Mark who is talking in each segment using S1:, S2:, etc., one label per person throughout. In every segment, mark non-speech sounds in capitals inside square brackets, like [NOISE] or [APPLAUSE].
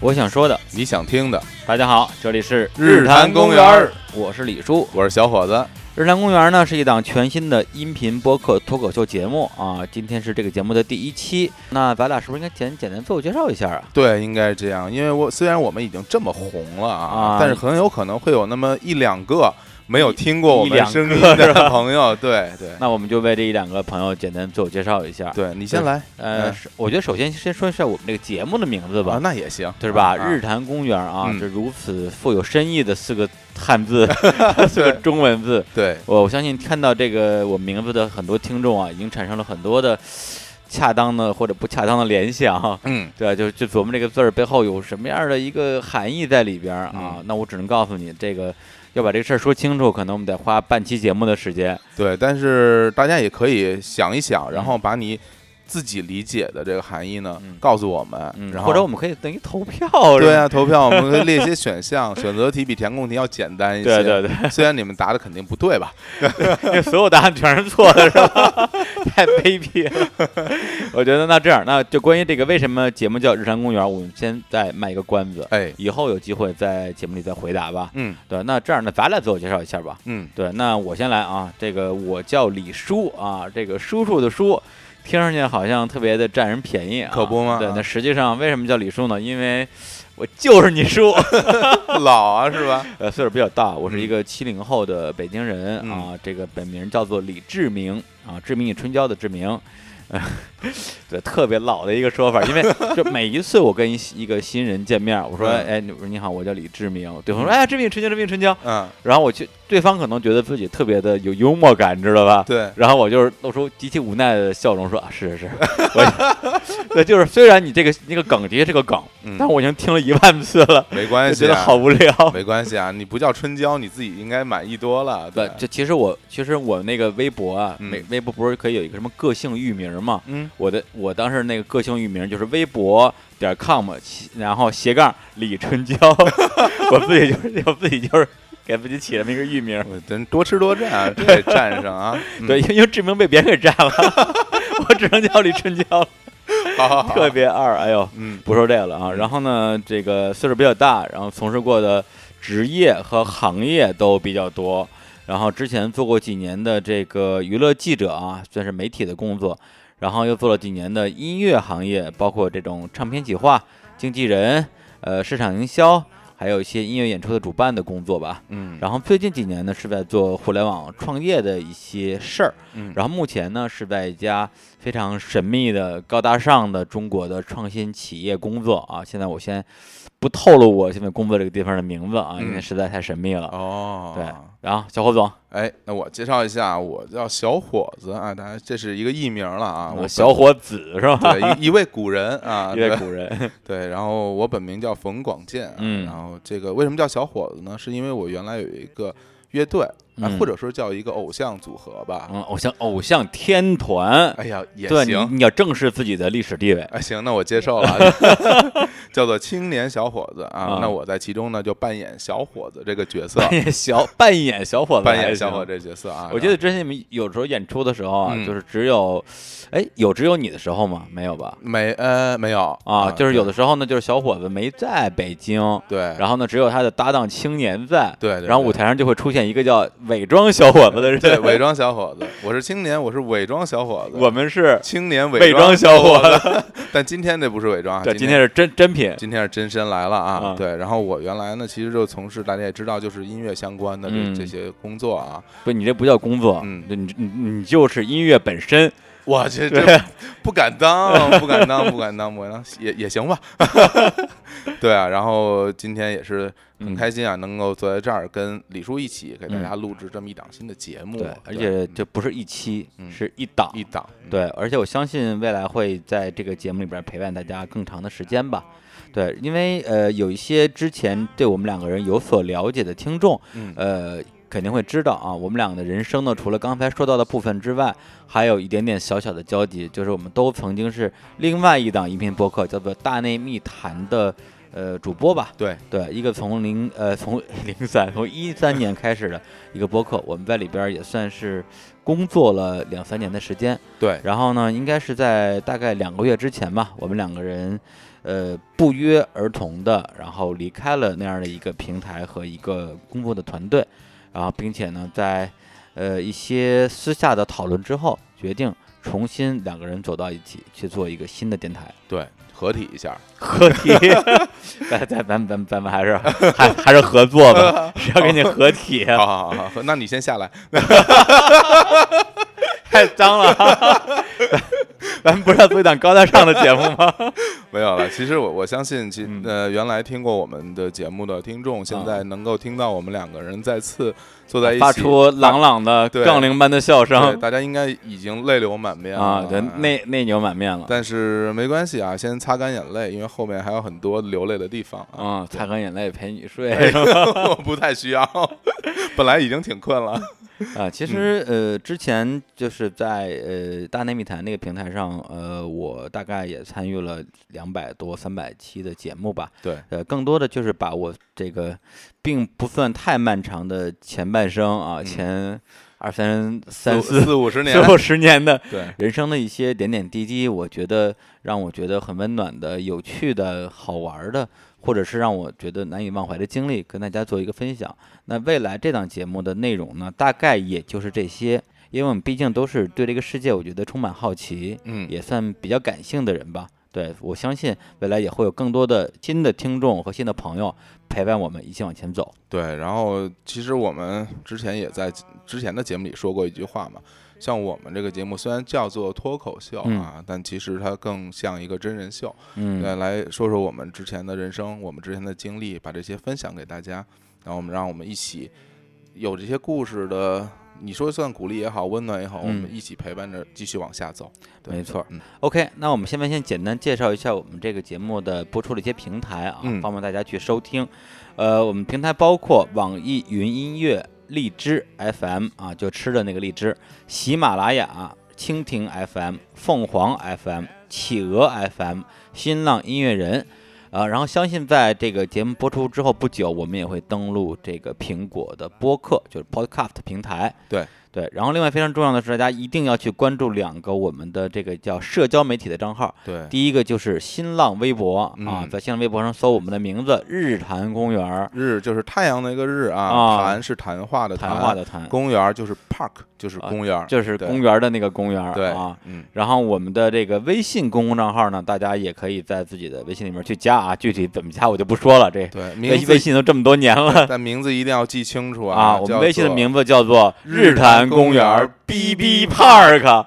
S1: 我想说的。
S2: 你想听的，
S1: 大家好，这里是
S2: 日坛公
S1: 公
S2: 园儿，
S1: 我是李叔。
S2: 我是小伙子。
S1: 日坛公园呢是一档全新的音频播客脱口秀节目啊，今天是这个节目的第一期。那咱俩是不是应该简简单自我介绍一下啊？
S2: 对，应该这样，因为我虽然我们已经这么红了啊，
S1: 啊
S2: 但是很有可能会有那么一两个没有听过我
S1: 一
S2: 们
S1: 两
S2: 声音
S1: 个是
S2: 的
S1: [LAUGHS]
S2: 朋友。对对
S1: 那我们就为这一两个朋友简单自我介绍一下。
S2: 对，你先来
S1: 呃，
S2: 嗯
S1: 是我觉得首先先说一下我们这个节目的名字吧。
S2: 啊，那也行，
S1: 对吧？
S2: 啊
S1: 日坛公园啊，
S2: 嗯
S1: 这如此富有深意的四个汉
S2: [LAUGHS]
S1: 字，四个中文字，
S2: 对
S1: 我我相信看到这个我名字的很多听众啊，已经产生了很多的恰当的或者不恰当的联想。
S2: 嗯，
S1: 对啊， [LAUGHS] 就就琢磨这个字儿背后有什么样的一个含义在里边儿啊？那我只能告诉你，这个要把这个事儿说清楚，可能我们得花半期节目的时间。
S2: 对，但是大家也可以想一想，然后把你自己理解的这个含义呢
S1: 嗯
S2: 告诉我们，
S1: 嗯，
S2: 然后
S1: 或者我们可以等于投票。[LAUGHS]
S2: 对啊，投票我们可以列一些选项，选择题比填空题要简单一
S1: 是
S2: 些。
S1: 吧，对对
S2: 虽然你们答的肯定不对吧？
S1: 对，啊所有答案全是错的，是吧？ [LAUGHS] 太卑鄙了。 [LAUGHS] 我觉得那这样，那就关于这个为什么节目叫日坛公园，我们先再卖一个关子。
S2: 哎，
S1: 以后有机会在节目里再回答吧。
S2: 嗯
S1: 对，那这样呢，咱俩自我介绍一下吧。 [LAUGHS]
S2: 嗯，
S1: 对，那我先来啊，这个我叫李叔啊，这个叔叔的叔，听上去好像特别的占人便宜啊，
S2: 可不嘛
S1: 对，那实际上为什么叫李叔呢？因为我就是你叔，
S2: 老啊是吧？
S1: 呃，岁数比较大，我
S2: 嗯
S1: 是一个七零后的北京人、啊，这个本名叫做李志明啊，志明与春娇的志明。 [LAUGHS] 呃对，特别老的一个说法，
S2: [LAUGHS]
S1: 因为就每一次我跟一一个新人见面，我说，
S2: 嗯
S1: 哎，你你好，我叫李志明，对方说，哎，志明，春娇，志明，春娇，
S2: 嗯，
S1: 然后我就对方可能觉得自己特别的有幽默感，你知道吧？
S2: 对，
S1: 然后我就是露出极其无奈的笑容，说：“啊，是是是， [LAUGHS] 我对，就是虽然你这个那个梗的确是个梗，
S2: 嗯
S1: 但我已经听了一万次了，
S2: 没关
S1: 就
S2: 系
S1: 觉
S2: 啊，
S1: 得好无聊。
S2: 没关系啊，你不叫春娇，你自己应该满意多了。
S1: 对，就其实我其实我那个微博啊，
S2: 嗯
S1: 微微博不是可以有一个什么个性域名嘛？ [LAUGHS]
S2: 嗯，
S1: 我的我当时那个个性域名就是微博点 com，然后斜杠李春
S2: [LAUGHS]
S1: 娇， [LAUGHS] 我自己就是我自己就是给自己起了那个域名。
S2: 我真多吃多占啊，这得占
S1: [LAUGHS]
S2: 上啊。嗯
S1: 对，，因为志明被别人给占了， [LAUGHS] 我只能叫李春娇了，
S2: 好好好，
S1: 特别二。哎呦，
S2: 嗯
S1: 不说这个了啊。然后呢，这个岁数比较大，然后从事过的职业和行业都比较多。然后之前做过几年的这个娱乐记者啊，算是媒体的工作，然后又做了几年的音乐行业，包括这种唱片企划、经纪人、呃市场营销，还有一些音乐演出的主办的工作吧。
S2: 嗯
S1: 然后最近几年呢，是在做互联网创业的一些事儿。
S2: 嗯，
S1: 然后目前呢是在一家非常神秘的、高大上的中国的创新企业工作啊。现在我先不透露我现在工作这个地方的名字啊，因为
S2: 嗯
S1: 实在太神秘了。
S2: 哦，
S1: 对，然后小侯总，
S2: 哎，那我介绍一下，我叫小伙子啊，大家这是一个艺名了啊，我
S1: 我嗯呃小伙子是吧？
S2: 本。对一一位古人啊，
S1: [LAUGHS] 一位
S2: 对
S1: 古
S2: [LAUGHS]
S1: 人，
S2: 对，然后我本名叫冯广建啊，
S1: 嗯
S2: 然后这个为什么叫小伙子呢？是因为我原来有一个乐队，啊
S1: 嗯，
S2: 或者说叫一个偶像组合吧。
S1: 嗯，偶像偶像天团，
S2: [LAUGHS] 哎呀，也
S1: 对，
S2: 行
S1: 你，你要正视自己的历史地位。
S2: 啊，行，那我接受了，
S1: [LAUGHS]
S2: [LAUGHS] 叫做青年小伙子啊。
S1: 啊，
S2: 那我在其中呢，就扮演小伙子这个角
S1: [LAUGHS]
S2: 色
S1: 扮演小扮演小伙子，
S2: 扮演小伙。这角色啊。
S1: 我记得之前你们有时候演出的时候啊，
S2: 嗯
S1: 就是只有，哎，有只有你的时候吗？没有吧？
S2: 没呃没有
S1: 啊，就是有的
S2: 时
S1: 时候呢，就是小伙子没在北京，
S2: 对，然
S1: 然后呢，只有他的搭档青年在，
S2: 对对对
S1: 然后舞台上就会出现一个叫伪装小伙子的人，
S2: 对伪装小伙子，我是青年，我是伪装小伙子，
S1: [LAUGHS] 我们是
S2: 青年
S1: 伪装小伙
S2: 子。 [LAUGHS]
S1: 子，
S2: 但今天这不是伪装啊，
S1: 对，今
S2: 今
S1: 天是真真品，
S2: 今天是真身来了啊
S1: 啊！
S2: 对，然后我原来呢，其实就从事大家也知道，就是音乐相关的这
S1: 嗯
S2: 这些工作啊。
S1: 不，你这不叫工作，
S2: 嗯
S1: 你你你就是音乐本身，
S2: 我这这
S1: 对
S2: 不敢当，不敢当，不敢当，不敢当，也也行吧。 [LAUGHS] 对啊，然后今天也是
S1: 嗯
S2: 很开心啊，能够坐在这儿跟李叔一起给大家录制这么一档新的节目，
S1: 对，而且这不是一期，
S2: 嗯
S1: 是一档，
S2: 一档，
S1: 对，而且我相信未来会在这个节目里边陪伴大家更长的时间吧。对，因为呃，有一些之前对我们两个人有所了解的听众，
S2: 嗯
S1: 呃，肯定会知道啊，我们两个的人生呢，除了刚才说到的部分之外，还有一点点小小的交集，就是我们都曾经是另外一档音频播客，叫做《大内密谈》的呃主播吧。
S2: 对
S1: 对，一个从零呃从 [LAUGHS] 零三从一三年开始的一个播客，我们在里边儿也算是工作了两三年的时间。
S2: 对，
S1: 然后呢，应该是在大概两个月之前吧，我们两个人，呃，不约而同的，然后离开了那样的一个平台和一个工作的团队，然后并且呢，在呃一些私下的讨论之后，决定重新两个人走到一起去做一个新的电台。
S2: 对，合体一下，
S1: 合体，咱咱咱咱咱们还是 [LAUGHS] 还还是合作吧， [LAUGHS] 谁要跟你合体啊？
S2: 好好好好，那你先下来，
S1: [LAUGHS] 太脏了，咱咱不是要做一档高大上的节目吗？
S2: 没有了。其实我我相信，其
S1: 嗯
S2: 呃，原来听过我们的节目的听众，现
S1: 啊
S2: 在能够听到我们两个人再次坐在一起，
S1: 发出朗朗的
S2: 对
S1: 杠铃般的笑
S2: 对，
S1: 声
S2: 大家应该已经泪流满面了哎
S1: 啊，对，内内牛满面了
S2: 但是没关系啊，先擦干眼泪，因为后面还有很多流泪的地方
S1: [LAUGHS]
S2: 啊。
S1: 啊，擦干眼泪陪你睡
S2: [LAUGHS] 我不太需要， [LAUGHS] 本来已经挺困了。
S1: [LAUGHS] 啊。其实呃，之前就是在呃大内密谈那个平台上，呃，我大概也参与了两百多、三百期的节目吧。
S2: 对，
S1: 呃，更多的就是把我这个并不算太漫长的前半生啊，前二三三
S2: 嗯四
S1: 四
S2: 四五十年
S1: 最，后十年的
S2: 对
S1: 人生的一些点点滴滴，我觉得让我觉得很温暖的、有趣的、好玩儿的，或者是让我觉得难以忘怀的经历，跟大家做一个分享。那未来这档节目的内容呢，大概也就是这些，因为我们毕竟都是对这个世界，我觉得充满好奇，
S2: 嗯，
S1: 也算比较感性的人吧。对我相信未来也会有更多的新的听众和新的朋友陪伴我们一起往前走。
S2: 对。然后其实我们之前也在之前的节目里说过一句话嘛，像我们这个节目虽然叫做脱口秀啊，但其实它更像一个真人秀。
S1: 嗯，
S2: 来来说说我们之前的人生，我们之前的经历，把这些分享给大家，然后我们让我们一起有这些故事的，你说算鼓励也好，温暖也好，我们
S1: 嗯
S2: 一起陪伴着继续往下走。对
S1: 没错，
S2: 嗯
S1: OK，那我们现在先简单介绍一下我们这个节目的播出的一些平台啊，
S2: 嗯
S1: 方便大家去收听。呃，我们平台包括网易云音乐、荔枝 FM 啊，就吃的那个荔枝、喜马拉雅、蜻蜓 FM、凤凰 FM、企鹅 FM、新浪音乐人。啊，然后相信在这个节目播出之后不久，我们也会登录这个苹果的播客，就是 Podcast 平台。对，然后另外非常重要的是，大家一定要去关注两个我们的这个叫社交媒体的账号。
S2: 对，
S1: 第一个就是新浪微博、啊，
S2: 嗯
S1: 在新浪微博上搜我们的名字“日坛公园儿
S2: 日就是太阳那个日啊，
S1: 啊
S2: 谈是谈话”，的
S1: 谈话的谈，
S2: 公园就是 park 就是
S1: 啊
S2: 公园，
S1: 就是
S2: 对
S1: 公园儿的那个公园儿
S2: 对
S1: 啊。，
S2: 嗯，
S1: 然后我们的这个微信公共账号呢，大家也可以在自己的微信里面去加啊，具体怎么加我就不说了，这
S2: 对，名
S1: 微微
S2: 字
S1: 信都这么多年
S2: [LAUGHS]
S1: 了
S2: 但名字一定要记清楚
S1: 啊。我
S2: 叫
S1: 们微信的
S2: 做
S1: 名字叫做“
S2: 日
S1: 日
S2: 坛
S1: 坛公
S2: 公
S1: 园
S2: 园
S1: 儿
S2: 儿
S1: BB
S2: BB
S1: Park”，
S2: [LAUGHS]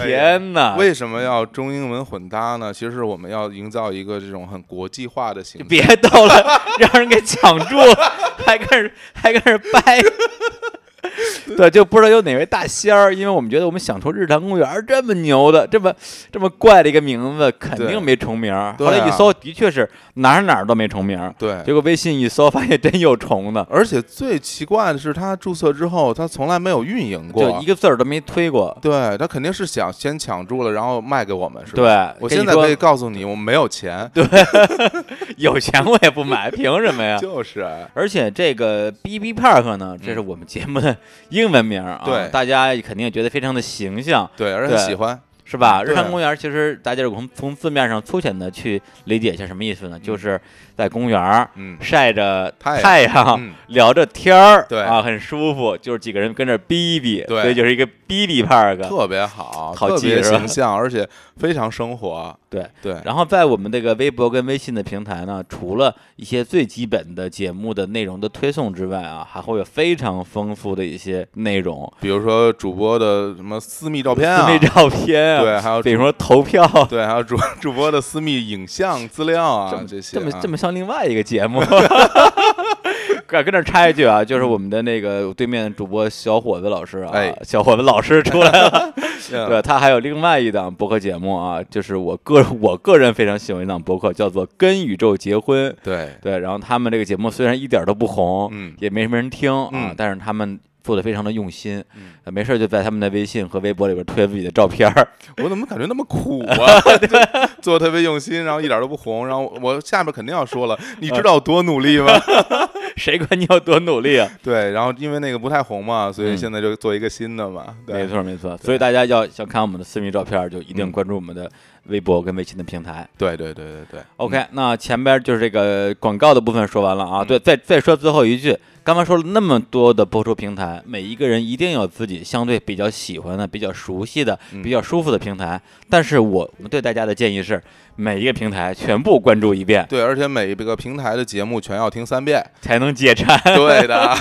S2: 哎
S1: 天哪！
S2: 为什么要中英文混搭呢？其实我们要营造一个这种很国际化的形象。
S1: 别逗了，让人给抢住了，还跟人还跟人掰。对，就不知道有哪位大仙儿，因为我们觉得我们想出日坛公园儿这么牛的、这么这么怪的一个名字，肯
S2: 对
S1: 定没重名儿。
S2: 对
S1: 后来
S2: 啊
S1: 一搜，的确是哪儿哪儿都没重名儿。
S2: 对，
S1: 结果微信一搜，发现真有重的，
S2: 而且最奇怪的是，他注册之后，他从来没有运营
S1: 就
S2: [LAUGHS] 过
S1: 一。个字儿都没推过。
S2: 对他肯定是想先抢注了，然后卖给我们，是吧？
S1: 对，
S2: 我
S1: 跟
S2: 现
S1: 你
S2: 在可以
S1: 说，
S2: 告诉你，我没有钱。对，
S1: 有钱我也不买，凭什么呀？
S2: 就是
S1: 而且这个 B B Park 呢，这是我们节目的英文名儿啊，
S2: 嗯对
S1: 大家肯定也觉得非常的形象。
S2: 对，而且
S1: 对
S2: 喜欢。
S1: 是吧？
S2: 对
S1: 日坛公园其实大家如果从从字面上粗浅的去理解一下，什么意思呢？就是在公园儿
S2: 嗯
S1: 晒着
S2: 太阳
S1: 太阳，
S2: 嗯，
S1: 聊着天儿，
S2: 对
S1: 啊，很舒服，就是几个人跟这儿逼逼，
S2: 对
S1: 所以就是一个逼逼 park。
S2: 特别好，
S1: 好
S2: 特
S1: 记
S2: 别
S1: 是吧
S2: 形象，而且非常生活。
S1: 对
S2: 对，
S1: 然后在我们这个微博跟微信的平台呢，除了一些最基本的节目的内容的推送之外啊，还会有非常丰富的一些内容，
S2: 比如说主播的什么私密照片啊，
S1: 那照片啊，
S2: 对，还有
S1: 比如说投票啊，
S2: 对，还有主 [LAUGHS] 主播的私密影像资料
S1: 这
S2: 啊
S1: 么，这
S2: 些
S1: 么
S2: 啊 [LAUGHS]
S1: 这么像另外一个节目，跟跟这儿插一句啊，就是我们的那个对面主播小伙子老师啊，
S2: 哎
S1: 小伙子老师出来
S2: [LAUGHS]
S1: 了，
S2: 嗯
S1: 对他还有另外一档播客节目啊，就是我个我个人非常喜欢一档播客，叫做《跟宇宙结婚》。
S2: 对，
S1: 对，然后他们这个节目虽然一点儿都不红，
S2: 嗯
S1: 也没什么人听啊，
S2: 嗯
S1: 但是他们做的非常的用心，
S2: 嗯
S1: 呃没事儿就在他们的微信和微博里边推自己的照片儿， [LAUGHS]
S2: 我怎么感觉那么苦啊？就做的特别用心，然后一点都不红，然后我下面肯定要说了，你知道我多
S1: [LAUGHS]
S2: 努力吗？
S1: 谁管你有多努力啊？
S2: 对，然后因为那个不太红嘛，所以
S1: 嗯
S2: 现在就做一个新的嘛。对嗯
S1: 没错没错，所以大家要想看我们的私密照片儿，就一定关注我们的微博跟微信的平台。
S2: 对对对对对
S1: OK，、那前边就是这个广告的部分说完了啊，
S2: 嗯
S1: 对，再再说最后一句，刚刚说了那么多的播出平台，每一个人一定有自己相对比较喜欢的、比较熟悉的、
S2: 嗯
S1: 比较舒服的平台，但是我们对大家的建议是，每一个平台全部关注一遍，
S2: 对，而且每一个平台的节目全要听三遍。
S1: [LAUGHS] 才能解
S2: [LAUGHS]
S1: 馋。
S2: 对的，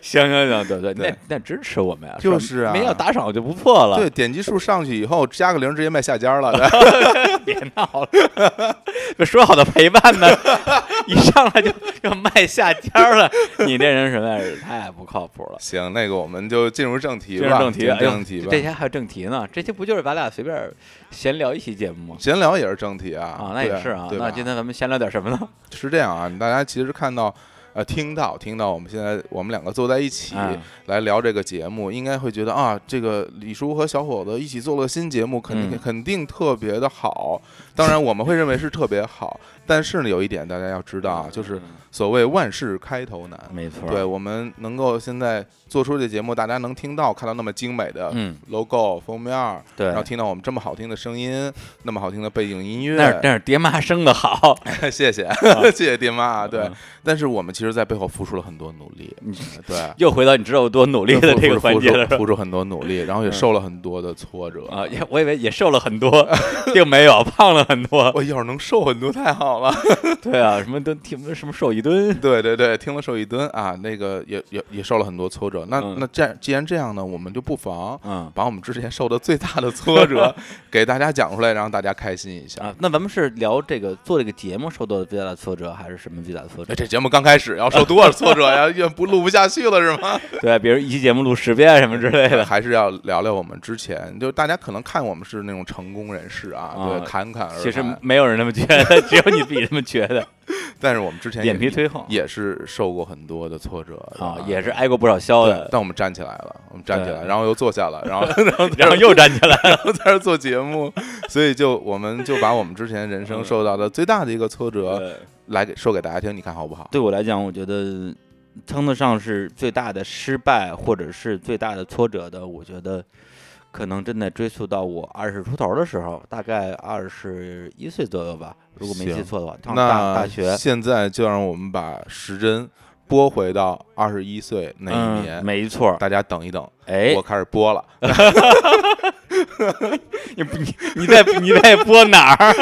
S1: 行行行，对对，
S2: 对
S1: 那那支持我们呀，
S2: 就是
S1: 吧
S2: 啊
S1: 没有打赏就不错了，
S2: 对，点击数上去以后加个零，直接卖下家了。对
S1: [LAUGHS] 别闹了，这说好的陪伴呢？ [LAUGHS] 一上来就就卖下家了，你这人实在是太不靠谱了。
S2: 行，那个我们就进入正题
S1: 进入
S2: 吧，
S1: 正题，哎呦
S2: 正题吧
S1: 这。些还有正题呢，这些不就是咱俩随便闲聊一期节目吗？
S2: 闲聊也是正题啊，
S1: 啊，那也
S2: 对
S1: 是啊。
S2: 对吧
S1: 那今天咱们闲聊点什么呢？
S2: 是这样啊，大家其实看到。呃，听到听到，我们现在我们两个坐在一起
S1: 嗯
S2: 来聊这个节目，应该会觉得啊，这个李叔和小伙子一起做了新节目，肯定、
S1: 嗯
S2: 肯定特别的好。当然，我们会认为是特
S1: [LAUGHS]
S2: 别好，但是呢，有一点大家要知道
S1: 嗯
S2: 啊，就是所谓万事开头难。
S1: 没错，
S2: 对，我们能够现在做出这节目，大家能听到看到那么精美的
S1: 嗯，
S2: logo 封面儿，
S1: 对
S2: 然。后听到我们这么好听的声音，那么好听的背景音
S1: 那是
S2: 乐，
S1: 那是爹妈生的好，
S2: [LAUGHS] 谢谢谢谢爹妈啊，对
S1: 嗯。
S2: 但是我们其实，在背后付出了很多努力，对，
S1: 又回到你知道我多努力的
S2: 付
S1: 这个
S2: 付
S1: 环节
S2: 付
S1: 了，是吧
S2: 付出很多努力，然后也受了很多的挫折。
S1: 啊，也我以为也瘦了很多， [LAUGHS] 并没有胖了很多。 [LAUGHS]
S2: 我要是能瘦很多太好了， [LAUGHS]
S1: 对啊，什么都听什么瘦一吨，
S2: 对对对，听了瘦一吨啊，那个也也也受了很多挫折。那
S1: 嗯
S2: 那这样既然这样呢，我们就不妨
S1: 嗯，
S2: 把我们之前受的最大的
S1: [LAUGHS]
S2: 挫折给大家讲出来，让大家开心一下。
S1: 啊，那咱们是聊这个做这个节目受到的最大的挫折，还是什么最大的挫折？
S2: 哎，这节目刚开始要受多少挫折
S1: [LAUGHS]
S2: 呀？也不录不下去了是吗？
S1: 对，比如一期节目录十遍什么之类
S2: [LAUGHS]
S1: 的，
S2: 还是要聊聊我们之前，就大家可能看我们是那种成功人士啊，
S1: 啊
S2: 对，侃侃而谈。
S1: 其实没有人那么觉得， [LAUGHS] 只有你自己这么觉得，
S2: 但是我们之前也
S1: 眼皮推后
S2: 也是受过很多的挫折的
S1: 啊，也是挨过不少削
S2: 对
S1: 的，
S2: 哦但我们站起来了，我们站起来，
S1: 对
S2: 然后又坐下了，然后 [LAUGHS] 然后
S1: 然后又站起来了。
S2: 然后在这儿做节目，所以就我们就把我们之前人生受到的最大的一个挫折
S1: 嗯对
S2: 来给说给大家听，你看好不好？
S1: 对我来讲，我觉得称得上是最大的失败或者是最大的挫折的，我觉得可能真的追溯到我二十出头的时候，大概二十一岁左右吧，如果没记
S2: 行
S1: 错的话，上大
S2: 那
S1: 大学。
S2: 现在就让我们把时针拨回到二十一岁那一年，
S1: 嗯，没错儿。
S2: 大家等一等，
S1: 哎
S2: 我，开始播
S1: [LAUGHS]
S2: 了。
S1: 你你你在你在播哪儿？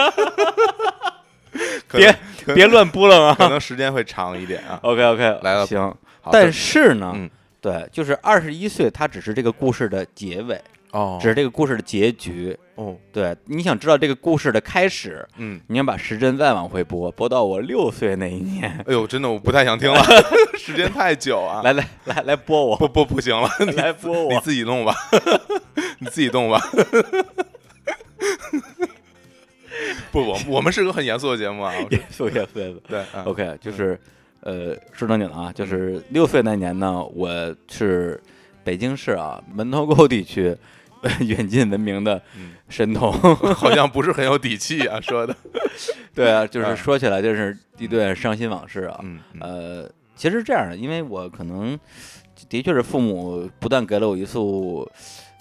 S2: 可能可
S1: 别乱拨楞
S2: 可
S1: 啊
S2: 能时间会长一点啊。
S1: ！OK OK，
S2: 来了
S1: 行。
S2: 好
S1: 但
S2: 这
S1: 是呢，
S2: 嗯
S1: 对，就是二十一岁，它只是这个故事的结尾，
S2: 哦
S1: 只是这个故事的结局。
S2: 哦
S1: 对，你想知道这个故事的开始，
S2: 嗯，
S1: 你要把时针再往回拨，拨到我六岁那一年。
S2: 哎呦，真的我不太想听了， [LAUGHS] 时间太久啊。
S1: 来来来来拨我，
S2: 不不不行了，你
S1: 来拨
S2: 你
S1: 我。
S2: 自己弄吧， [LAUGHS] 你自己弄吧。 [LAUGHS] 不，我我们是个很严肃的节目
S1: [LAUGHS]
S2: 啊。我
S1: 也岁也岁
S2: 对，啊
S1: OK，就是呃，说正经的啊，就是六岁那年呢，我是北京市啊门头沟地区呃远近闻名的
S2: 嗯
S1: 神童。 [LAUGHS]
S2: 好像不是很有底气啊，说的。
S1: 对啊，就是
S2: 啊
S1: 说起来就是一段伤心往事啊。
S2: 嗯，嗯
S1: 呃，其实这样的，因为我可能的确是父母不但给了我一束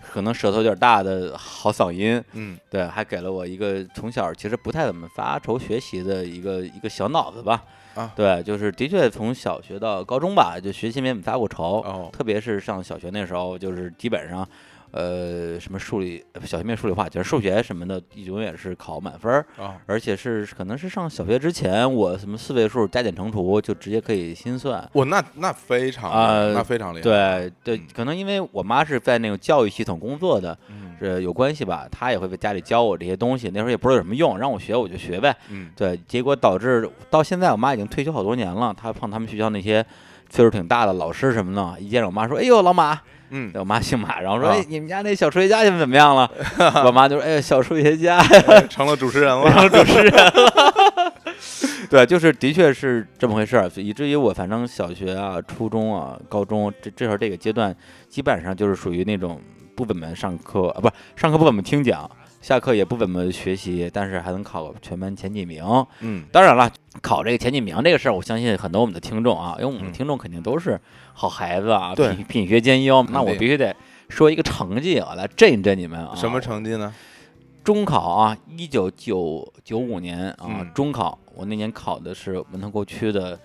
S1: 可能舌头有点大的好嗓音，
S2: 嗯
S1: 对，还给了我一个从小其实不太怎么发愁学习的一个一个小脑子吧。
S2: 啊
S1: 对，就是的确从小学到高中吧，就学习没怎么发过愁。
S2: 哦
S1: 特别是上小学那时候，就是基本上呃什么数理小学面数理化，就是数学什么的，永远是考满分儿，
S2: 啊，
S1: 而且是可能是上小学之前，我什么四位数加减乘除就直接可以心算。
S2: 我那那非常厉害
S1: 呃
S2: 那非常厉害，，
S1: 对对
S2: 嗯，
S1: 可能因为我妈是在那种教育系统工作的，
S2: 嗯
S1: 是有关系吧。她也会在家里教我这些东西，那时候也不知道有什么用，让我学我就学呗。
S2: 嗯
S1: 对，结果导致到现在，我妈已经退休好多年了。她碰他们学校那些岁数挺大的老师什么的，一见着我妈说：“哎呦，老马！”
S2: 嗯，
S1: 我妈姓马，然后说：“
S2: 啊
S1: 哎，你们家那小数学家现在怎么样了？”我妈就说：“哎呀，小数学家，
S2: 成了主持人
S1: [LAUGHS] 然
S2: 了，
S1: 后主持人了。”对，就是的确是这么回事儿，以至于我反正小学啊、初中啊、高中这至少这个阶段，基本上就是属于那种不怎么上课啊，不是上课不怎么听讲，下课也不怎么学习，但是还能考全班前几名。
S2: 嗯
S1: 当然了，考这个前几名这个事儿，我相信很多我们的听众啊，因为我们
S2: 嗯
S1: 的听众肯定都是好孩子啊，
S2: 对
S1: 品品学兼优。那我
S2: 肯定
S1: 必须得说一个成绩啊，来震一震你们啊。
S2: 什么？成绩呢？
S1: 中考啊，一九九九五年啊，
S2: 嗯
S1: 中考，我那年考的是文特沟区的，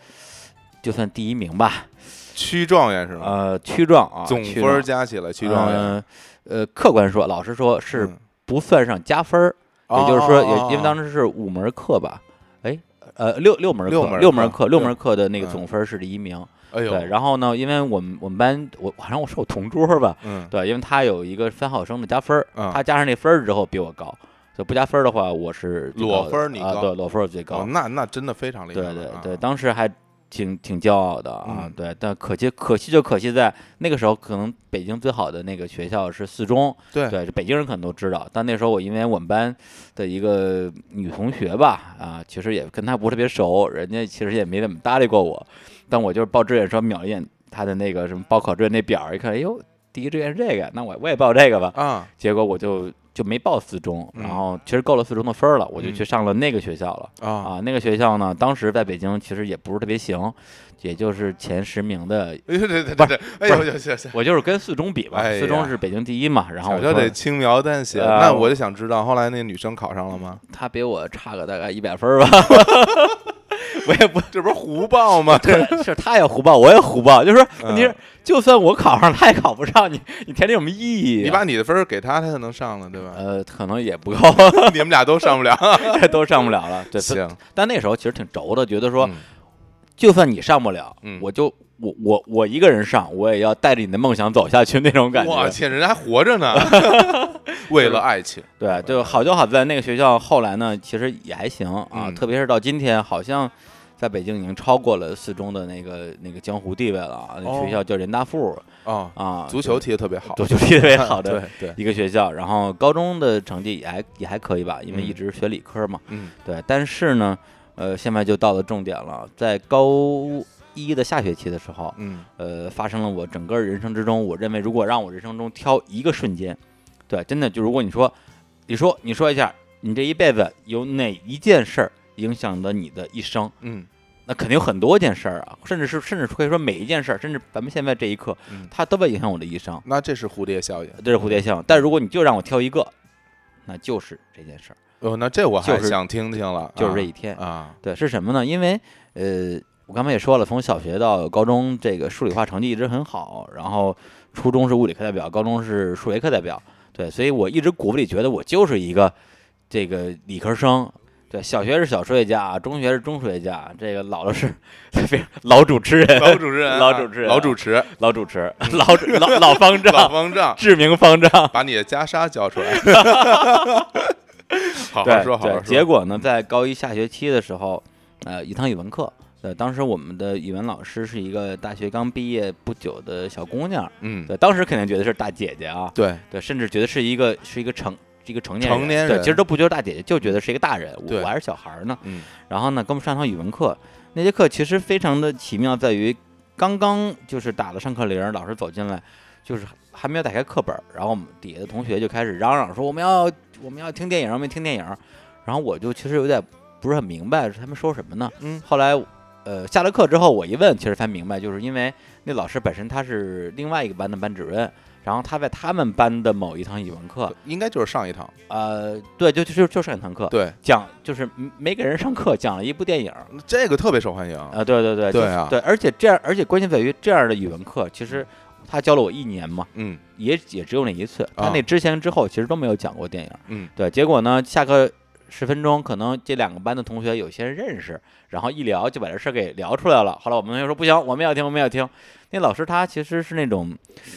S1: 就算第一名吧，
S2: 区状元是吗？
S1: 呃，区状啊，
S2: 嗯总
S1: 区
S2: 分儿加起来区状元
S1: 呃呃，客观说，老实说是
S2: 嗯
S1: 不算上加分儿，
S2: 哦
S1: 也就是说，也
S2: 哦
S1: 因为当
S2: 哦
S1: 时是五门课吧，哎，呃，六六门
S2: 六
S1: 课，
S2: 门
S1: 六门
S2: 课
S1: 课，六
S2: 六
S1: 门课的那个
S2: 嗯
S1: 总分是第一名。
S2: 哎呦，
S1: 对，然后呢，因为我们我们班我好像我是我同桌吧，
S2: 嗯
S1: 对，因为他有一个三好生的加分儿，
S2: 嗯
S1: 他加上那分儿之后比我高，就不加分儿的话，我是最
S2: 裸
S1: 高的
S2: 分儿你
S1: 啊，
S2: 高
S1: 对，裸分儿我最高
S2: 哦，。那那真的非常厉害
S1: 对
S2: 了
S1: 对
S2: 啊，
S1: 对，当时还挺挺骄傲的啊，
S2: 嗯
S1: 对，但可惜可惜就可惜在那个时候，可能北京最好的那个学校是四中，
S2: 对
S1: 对，北京人可能都知道。但那时候我因为我们班的一个女同学吧，啊，其实也跟她不是特别熟，人家其实也没怎么搭理过我，但我就是报志愿时候瞄了一眼她的那个什么报考志愿那表儿，一看，哎呦，第一志愿是这个，那我我也报这个吧。
S2: 啊，
S1: 结果我就就没报四中，
S2: 嗯
S1: 然后其实够了四中的分儿了，我就
S2: 嗯
S1: 去上了那个学校了。
S2: 啊
S1: 啊，那个学校呢，当时在北京其实也不是特别行，也就是前十名的。
S2: 哎 [LAUGHS] 呦，对对对对，哎呦，行行行，
S1: 我就是跟四中比吧，
S2: 哎呀
S1: 四中是北京第一嘛，然后
S2: 小
S1: 我
S2: 哥得
S1: 说
S2: 轻描淡写。
S1: 呃
S2: 那
S1: 我
S2: 我就想知道，后来那女生考上了吗？
S1: 他比我差个大概一百分儿
S2: [LAUGHS]
S1: 吧， [LAUGHS] 我也不
S2: 这不是胡
S1: [LAUGHS]
S2: 报吗？这
S1: 是是他也胡报，我也胡报，就是说
S2: 嗯
S1: 你是就算我考上，他也考不上，你 [LAUGHS] 你填这有什么意义
S2: 你
S1: 啊？
S2: 把你的分儿给她，她才能上了，对
S1: [LAUGHS]
S2: 吧？
S1: 呃，可能也不够，
S2: 你们俩都上不了。
S1: 都上不了了。
S2: [LAUGHS]
S1: 对，
S2: 行，
S1: 但那时候其实挺轴的，觉得说，
S2: 嗯
S1: 就算你上不了，
S2: 嗯
S1: 我就我我我一个人上，我也要带着你的梦想走下去那种感觉。
S2: 我去，人家还活着呢， [LAUGHS] 为了爱情。
S1: [LAUGHS] 对，就好就好在那个学校后来呢，其实也还行啊，
S2: 嗯
S1: 特别是到今天，好像在北京已经超过了四中的那个那个江湖地位了啊。那
S2: 哦
S1: 学校叫人大附
S2: 哦，
S1: 啊，
S2: 足球踢得特别好，嗯
S1: 足球地位好的
S2: [LAUGHS] 对对，
S1: 一个学校，然后高中的成绩也还也还可以吧，因为
S2: 嗯
S1: 一直学理科嘛。
S2: 嗯
S1: 对，但是呢，呃，现在就到了重点了，在高一的下学期的时候，
S2: 嗯，
S1: 呃，发生了我整个人生之中，我认为如果让我人生中挑一个瞬间，对，真的就如果你说，你说你说一下，你这一辈子有哪一件事儿影响了你的一生？
S2: 嗯
S1: 那肯定有很多件事儿啊，甚至是甚至可以说每一件事儿，甚至咱们现在这一刻，
S2: 嗯，
S1: 它都会影响我的一生，
S2: 那这是蝴蝶效应。
S1: 这是蝴蝶效应。但如果你就让我挑一个，那就是这件事儿，
S2: 哦，那这我还
S1: 就是
S2: 想听听了，
S1: 就是这
S2: 啊
S1: 一天。
S2: 啊，
S1: 对，是什么呢？因为呃，我刚才也说了，从小学到高中，这个数理化成绩一直很好，然后初中是物理课代表，高中是数学课代表，对，所以我一直骨子里觉得我就是一个这个理科生。对，小学是小数学家，中学是中数学家，这个老了是 [LAUGHS] 非常老主持人、
S2: 老主持人
S1: [LAUGHS]
S2: 啊，
S1: 老主持人啊
S2: 老主
S1: [LAUGHS]
S2: 持，
S1: 老主持、老主老老方
S2: 老
S1: 丈、
S2: 方丈，
S1: 志明方丈。
S2: 把你的袈裟交出来。 [LAUGHS] 好
S1: 对
S2: 好说，好
S1: 对
S2: 好说。
S1: 结果呢，在高一下学期的时候，呃，一堂语文课，呃，当时我们的语文老师是一个大学刚毕业不久的小姑娘，
S2: 嗯，
S1: 对，当时肯定觉得是大姐姐啊，
S2: 对，
S1: 对，甚至觉得是一个是一个成是一个成年
S2: 成年人
S1: 对，其实都不觉得大姐姐，就觉得是一个大人，我
S2: 对
S1: 我还是小孩儿呢。
S2: 嗯
S1: 然后呢，给我们上堂语文课，那节课其实非常的奇妙，在于刚刚就是打了上课铃儿，老师走进来，就是还没有打开课本儿，然后我们底下的同学就开始嚷嚷说我们要我们要听电影，我们要听电影。然后我就其实有点不是很明白他们说什么呢。
S2: 嗯
S1: 后来呃下了课之后，我一问，其实才明白，就是因为那老师本身他是另外一个班的班主任。然后他在他们班的某一堂语文课，
S2: 应该就是上一堂。
S1: 呃，对，就就就就上一堂课，
S2: 对，
S1: 讲就是没给人上课，讲了一部电影，
S2: 这个特别受欢迎。
S1: 啊，对对对，
S2: 嗯对
S1: 就是
S2: 啊
S1: 对，而且这样，而且关键在于这样的语文课，其实他教了我一年嘛，
S2: 嗯
S1: 也也只有那一次。他
S2: 啊
S1: 那之前之后其实都没有讲过电影。
S2: 嗯
S1: 对，结果呢，下课十分钟，可能这两个班的同学有些人认识，然后一聊就把这事儿给聊出来了。后来我们同学说不行，我们要听，我们要听。那老师他其实是那种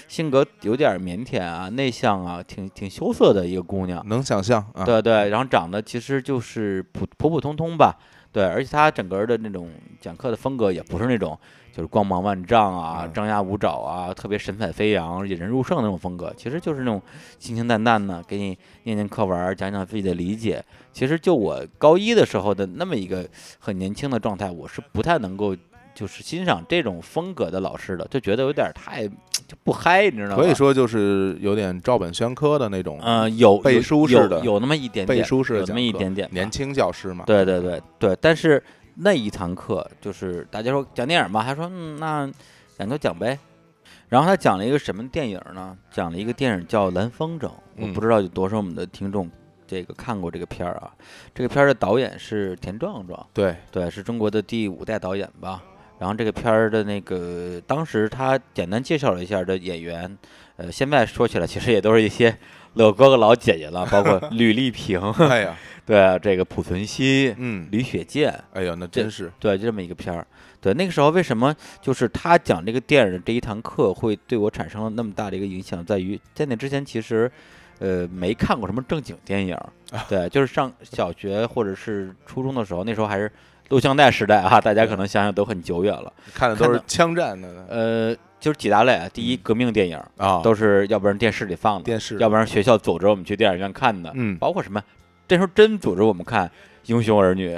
S1: 性格有点腼腆啊、内向啊，挺挺羞涩的一个姑娘。
S2: 能想象啊，
S1: 对对，然后长得其实就是普普普通通吧，对，而且他整个的那种讲课的风格也不是那种就是光芒万丈啊
S2: 嗯、
S1: 张牙舞爪啊、特别神采飞扬、引人入胜的那种风格，其实就是那种清清淡淡的，给你念念课文儿，讲讲自己的理解。其实就我高一的时候的那么一个很年轻的状态，我是不太能够。就是欣赏这种风格的老师的，就觉得有点儿太就不嗨，你知道吗？
S2: 可以说就是有点照本宣科的那种，
S1: 嗯，有
S2: 背
S1: 有
S2: 书式
S1: 有
S2: 的
S1: 有那么一点点
S2: 背书式的
S1: 有那么
S2: 讲
S1: 一
S2: 课
S1: 点点吧
S2: 年轻教师嘛，
S1: 对对对对，但是那一堂课就是大家说讲电影吧，他说嗯，那讲就讲呗。然后他讲了一个什么电影呢？讲了一个电影叫《蓝风筝》，我
S2: 嗯
S1: 不知道有多少我们的听众这个看过这个片儿啊。这个片儿的导演是田壮壮，
S2: 对，
S1: 对，是中国的第五代导演吧。然后这个片儿的那个，当时他简单介绍了一下这演员，呃，现在说起来 [LAUGHS] 其实也都是一些老哥哥老姐姐了，包括吕丽萍， [LAUGHS]
S2: 哎呀，
S1: 对，这个濮存昕，
S2: 嗯，
S1: 李雪健，
S2: 哎呀，那
S1: 这
S2: 真是，
S1: 对，就这么一个片儿。对，那个时候为什么就是他讲这个电影的这一堂课会对我产生了那么大的一个影响，在于在那之前其实，呃，没看过什么正经电影儿。
S2: 啊
S1: 对，就是上小学或者是初中的时候，那时候还是录像带时代啊，大家可能想想都很久远了。
S2: 看的都
S1: 看
S2: 是
S1: 到
S2: 枪战的
S1: 呃，就是几大类啊，第一，革命电影儿
S2: 啊，
S1: 都是要不然电视里放的，
S2: 嗯电视，
S1: 要不然学校组织我们去电影院看的，
S2: 嗯，
S1: 包括什么，这时候真组织我们看《英雄儿女》。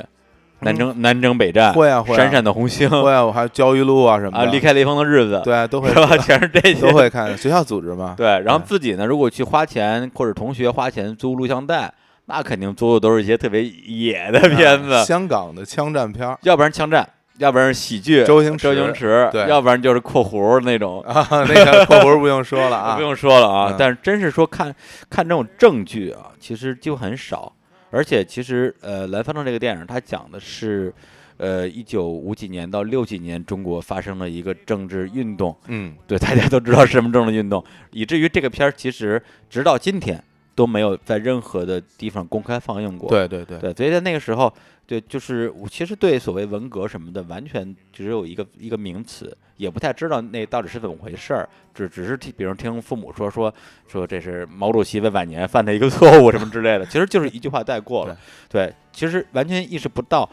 S1: 南征
S2: 嗯
S1: 南征北战，
S2: 会啊会啊，
S1: 哦闪闪的红星
S2: 会啊，我还有焦裕禄啊什么
S1: 啊，
S2: 的，
S1: 离开雷锋的日子，
S2: 对啊，都会
S1: 是吧？全是这些
S2: 都。会嗯看，学校组织嘛，
S1: 对，然后自己呢，如果去花钱或者同学花钱租录像带，那肯定租的都是一些特别野的片
S2: 啊
S1: 子，
S2: 香港的枪战片儿，
S1: 要不然枪战，要不然是喜剧，周
S2: 周星驰
S1: 星驰，
S2: 对
S1: 要不然就是括弧那种。
S2: 啊，那个括弧不用说了
S1: 我 [LAUGHS]
S2: 啊
S1: 不，用说了啊
S2: 嗯，
S1: 但是真是说看看这种正剧啊，其实就很少。而且其实呃，《蓝方正》这个电影，它讲的是呃一九五几年到六几年中国发生的一个政治运动。
S2: 嗯，
S1: 对，大家都知道是什么政治运动，以至于这个片儿其实直到今天都没有在任何的地方公开放映过。
S2: 对对对，
S1: 对，所以在那个时候，对，就是我其实对所谓文革什么的，完全只有一个一个名词，也不太知道那到底是怎么回事儿，只只是听，比如听父母说说说这是毛主席在晚年犯的一个错误什么之类的，其实就是一句话带过了。对，其实完全意识不到。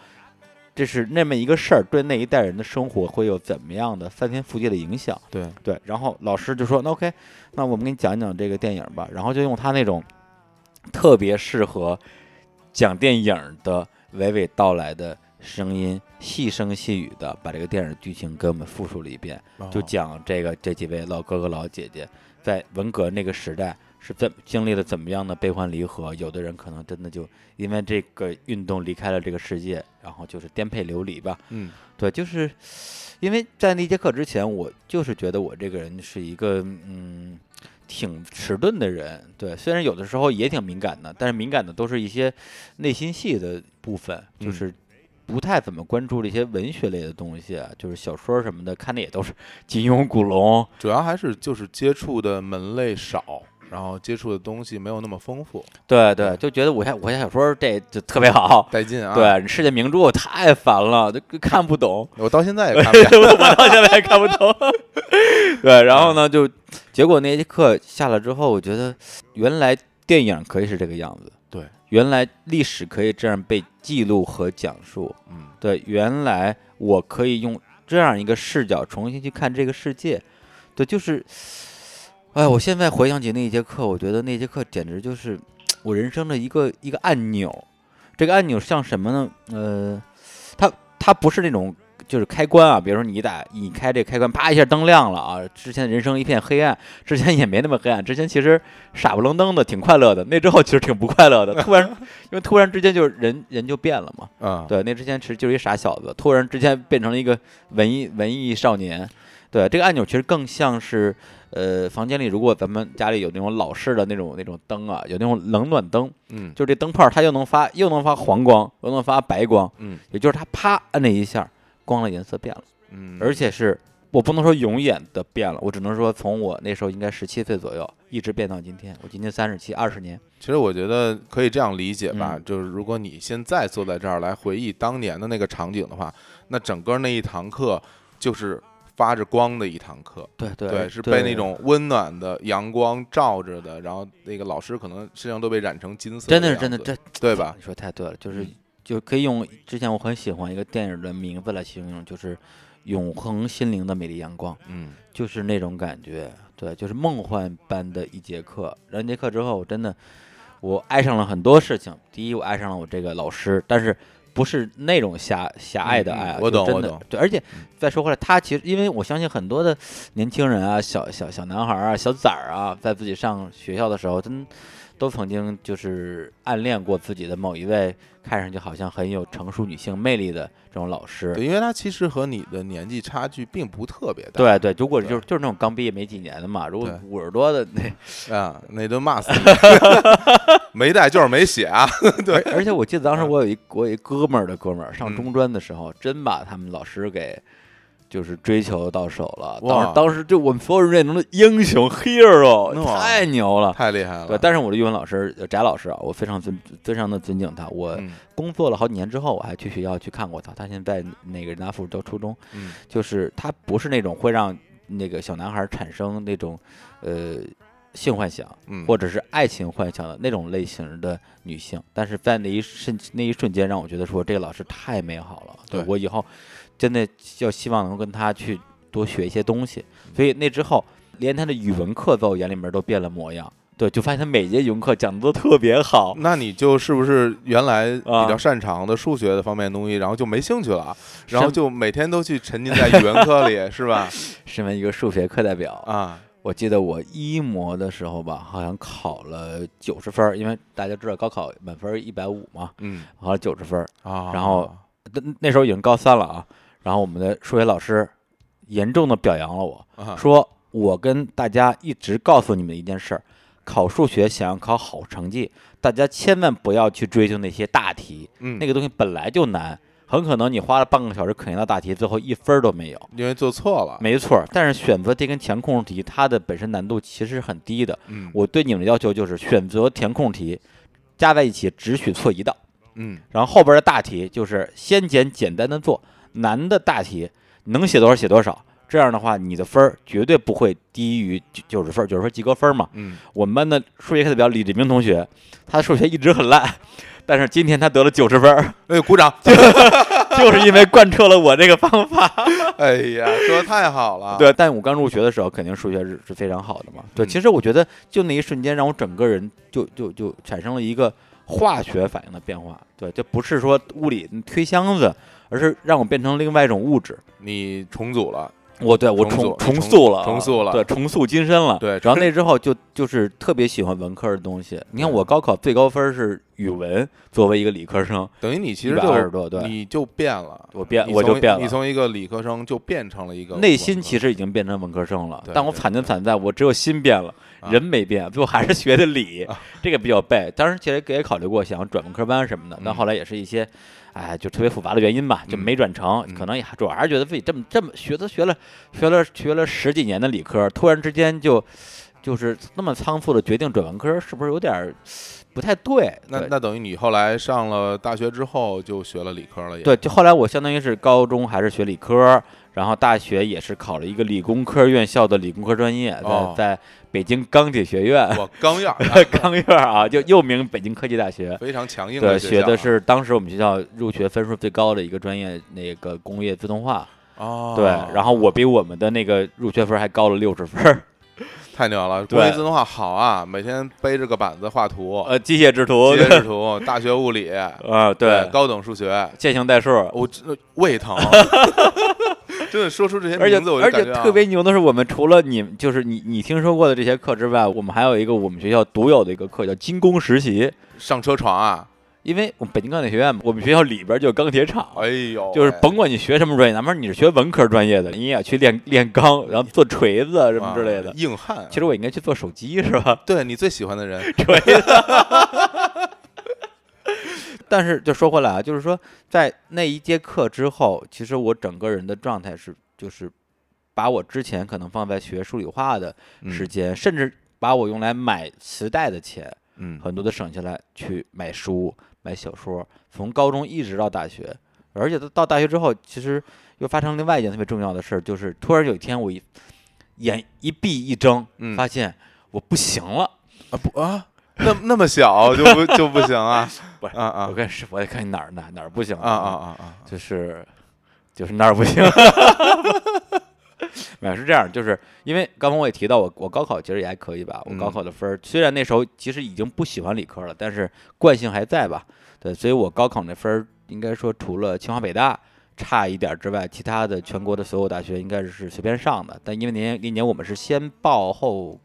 S1: 这是那么一个事儿，对那一代人的生活会有怎么样的翻天覆地的影响？
S2: 对，
S1: 对，然后老师就说：“那 OK，那我们给你讲一讲这个电影吧。”然后就用他那种特别适合讲电影的娓娓道来的声音，细声细语的把这个电影剧情给我们复述了一遍，就
S2: 哦
S1: 讲这个这几位老哥哥老姐姐在文革那个时代是怎经历了怎么样的悲欢离合，有的人可能真的就因为这个运动离开了这个世界，然后就是颠沛流离吧。
S2: 嗯
S1: 对，就是因为在那节课之前，我就是觉得我这个人是一个嗯挺迟钝的人。对，虽然有的时候也挺敏感的，但是敏感的都是一些内心戏的部分，就
S2: 嗯
S1: 是。不太怎么关注这些文学类的东西、啊，就是小说什么的，看的也都是金庸、古龙，
S2: 主要还是就是接触的门类少，然后接触的东西没有那么丰富，
S1: 对对，就觉得武侠武侠小说这就特别好，
S2: 带嗯劲啊！，
S1: 对世界名著我太烦了，就看不懂，
S2: 我到现在也看
S1: [LAUGHS]
S2: 不见。
S1: 我到现在还看不懂。对，然后呢，就结果那节课下了之后，我觉得原来电影可以是这个样子，
S2: 对，
S1: 原来历史可以这样被记录和讲述，
S2: 嗯，
S1: 对，原来我可以用这样一个视角重新去看这个世界，对，就是，哎，我现在回想起那一节课，我觉得那节课简直就是我人生的一个一个按钮。这个按钮像什么呢？呃，它它不是那种就是开关啊，比如说你打你开这个开关，啪一下灯亮了啊。之前人生一片黑暗，之前也没那么黑暗，之前其实傻不愣登的，挺快乐的。那之后其实挺不快乐的，突然因为突然之间就是人人就变了嘛。
S2: 啊，
S1: 对，那之前其实就是一傻小子，突然之间变成了一个文艺文艺少年。对，这个按钮其实更像是，呃，房间里如果咱们家里有那种老式的那种那种灯啊，有那种冷暖灯，
S2: 嗯
S1: 就是这灯泡它又能发又能发黄光，又能发白光，
S2: 嗯
S1: 也就是它啪摁那一下，光的颜色变了，
S2: 嗯，
S1: 而且是我不能说永远的变了，我只能说从我那时候应该十七岁左右，一直变到今天。我今年三十七，二十年。
S2: 其实我觉得可以这样理解
S1: 嗯
S2: 吧，就是如果你现在坐在这儿来回忆当年的那个场景的话，那整个那一堂课就是发着光的一堂课，
S1: 对对
S2: 对，是被那种温暖的阳光照着的，然后那个老师可能身上都被染成金色，
S1: 真的是真的，这
S2: 对吧？
S1: 你说太对了，就是
S2: 嗯
S1: 就可以用之前我很喜欢一个电影的名字来形容，就是《永恒心灵的美丽阳光》。
S2: 嗯，
S1: 就是那种感觉，对，就是梦幻般的一节课。然后那节课之后，我真的我爱上了很多事情。第一，我爱上了我这个老师，但是不是那种狭狭隘的爱啊，
S2: 嗯嗯我懂
S1: 就真
S2: 我
S1: 的
S2: 懂。嗯
S1: 对，而且再说回来，他其实因为我相信很多的年轻人啊，小小小男孩啊，小崽儿啊，在自己上学校的时候，真都曾经就是暗恋过自己的某一位看上去好像很有成熟女性魅力的这种老师。
S2: 对，因为他其实和你的年纪差距并不特别大，
S1: 对对，如果
S2: 对
S1: 就是就是那种刚毕业没几年的嘛，如果
S2: 对
S1: 五十多的
S2: [LAUGHS]
S1: 那
S2: 啊，那顿骂死你， [LAUGHS] 没带就是没写啊，
S1: 而而且我记得当时
S2: 嗯
S1: 我有一我有一哥们儿的哥们儿上
S2: 嗯
S1: 中专的时候，真把他们老师给就是追求到手了。当
S2: 哇
S1: 时当时就我们所有人眼中的英雄 hero，
S2: 哇
S1: 太牛了。
S2: 太厉害了，
S1: 对，但是我的语文老师呃翟老师啊，我非常尊非常的尊敬他。我
S2: 嗯
S1: 工作了好几年之后，我还去学校去看过他。他现在那个人大附教初中，
S2: 嗯
S1: 就是他不是那种会让那个小男孩产生那种呃性幻想，
S2: 嗯，
S1: 或者是爱情幻想的那种类型的女性，但是在那一瞬那一瞬间，让我觉得说这个老师太美好了，
S2: 对
S1: 我以后真的要希望能跟他去多学一些东西。所以那之后，连他的语文课在我眼里面都变了模样，对，就发现他每节语文课讲的都特别好。
S2: 那你就是不是原来比
S1: 啊
S2: 较擅长的数学的方面的东西，然后就没兴趣了，然后
S1: 身
S2: 就每天都去沉浸在语文课里，是吧？
S1: 身为一个数学课代表，
S2: 啊，
S1: 我记得我一模的时候吧，好像考了九十分儿，因为大家知道高考满分一百五嘛，
S2: 嗯
S1: 考了九十分儿。
S2: 啊，
S1: 然后那那时候已经高三了啊，然后我们的数学老师严重的表扬了我，
S2: 啊
S1: 说我跟大家一直告诉你们一件事儿，考数学想要考好成绩，大家千万不要去追求那些大题，
S2: 嗯
S1: 那，个东西本来就难，很可能你花了半个小时啃一道大题，最后一分儿都没有。
S2: 因为做错了，
S1: 没错儿，但是选择题跟填空题，它的本身难度其实是很低的。
S2: 嗯
S1: 我对你们的要求就是选择填空题加在一起只许错一道。
S2: 嗯
S1: 然后后边的大题就是先简简单的做，难的大题能写多少写多少。这样的话，你的分儿绝对不会低于九十分儿，九十分儿及格分儿嘛。
S2: 嗯，
S1: 我们班的数学课代表李志明同学，他的数学一直很烂，但是今天他得了九十分儿， [LAUGHS]
S2: 哎，鼓掌，
S1: 就是因为贯彻了我这个方法。
S2: 哎呀，说的太好了，，
S1: 对，但我刚入学的时候，肯定数学是是非常好的嘛。对，
S2: 嗯
S1: 其实我觉得就那一瞬间，让我整个人就就就产生了一个化学反应的变化。对，这不是说物理推箱子，而是让我变成另外一种物质。
S2: 你重组了，
S1: 我对我
S2: 重
S1: 重
S2: 塑重
S1: 塑了啊，
S2: 重塑了
S1: 对，重塑金身了。
S2: 对
S1: 然后
S2: [LAUGHS]
S1: 那之后就就是特别喜欢文科的东西。你
S2: 嗯
S1: 看我高考最高分是语文，作为一个理科生，
S2: 等于你其
S1: 一
S2: 实
S1: 百二十
S2: 就
S1: 多，对，
S2: 你就变了，
S1: 我变
S2: 你
S1: 我就
S2: 从
S1: 变
S2: 你
S1: 了。
S2: 从一个理科生就变成了一个
S1: 内心其
S2: 实
S1: 实已经变成文科生了
S2: 对，
S1: 但我
S2: 对
S1: 惨就惨在我只有心变了，
S2: 啊
S1: 人没变，最后还是学的理
S2: 啊，
S1: [LAUGHS] 这个比较背。当时其实也考虑过想转文科班什么的，但
S2: 嗯
S1: 后来也是一些，哎，就特别复杂的原因吧，就
S2: 嗯
S1: 没转成
S2: 嗯。
S1: 可能也主要还是觉得自己这么这么学的学了学了学了十几年的理科，突然之间就就是那么仓促的决定转文科，是不是有点儿不太对？
S2: 那
S1: 对
S2: 那等于你后来上了大学之后就学了理科了，也，
S1: 对，就后来我相当于是高中还是学理科，然后大学也是考了一个理工科院校的理工科专业，在、
S2: 哦
S1: 在北京钢铁学院
S2: 我
S1: [LAUGHS]
S2: 刚要
S1: 钢院啊，就又名北京科技大学。
S2: 非常强硬
S1: 对，
S2: 的
S1: 学
S2: 的
S1: 的是当时我们学校入学分数最高的一个专业，那个工业自动化。
S2: 哦，
S1: 对，然后我比我们的那个入学分还高了六十分儿。
S2: 太牛了！
S1: 对
S2: 工业自动化好啊，每天背着个板子画图，
S1: 呃，机械制图，
S2: 机械制图，大学物理，
S1: 啊， [LAUGHS] 对，
S2: 高等数学，
S1: 线性代数，
S2: 我真的
S1: [LAUGHS]
S2: 胃疼， [LAUGHS] 真的说出这些
S1: 而且
S2: 名字我就
S1: 而
S2: 感
S1: 且
S2: 觉啊
S1: 特别牛的是，我们除了你就是你你听说过的这些课之外，我们还有一个我们学校独有的一个课叫精工实习。
S2: 上车床啊，
S1: 因为我们北京钢铁学院嘛，我们学校里边就有钢铁厂，
S2: 哎呦喂，
S1: 哦就是甭管你学什么专业，哪怕你是学文科专业的，你也要去炼炼钢，然后做锤子什么之类
S2: 哇
S1: 的。
S2: 硬汉啊。
S1: 其实我应该去做手机是吧？ [LAUGHS]
S2: 对你最喜欢的 [LAUGHS] 人，
S1: 锤子。但是就说回来啊，就是说在那一节课之后，其实我整个人的状态是就是把我之前可能放在学数理化的
S2: 嗯
S1: 时间，甚至把我用来买磁带的钱，
S2: 嗯
S1: 很多都省下来去买书、买小说，从高中一直到大学，而且到到大学之后，其实又发生另外一件特别重要的事儿，就是突然有一天我一眼一闭一睁，
S2: 嗯
S1: 发现我不行了。
S2: 啊不啊，
S1: [LAUGHS]
S2: 那那么小就不就不行啊？
S1: 不是
S2: 啊啊
S1: 我看是，我得看你哪儿哪哪儿不行
S2: 啊啊啊啊！
S1: 就是就是那儿不行。 [LAUGHS] 没有是这样，就是因为刚刚我也提到我我高考其实也还可以吧，我高
S2: 嗯
S1: 考的分儿、虽然那时候其实已经不喜欢理科了，但是惯性还在吧，对，所以我高考那分儿应该说除了清华北大差一点儿之外，其他的全国的所有大学应该是随便上的，但因为那年那年我们是先报后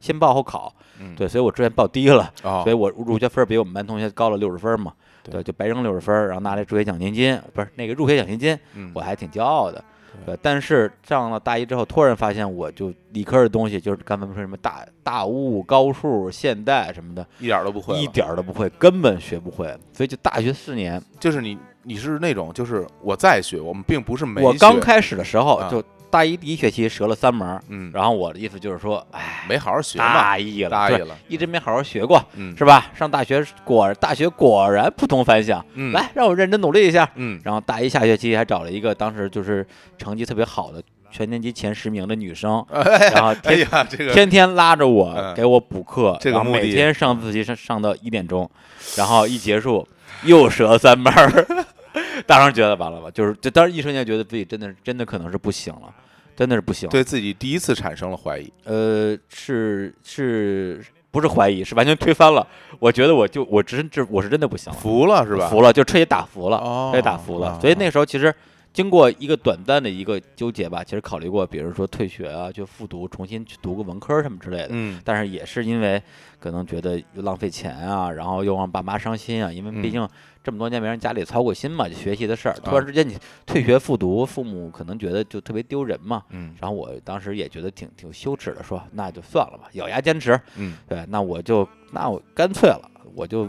S1: 先报后考，
S2: 嗯
S1: 对，所以我之前报低了，
S2: 哦
S1: 所以我入学分儿比我们班同学高了六十分儿嘛，
S2: 对
S1: 对，就白扔六十分儿，然后拿来助学奖学金，不是那个入学奖学金，
S2: 嗯
S1: 我还挺骄傲的。对，但是上了大一之后，突然发现我就理科的东西，就是刚才说什么大大物、高数、现代什么的，
S2: 一点儿都不会了，
S1: 一点儿都不会，根本学不会。所以就大学四年，
S2: 就是你你是那种就是我在学，我们并不是没
S1: 我刚
S2: 学
S1: 开始的时候
S2: 啊，
S1: 就大一第一学期折了三门儿，
S2: 嗯
S1: 然后我的意思就是说，哎，
S2: 没好好学嘛，
S1: 大意了，
S2: 大意
S1: 对，
S2: 了，
S1: 一直没好好学过，
S2: 嗯
S1: 是吧？上大学果大学果然不同凡响，
S2: 嗯
S1: 来让我认真努力一下。
S2: 嗯
S1: 然后大一下学期还找了一个当时就是成绩特别好的全年级前十名的女生，然后
S2: 哎
S1: 天
S2: 呀这个
S1: 天天拉着我
S2: 嗯
S1: 给我补课，
S2: 这个
S1: 然后
S2: 目的
S1: 每天上自习上上到一点钟，然后一结束又折三班儿， [LAUGHS] 当时觉得完了吧，就是这当时一瞬间觉得自己真的真的可能是不行了，真的是不行了。
S2: 对自己第一次产生了怀疑，
S1: 呃，是是不是怀疑，是完全推翻了。我觉得我就我真这我是真的不行了，
S2: 服了是吧？
S1: 哦服了，就彻底打服了，
S2: 哦
S1: 彻底打服
S2: 啊
S1: 了。所以
S2: 啊
S1: 那时候其实经过一个短暂的一个纠结吧，其实考虑过，比如说退学啊，去复读，重新去读个文科什么之类的。
S2: 嗯
S1: 但是也是因为可能觉得又浪费钱啊，然后又让爸妈伤心啊，因为毕
S2: 嗯
S1: 竟这么多年没人家里操过心嘛，就学习的事儿，突
S2: 啊
S1: 然之间你退学复读，父母可能觉得就特别丢人嘛。
S2: 嗯
S1: 然后我当时也觉得挺挺羞耻的，说那就算了吧，咬牙坚持。
S2: 嗯
S1: 对，那我就那我干脆了，我就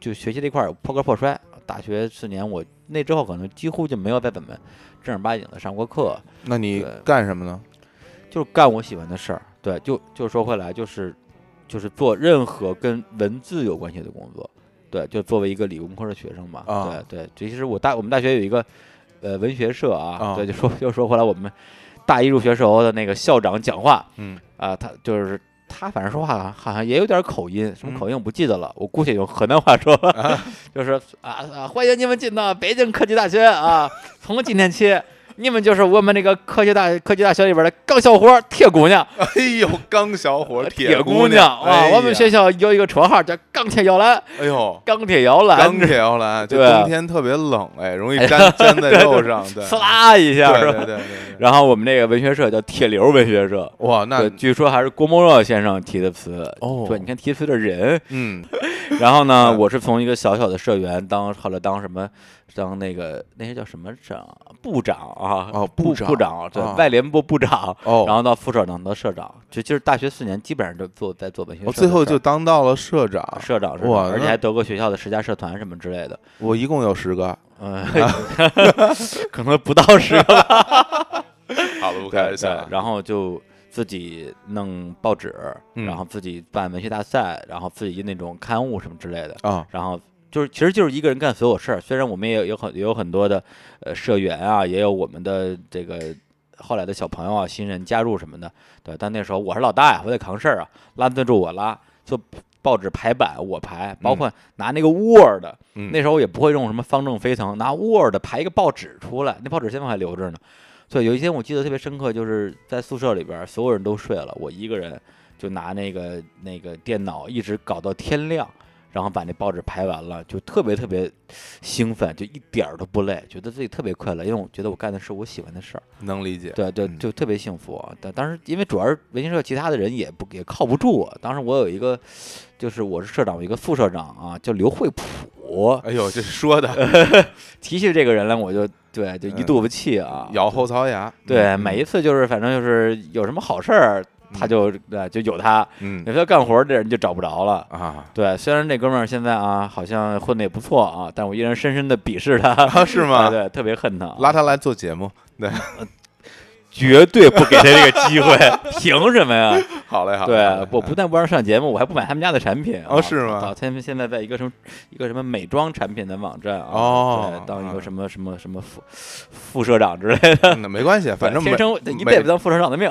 S1: 就学习这块儿破罐破摔。大学四年，我那之后可能几乎就没有再怎么正儿八经的上过课，
S2: 那你
S1: 对
S2: 干什么呢？
S1: 就是干我喜欢的事儿。对，就就说回来，就是就是做任何跟文字有关系的工作。对，就作为一个理工科的学生嘛，
S2: 啊
S1: 对对，其实我大我们大学有一个呃文学社啊，
S2: 啊
S1: 对，就说 [LAUGHS] 就说回来，我们大一入学时候的那个校长讲话，
S2: 嗯
S1: 啊，他就是他，反正说话好像也有点口音，什么
S2: 嗯
S1: 口音我不记得了，我姑且用河南话说吧， [LAUGHS] 就是啊啊，欢迎你们进到北京科技大学啊， [LAUGHS] 从今天起。你们就是我们那个科技大科技大学里边的高小伙儿铁姑娘，
S2: 哎呦，刚小伙
S1: [LAUGHS]
S2: 儿
S1: 铁
S2: 姑
S1: 娘哇！
S2: 哎
S1: 我们
S2: 呀
S1: 学校有一个绰号叫“钢铁摇篮”，
S2: 哎呦。
S1: 钢铁摇篮，
S2: 钢铁摇篮，就
S1: 对啊
S2: 冬天特别冷，哎，容易粘粘在肉上，
S1: [LAUGHS]
S2: 对，
S1: 呲啦一下是
S2: 对
S1: 吧
S2: 对？对对对，
S1: 然后我们那个文学社叫铁流文学社，
S2: 哇，那
S1: 对，据说还是郭沫若先生提的词。
S2: 哦
S1: 对，你看提词的人，
S2: 嗯
S1: 然后呢，[LAUGHS]
S2: 嗯
S1: 我是从一个小小的社员当后来当什么，当那个那些叫什么长部长啊，
S2: 哦部
S1: 部
S2: 长
S1: 部长对、
S2: 啊
S1: 外联部部长，
S2: 哦，
S1: 然后到副社长到社长，就就是大学四年基本上都做在做文学社
S2: 我
S1: 的事儿，
S2: 哦最后就当到了社长，
S1: 社长是吧，
S2: 哇
S1: 而且
S2: 那
S1: 还得过学校的十佳社团什么之类的，
S2: 我一共有十个。
S1: 嗯，
S2: 啊
S1: [LAUGHS] 可能不到十个
S2: [LAUGHS]
S1: 吧，
S2: 好了，不开
S1: 对
S2: 玩笑
S1: 对
S2: 了，。
S1: 然后就。自己弄报纸，
S2: 嗯
S1: 然后自己办文学大赛，然后自己那种刊物什么之类的，
S2: 啊，
S1: 然后就是其实就是一个人干所有事儿。虽然我们也有有很也有很多的呃社员啊，也有我们的这个后来的小朋友啊、新人加入什么的，对，但那时候我是老大呀，我得扛事儿啊，拉得住我拉，做报纸排版我排，包括拿那个 Word，、
S2: 嗯
S1: 那时候也不会用什么方正非常，拿 Word 排一个报纸出来，那报纸现在还留着呢。对，有一天我记得特别深刻，就是在宿舍里边儿，所有人都睡了，我一个人就拿那个那个电脑一直搞到天亮，然后把那报纸排完了，就特别特别兴奋，就一点儿都不累，觉得自己特别快乐，因为我觉得我干的是我喜欢的事儿，
S2: 能理解。
S1: 对对，
S2: 嗯
S1: 就特别幸福啊。但当时因为主要是文心社其他的人也不也靠不住我，当时我有一个就是我是社长，我一个副社长啊，叫刘惠普，
S2: 哎呦，这说的
S1: 提起这个人来我就对就一肚子气啊，
S2: 咬后槽牙。
S1: 对，
S2: 嗯
S1: 每一次就是反正就是有什么好事儿，他就对就有他，
S2: 嗯
S1: 有他干活儿的人就找不着了。
S2: 啊
S1: 对，虽然这哥们儿现在啊好像混的也不错啊，但我依然深深的鄙视他。
S2: 啊是
S1: [LAUGHS] 啊，
S2: 吗？
S1: 对，特别恨他啊。
S2: 拉他来做节目，对，
S1: 绝对不给他这个机
S2: [LAUGHS]
S1: 会，凭什么呀？
S2: 好嘞，好嘞，好
S1: 对
S2: 嘞，
S1: 我不但不让上节目，我还不买他们家的产品。
S2: 哦是吗
S1: 啊，他们现在在一个什么一个什么美妆产品的网站啊，
S2: 哦
S1: 对当一个
S2: 啊
S1: 什么什么什么副副社长之类的，
S2: 嗯那没关系，反正
S1: 天
S2: 没
S1: 生一辈子当副社长的命。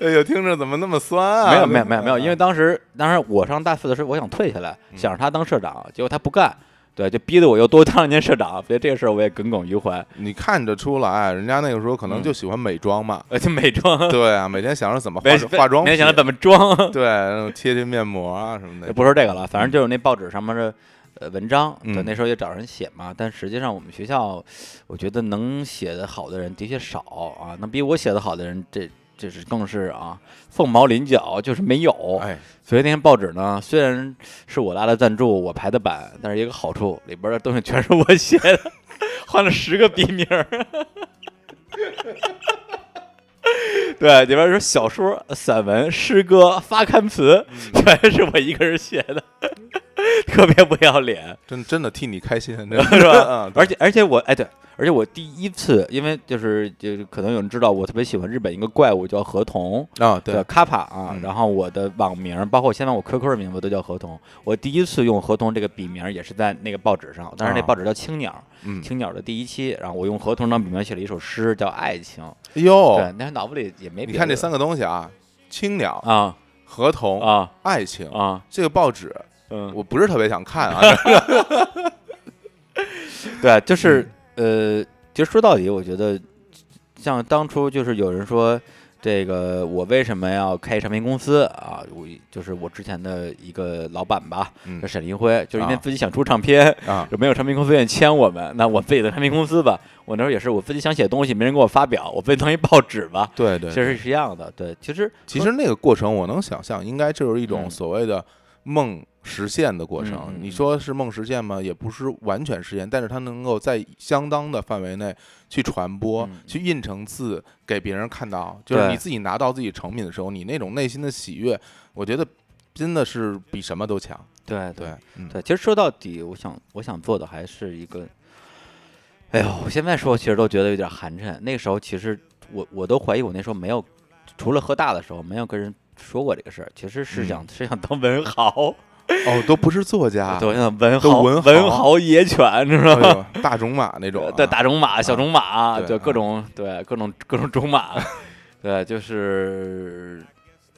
S2: 哎呦，听着怎么那么酸啊？
S1: 没有没有没有没有，因为
S2: 为
S1: 当时当时我上大四的时候，我想退下来，
S2: 嗯
S1: 想让他当社长，结果他不干，对，就逼得我又多当了年社长，所以这个事儿我也耿耿于怀。
S2: 你看着出来，人家那个时候可能
S1: 嗯
S2: 就喜欢美妆嘛，
S1: 而且呃美妆，
S2: 对啊，每天想着怎么化
S1: 没
S2: 化妆
S1: 没
S2: 品，
S1: 想到怎么装。
S2: 对，那种贴贴面膜啊什么
S1: [LAUGHS]
S2: 的，
S1: 不说这个了，反正就是那报纸上面的呃文章，对，
S2: 嗯
S1: 那时候也找人写嘛。但实际上我们学校，我觉得能写的好的人的确少啊，能比我写的好的人，这这是更是啊凤毛麟角，就是没有。
S2: 哎，
S1: 所以那天报纸呢，虽然是我拉的赞助，我排的版，但是有一个好处，里边的东西全是我写的， [LAUGHS] 换了十个笔名儿。 [LAUGHS] 对，里边说小说、散文、诗歌、发刊词，全是我一个人写的， [LAUGHS] 特别不要脸，
S2: 真真的嗯替你
S1: [LAUGHS]
S2: 开心，
S1: 是
S2: 是
S1: 吧？而
S2: 且
S1: 且而且我哎对，而且我第一次，因为就是就是可能有人知道，我特别喜欢日本一个怪物叫河童，
S2: 啊，
S1: 对
S2: 对，
S1: 卡帕啊，
S2: 嗯
S1: 然后我的网名儿，包括现在我 QQ 的名字都叫合同。我第一次用合同这个笔名儿也是在那个报纸上，当时那
S2: 啊
S1: 报纸叫《青鸟》，
S2: 嗯，
S1: 青鸟》的第一期，然后我用合同当笔名写了一首诗，叫《爱情》。
S2: 哎呦，
S1: 对，但是脑子里也没别
S2: 你看这
S1: 的
S2: 三个东西啊，青鸟、
S1: 啊
S2: 合同、
S1: 啊
S2: 爱情，
S1: 啊，
S2: 这个报纸
S1: 嗯，
S2: 我不是特别想看啊，
S1: [LAUGHS] 对，就是
S2: 嗯
S1: 呃，其实说到底，我觉得像当初就是有人说。这个我为什么要开唱片公司啊？我就是我之前的一个老板吧，
S2: 嗯
S1: 叫沈林辉，就是因为
S2: 啊
S1: 自己想出唱片，
S2: 啊，
S1: 就没有唱片公司愿意签我们，那我自己的唱片公司吧。我那时候也是我自己想写东西，没人给我发表，我自己当一报纸吧。
S2: 对对
S1: 其，实是一样的，对，其实
S2: 其实那个过程我能想象，应该就是一种
S1: 嗯
S2: 所谓的梦实现的过程。
S1: 嗯嗯
S2: 你说是梦实现吗？也不是完全实现，但是它能够在相当的范围内去传播、
S1: 嗯
S2: 去印成字给别人看到，就是
S1: 对
S2: 你自己拿到自己成品的时候，你那种内心的喜悦，我觉得真的是比什么都强。
S1: 对
S2: 对，嗯，
S1: 对，其实说到底，我想我想做的还是一个，哎呦，我现在说其实都觉得有点寒碜。那个时候其实我我都怀疑我那时候没有，除了喝大的时候没有跟人说过这个事儿，其实
S2: 嗯
S1: 是想、是想当文豪，
S2: 哦，都不是作家，
S1: 对，我想文
S2: 都
S1: 豪
S2: 文豪
S1: 文豪野犬，你知道吗？
S2: 哎呦大种马那种、
S1: [LAUGHS]
S2: 啊
S1: 对，大种马、小种马，
S2: 对
S1: 就各
S2: 啊
S1: 种对各种各种种马，
S2: [LAUGHS]
S1: 对，就是。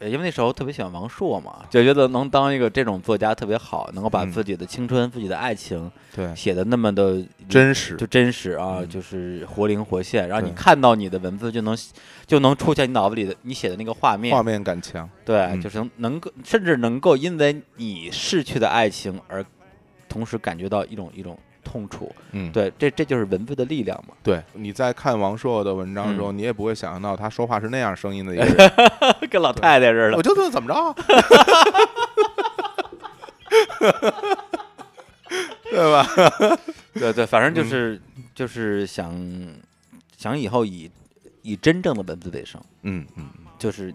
S1: 呃因为那时候特别喜欢王朔嘛，就觉得能当一个这种作家特别好，能够把
S2: 嗯
S1: 自己的青春、自己的爱情
S2: 对，
S1: 写的那么的
S2: 真实
S1: 就。真实啊，
S2: 嗯
S1: 就是活灵活现，然后你
S2: 对
S1: 看到你的文字就能就能出现你脑子里的你写的那个画面，
S2: 画面感强，
S1: 对，
S2: 嗯
S1: 就是能能够甚至能够因为你逝去的爱情而同时感觉到一种一种痛楚，
S2: 嗯，
S1: 对，这这就是文字的力量嘛。
S2: 对，你在看王朔的文章的时
S1: 嗯
S2: 候，你也不会想象到他说话是那样声音的一个人，
S1: [LAUGHS] 跟老太太似
S2: 我
S1: 的。
S2: 就这么怎么着啊，对吧？
S1: 对对，反正就是、就是想想以后以以真正的文字为生，
S2: 嗯嗯，
S1: 就是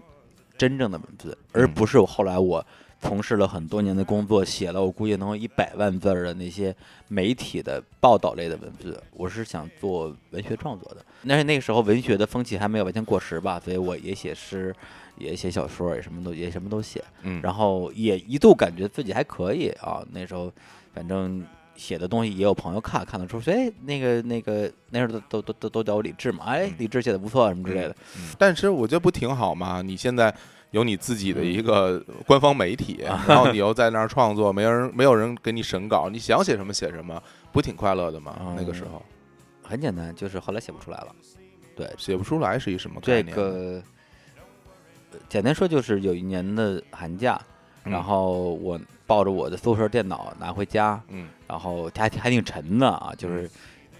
S1: 真正的文字，而不是我后来我从事了很多年的工作，写了我估计能有一百万字儿的那些媒体的报道类的文字。我是想做文学创作的，但是那个时候文学的风气还没有完全过时吧，所以我也写诗，也写小说，也什么都也什么都写。
S2: 嗯
S1: 然后也一度感觉自己还可以啊，那时候反正写的东西也有朋友看，看了之后说，哎，那个那个那时候都都都都都叫我李志嘛，哎，
S2: 嗯
S1: 李志写的不错什么之类的，
S2: 但是我觉得不挺好吗？你现在有你自己的一个
S1: 嗯
S2: 官方
S1: [LAUGHS]
S2: 媒体，然后你又在那儿创作，没人没有人给你审稿，你想写什么写什么，不挺快乐的吗
S1: 嗯？
S2: 那个时候
S1: 很简单，就是后来写不出来了。对，
S2: 写不出来是一什么
S1: 这
S2: 概念？
S1: 个呃简单说就是有一年的寒假，
S2: 嗯
S1: 然后我抱着我的宿舍电脑拿回家，
S2: 嗯
S1: 然后它还还挺沉的啊，就是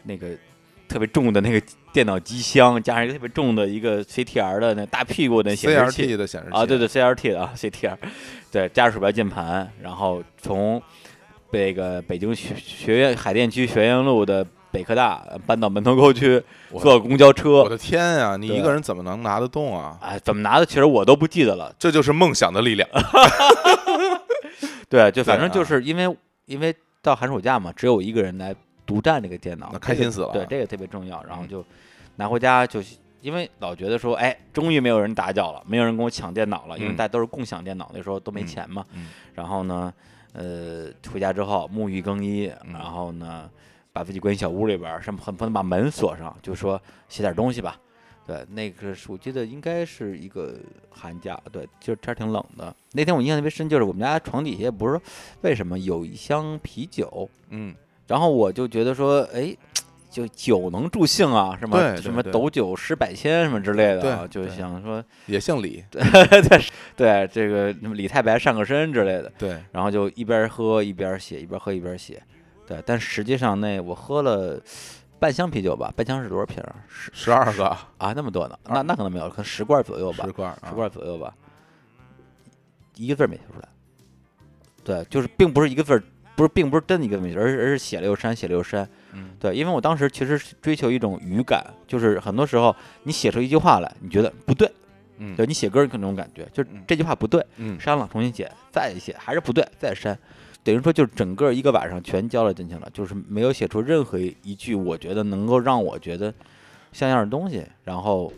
S1: 那个特别重的那个电脑机箱，加上一个特别重的一个 CTR 的那大屁股的显示器
S2: ，CRT 的显示器
S1: 啊，对，对，CRT 的啊，CTR，对，加上鼠标键盘，然后从这个北京学学院海淀区学院路的北科大呃搬到门头沟区，
S2: 我
S1: 坐公交车
S2: 我，的天啊，你
S1: 对
S2: 一个人怎么能拿得动啊？
S1: 哎，怎么拿的其实我都不记得了，
S2: 这就是梦想的力量。
S1: 对，就反
S2: 对
S1: 正就
S2: 啊
S1: 是因为因为到寒暑假嘛，只有我一个人来独占这个电脑
S2: 那，开心死了啊嗯
S1: 对，这个特别重要。然后就拿回家就。因为老觉得说，哎，终于没有人打搅了，没有人跟我抢电脑了，因为
S2: 嗯
S1: 大家都是共享电脑，那时候都没
S2: 嗯
S1: 钱嘛。
S2: 嗯
S1: 然后呢，呃，回家之后沐浴更衣，
S2: 嗯
S1: 然后呢，把自己关小屋里边儿，什么恨不能把门锁上，就说写点东西吧。对，那个是我记得应该是一个寒假，对，就天儿挺冷的。那天我印象特别深，就是我们家床底下也不是为什么有一箱啤酒，
S2: 嗯，
S1: 然后我就觉得说，哎，就酒能助兴啊，什
S2: 对
S1: 么
S2: 对
S1: 什么
S2: 对
S1: 斗酒诗百千什么之类的、啊，
S2: 对
S1: 就
S2: 对
S1: 想说， [LAUGHS]
S2: 也姓李，
S1: 对对，这个什么李太白上个身之类的，
S2: 对，
S1: 然后就一边喝一边写，一边喝一边写，对，但实际上那我喝了。半箱啤酒吧，半箱是多少瓶啊？十
S2: 十二个
S1: 啊，那么多呢？那那可能没有，可能十罐左右吧
S2: 十，罐，啊
S1: 十罐左右吧，一个字儿没写出来。对，就是并不是一个字儿，不是，并不是真的一个字儿没写，而是而是写了又删，写了又删。
S2: 嗯，
S1: 对，因为我当时其实是追求一种语感，就是很多时候你写出一句话来，你觉得不对，
S2: 嗯
S1: 对你写歌儿有那种感觉，就是
S2: 嗯
S1: 这句话不对，
S2: 嗯，
S1: 删了重新写，再写还是不对，再删，等于说就是整个一个晚上全交了进去了，就是没有写出任何一句我觉得能够让我觉得像样的东西。然后，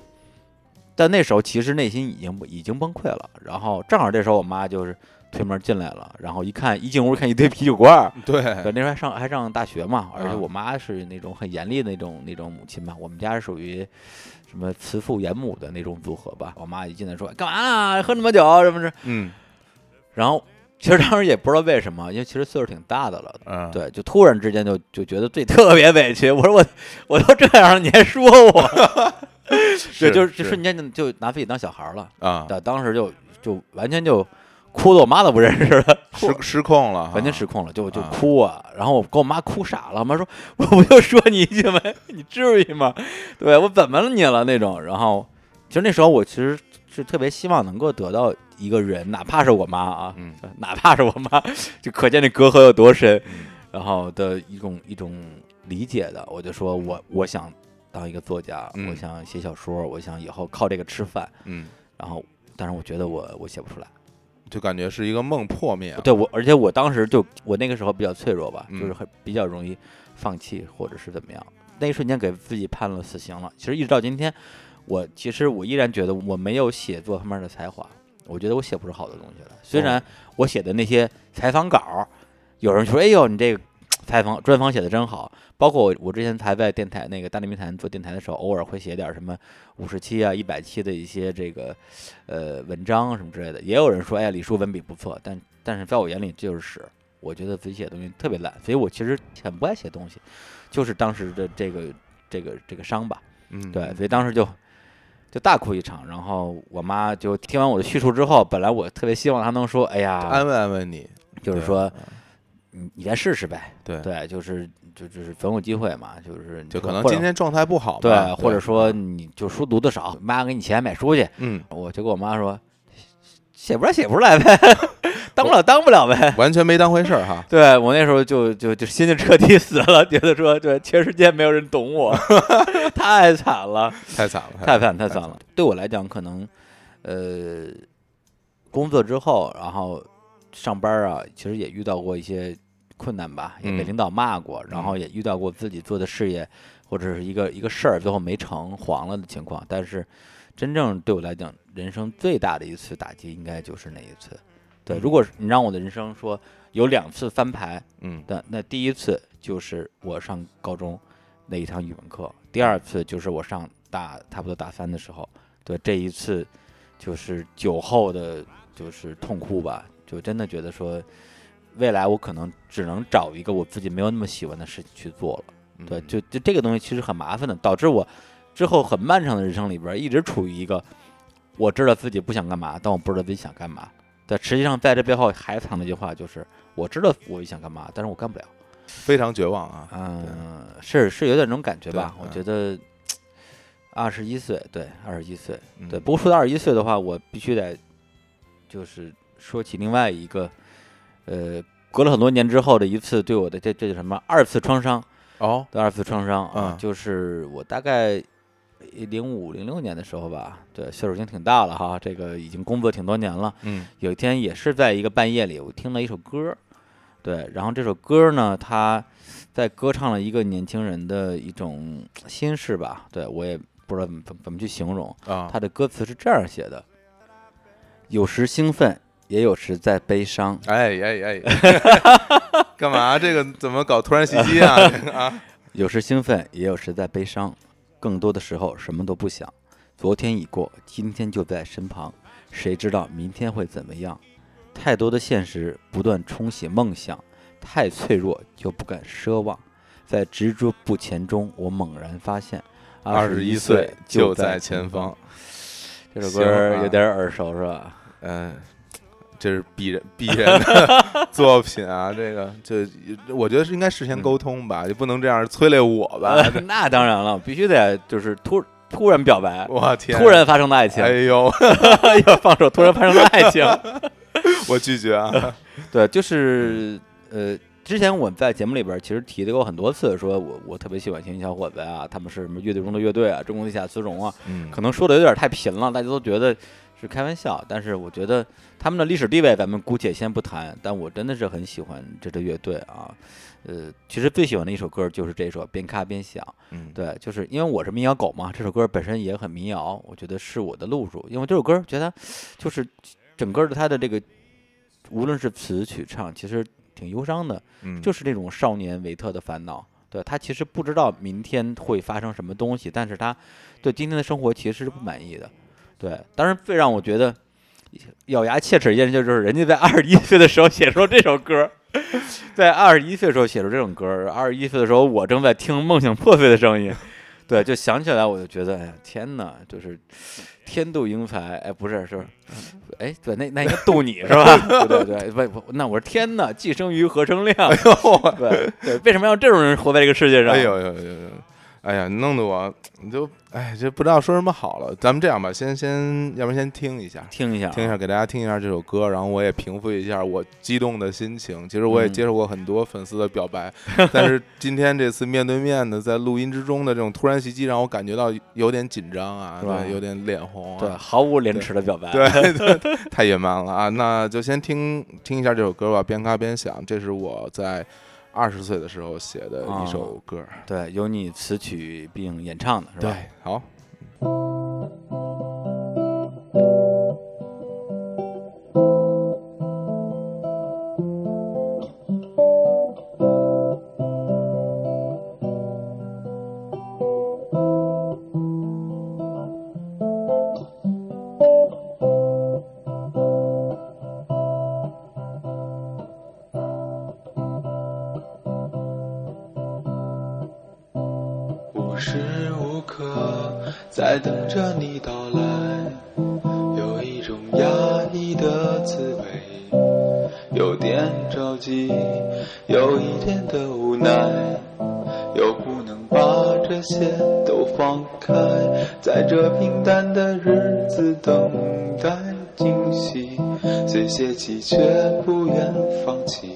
S1: 但那时候其实内心已经已经崩溃了。然后正好这时候我妈就是推门进来了，然后一看一进屋看一堆啤酒罐儿，对，
S2: 对，
S1: 那时候还上还上大学嘛，而且
S2: 哎啊
S1: 我妈是那种很严厉的那种那种母亲嘛，我们家是属于什么慈父严母的那种组合吧。我妈一进来说干嘛呢？喝什么酒？什么是？
S2: 嗯
S1: 然后其实当时也不知道为什么，因为其实岁数挺大的了。
S2: 嗯，
S1: 对，就突然之间就就觉得自己特别委屈。我说我我都这样了，你还说我？ [LAUGHS] 对，就是就瞬间就就拿自己当小孩儿了。
S2: 啊，
S1: 对，当时就就完全就哭的我妈都不认识了，哭
S2: 失失控了，
S1: 完全失，控了，就就
S2: 啊
S1: 哭啊！然后我跟我妈哭傻了，我妈说：“我不就说你一句吗？你至于吗？对我怎么了你了那种。”然后其实那时候我其实是特别希望能够得到一个人，哪怕是我妈啊，
S2: 嗯
S1: [LAUGHS] 哪怕是我妈，就可见这隔阂有多深。
S2: 嗯
S1: 然后的一种一种理解的，我就说我我想当一个作家，
S2: 嗯
S1: 我想写小说，我想以后靠这个吃饭。
S2: 嗯，
S1: 然后，但是我觉得我我写不出来。
S2: 就感觉是一个梦破灭了，
S1: 对我，而且我当时就我那个时候比较脆弱吧，就是
S2: 啊嗯
S1: 很比较容易放弃或者是怎么样。那一瞬间给自己判了死刑了。其实一直到今天，我其实我依然觉得我没有写作方面的才华，我觉得我写不出好的东西来。虽
S2: 哦
S1: 然我写的那些采访稿儿，有人说：“哎呦，你这个采访专访写的真好。”包括我，我之前还在电台那个大内密谈做电台的时候，偶尔会写点儿什么五十期啊、一百期的一些这个呃文章什么之类的。也有人说，哎呀，李叔文笔不错，但但是在我眼里这就是屎。我觉得自己写的东西特别烂，所以我其实很不爱写东西，就是当时的这个这个这个伤吧。
S2: 嗯，
S1: 对，所以当时就就大哭一场。然后我妈就听完我的叙述之后，本来我特别希望她能说，哎呀，
S2: 安慰安慰你，
S1: 就是
S2: 对嗯
S1: 说，你你再试试呗。
S2: 对
S1: 对，就是就就是总有机会嘛，就是
S2: 就可能
S1: 或者
S2: 今天状态不好嘛，
S1: 对，或者说你就书读的少，妈给你钱买书去。
S2: 嗯，
S1: 我就跟我妈说，写不出来写不出来呗， [LAUGHS] 当不了当不了呗。
S2: 完全没当回事儿哈，
S1: 对我那时候就就就心就彻底 [LAUGHS] 死了，觉得说对全世界没有人懂我， [LAUGHS] 太惨了，
S2: 太惨了，
S1: 太惨太惨了。对我来讲，可能呃工作之后，然后上班儿啊，其实也遇到过一些困难吧，也被
S2: 嗯
S1: 领导骂过，然后也遇到过自己做的事业或者是一个一个事儿最后没成黄了的情况。但是真正对我来讲，人生最大的一次打击，应该就是那一次。对，如果是你让我的人生说有两次翻牌，
S2: 嗯
S1: 的那第一次就是我上高中那一堂语文课，第二次就是我上大差不多大三的时候，对这一次就是酒后的就是痛哭吧，就真的觉得说未来我可能只能找一个我自己没有那么喜欢的事情去做了。
S2: 嗯，
S1: 对，就就这个东西其实很麻烦的，导致我之后很漫长的人生里边儿一直处于一个我知道自己不想干嘛，但我不知道自己想干嘛。但实际上在这背后还藏了一句话，就是我知道我想干嘛，但是我干不了。
S2: 非常绝望啊，
S1: 嗯，是是有点那种感觉吧？
S2: 对
S1: 我
S2: 嗯
S1: 觉得二十一岁，对，二十一岁，
S2: 嗯
S1: 对。不过说到二十一岁的话，我必须得就是说起另外一个，呃，隔了很多年之后的一次对我的这这叫什么二次创伤。
S2: 哦，
S1: 第二次创伤啊，
S2: 嗯
S1: 就是我大概零五零六年的时候吧，对，岁数已经挺大了哈，这个已经工作挺多年了。
S2: 嗯
S1: 有一天也是在一个半夜里，我听了一首歌，对，然后这首歌呢，它在歌唱了一个年轻人的一种心事吧，对我也不知道怎么怎么怎么去形容。
S2: 啊，
S1: 他的歌词是这样写的：有时兴奋，也有时在悲伤。[LAUGHS]
S2: 哎哎哎，干嘛？这个怎么搞突然袭
S1: [LAUGHS]
S2: 击啊？啊，
S1: 有时兴奋，也有时在悲伤，更多的时候什么都不想。昨天已过，今天就在身旁，谁知道明天会怎么样？太多的现实不断冲洗梦想，太脆弱就不敢奢望。在执着不前中，我猛然发现，
S2: 21
S1: 一岁
S2: 就
S1: 在
S2: 在前方
S1: 方。。这首
S2: 行
S1: 歌
S2: 啊
S1: 有点耳熟，是吧？
S2: 嗯，这是鄙人鄙人的作品啊，这个就我觉得是应该事先沟通
S1: 嗯
S2: 吧，就不能这样催泪我吧。 [LAUGHS]
S1: 呃那当然了，必须得就是突突然表白，
S2: 我天，
S1: 哎突然发生的爱情
S2: 哎，呦，
S1: 要放手，突然发生的爱情。
S2: 我拒绝啊！
S1: 对，就是呃，之前我在节目里边其实提到过很多次，说我我特别喜欢星星小伙子啊，他们是什么乐队中的乐队啊，中国地下丝绒啊，[LAUGHS]
S2: 嗯
S1: 可能说的有点太贫了，大家都觉得是开玩笑，但是我觉得他们的历史地位咱们姑且先不谈，但我真的是很喜欢这支乐队啊。呃，其实最喜欢的一首歌就是这首《边咔边想》。
S2: 嗯，
S1: 对，就是因为我是民谣狗嘛，这首歌本身也很民谣，我觉得是我的路数。因为这首歌觉得就是整个的它的这个，无论是词曲唱，其实挺忧伤的，
S2: 嗯
S1: 就是那种少年维特的烦恼。对他其实不知道明天会发生什么东西，但是他对今天的生活其实是不满意的。对，当然最让我觉得咬牙切齿一件事就是，人家在二十一岁的时候写出这首歌，在二十一岁的时候写出这种歌，二十一岁的时候我正在听《梦想破碎的声音》，对，就想起来我就觉得，哎呀，天哪，就是天妒英才，哎，不是，是，哎，对，那那应该妒你是吧？ [LAUGHS] 对对对，不，不那我说天哪，既生瑜何生亮， [LAUGHS] 对对，为什么要这种人活在这个世界上？
S2: [LAUGHS] 哎呦呦呦呦！哎呀，弄得我你就哎，这不知道说什么好了。咱们这样吧，先先，要不然先听一下，
S1: 听一下，啊
S2: 听一下，给大家听一下这首歌，然后我也平复一下我激动的心情。其实我也
S1: 嗯
S2: 接受过很多粉丝的表白，但
S1: [LAUGHS]
S2: 是今天这次面对面的在录音之中的这种突然袭击，让我感觉到有点紧张啊，
S1: 是吧
S2: 对，有点脸红
S1: 对，
S2: 啊，
S1: 毫无廉耻的表白，
S2: [LAUGHS] 对对，太野蛮了啊！那就先听听一下这首歌吧，边看边想，这是我在二十岁的时候写的一首
S1: 哦
S2: 歌。
S1: 对，由你词曲并演唱的是吧？
S2: 对，好，
S3: 无时无刻在等着你到来，有一种压抑的滋味，有点着急，有一点的无奈，又不能把这些都放开，在这平淡的日子等待惊喜，虽泄气却不愿放弃。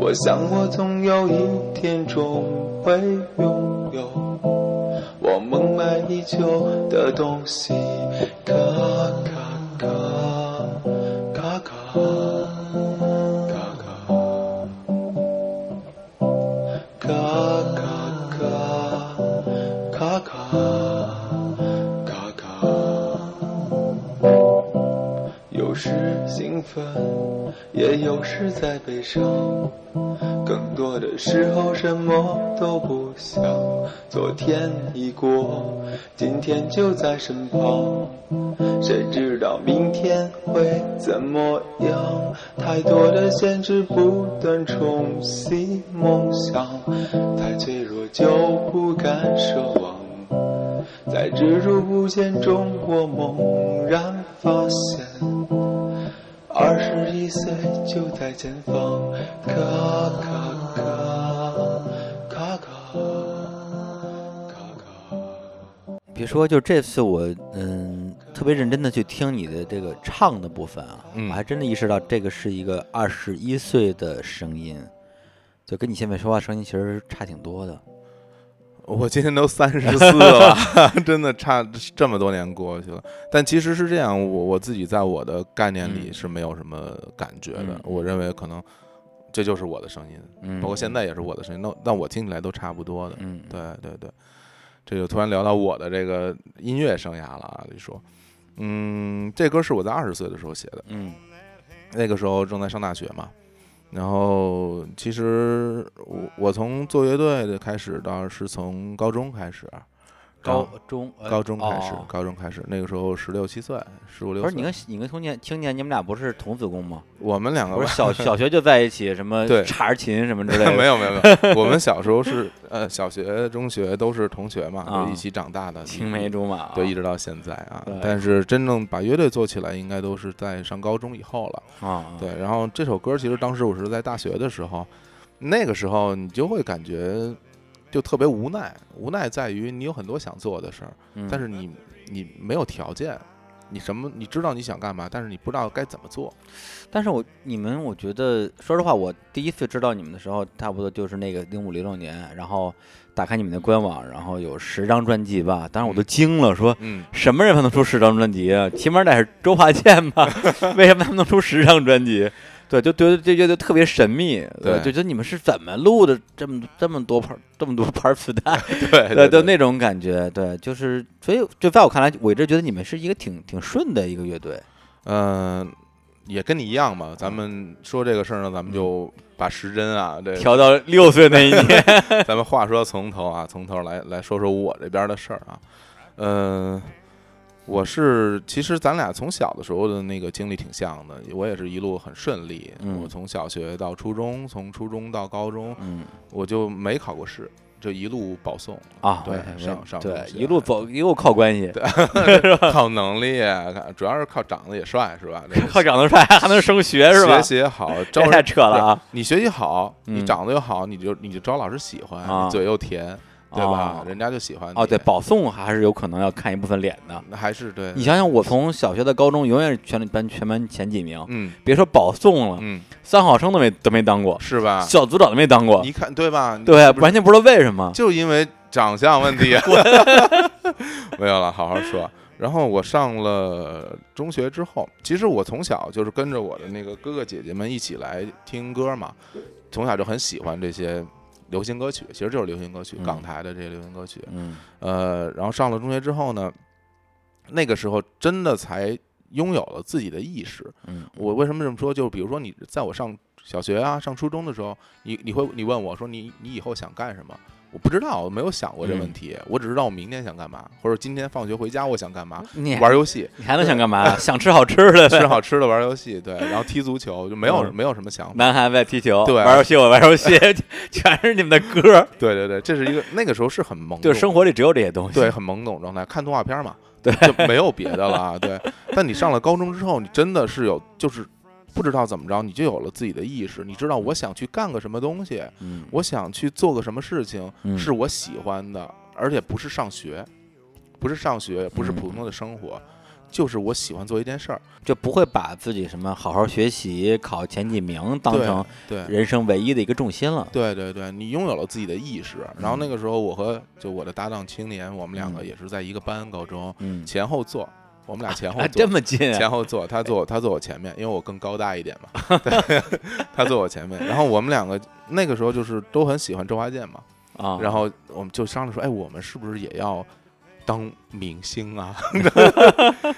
S3: 我想我总有一天终会拥有我梦寐以求的东西。咔咔咔咔咔咔咔咔咔咔咔咔咔咔，有时兴奋，也有时在悲伤。更多的时候什么都不想，昨天已过，今天就在身旁。谁知道明天会怎么样？太多的限制不断冲洗梦想，太脆弱就不敢奢望。在执着不见中，我猛然发现，二十一岁就在前方。咔咔咔咔咔咔
S1: 别说，就这次我嗯特别认真的去听你的这个唱的部分啊，
S2: 嗯
S1: 我还真的意识到这个是一个二十一岁的声音，就跟你现在说话声音其实差挺多的。
S2: 我今年都三十四了， [LAUGHS] 真的差这么多年过去了。但其实是这样，我我自己在我的概念里
S1: 嗯
S2: 是没有什么感觉的。
S1: 嗯
S2: 我认为可能这就是我的声音，
S1: 嗯，
S2: 包括现在也是我的声音。那但我听起来都差不多的。
S1: 嗯，
S2: 对对对，这就突然聊到我的这个音乐生涯了啊，一说，嗯，这歌是我在二十岁的时候写的，
S1: 嗯
S2: 那个时候正在上大学嘛。然后，其实我我从做乐队的开始，倒是从高中开始，
S1: 高中呃
S2: 高中开始，
S1: 哦
S2: 高中开始，那个时候十六七岁，十五六。
S1: 不是你跟你跟青年青年，你们俩不是童子功吗？
S2: 我们两个
S1: 不是小小学就在一起，什么
S2: 对
S1: 查着琴什么之类 [LAUGHS] 的。
S2: 没有没有没有，我们小时候是呃小学、中学都是同学嘛，
S1: 啊
S2: 就一起长大的，
S1: 青梅竹马啊，
S2: 对，一直到现在啊
S1: 对。
S2: 但是真正把乐队做起来，应该都是在上高中以后了。
S1: 啊，
S2: 对，然后这首歌其实当时我是在大学的时候，那个时候你就会感觉就特别无奈，无奈在于你有很多想做的事儿，
S1: 嗯，
S2: 但是你你没有条件。你什么？你知道你想干嘛，但是你不知道该怎么做。
S1: 但是我你们，我觉得说实话，我第一次知道你们的时候，差不多就是那个零五零六年，然后打开你们的官网，然后有十张专辑吧，当时我都惊了，说
S2: 嗯，
S1: 什么人才能出十张专辑啊？起码得是周华健吧？ [LAUGHS] 为什么他们能出十张专辑？对，就觉得就觉得特别神秘，
S2: 对
S1: 就觉得你们是怎么录的这么这么多盘这么多盘磁带，
S2: [LAUGHS]
S1: [LAUGHS]
S2: 对
S1: 对，
S2: 对
S1: 就，那种感觉，对，就是所以就在我看来，我一直觉得你们是一个挺挺顺的一个乐队，
S2: 嗯、也跟你一样嘛。咱们说这个事儿呢，咱
S1: 嗯
S2: 们就把时针啊，这
S1: 调到六岁那一
S2: [LAUGHS]
S1: 年，
S2: 咱们话说从头啊，从头来来说说我这边的事儿啊。嗯，我是其实咱俩从小的时候的那个经历挺像的，我也是一路很顺利。
S1: 嗯
S2: 我从小学到初中，从初中到高中，
S1: 嗯。
S2: 我就没考过试，就一路保送，
S1: 啊，
S2: 对
S1: 我也
S2: 上
S1: 我也
S2: 上
S1: 对
S2: 中，学
S1: 一路走一路靠关系，
S2: [LAUGHS] 靠能力，啊主要是靠长得也帅是吧？这个
S1: [LAUGHS] 靠长得帅还能升学是吧
S2: 学？习也
S1: [LAUGHS]
S2: 好，
S1: 这
S2: 招人
S1: 太扯了啊！
S2: 你学习好，你
S1: 嗯
S2: 长得又好，你就你就招老师喜欢，
S1: 啊
S2: 你嘴又甜，对吧？
S1: 哦
S2: 人家就喜欢你。
S1: 哦，对，保送还是有可能要看一部分脸的。
S2: 那还是对
S1: 你，想想，我从小学到高中，永远是全班全班前几名，
S2: 嗯
S1: 别说保送了，
S2: 嗯，
S1: 三好生都没都没当过，
S2: 是吧？
S1: 小组长都没当过，
S2: 你看对吧？你
S1: 啊对，
S2: 是不是
S1: 完全不知道为什么。
S2: 就因为长相问
S1: [LAUGHS]
S2: 题。 [LAUGHS] 没有了，好好说。然后我上了中学之后，其实我从小就是跟着我的那个哥哥姐姐们一起来听歌嘛，从小就很喜欢这些流行歌曲，其实就是流行歌曲，
S1: 嗯
S2: 港台的这些流行歌曲。
S1: 嗯
S2: 呃，然后上了中学之后呢，那个时候真的才拥有了自己的意识。
S1: 嗯，
S2: 我为什么这么说？就是比如说你在我上小学啊、上初中的时候，你你会你问我说你你以后想干什么？我不知道，我没有想过这
S1: 嗯
S2: 问题，我只知道我明天想干嘛，或者今天放学回家我想干嘛，
S1: 你
S2: 玩游戏，
S1: 你还能想干嘛？想吃好吃的呗，
S2: [LAUGHS] 吃好吃的，玩游戏，对，然后踢足球，就没有
S1: 嗯
S2: 没有什么想法。
S1: [LAUGHS] 男孩子爱踢球，
S2: 对
S1: 玩游戏我玩游戏， [LAUGHS] 全是你们的歌，
S2: 对对对，这是一个那个时候是很懵
S1: 就
S2: 懂
S1: 是，生活里只有这些东西。
S2: 对，很懵懂状态，看动画
S1: [LAUGHS]
S2: 片嘛，对，就没有别的了啊。对，但你上了高中之后，你真的是有，就是不知道怎么着，你就有了自己的意识，你知道我想去干个什么东西，
S1: 嗯，
S2: 我想去做个什么事情
S1: 嗯
S2: 是我喜欢的，而且不是上学，不是上学，不是
S1: 嗯
S2: 普通的生活，就是我喜欢做一件事儿，
S1: 就不会把自己什么好好学习、考前几名当
S2: 对
S1: 成
S2: 对。
S1: 人生唯一的一个重心了。
S2: 对对对，你拥有了自己的意识。然后那个时候，我和就我的搭档青年，我们两个
S1: 嗯
S2: 也是在一个班，高中
S1: 嗯，
S2: 前后座，我们俩前后
S1: 啊，
S2: 座
S1: 这，么近啊，
S2: 前后坐，他坐我，他坐我前面，因为我更高大一点
S1: [LAUGHS]
S2: 嘛，对他坐我前面。然后我们两个那个时候就是都很喜欢周华健嘛，
S1: 啊，
S2: 然后我们就商量说，哎，我们是不是也要当明
S1: [LAUGHS]
S2: 星啊？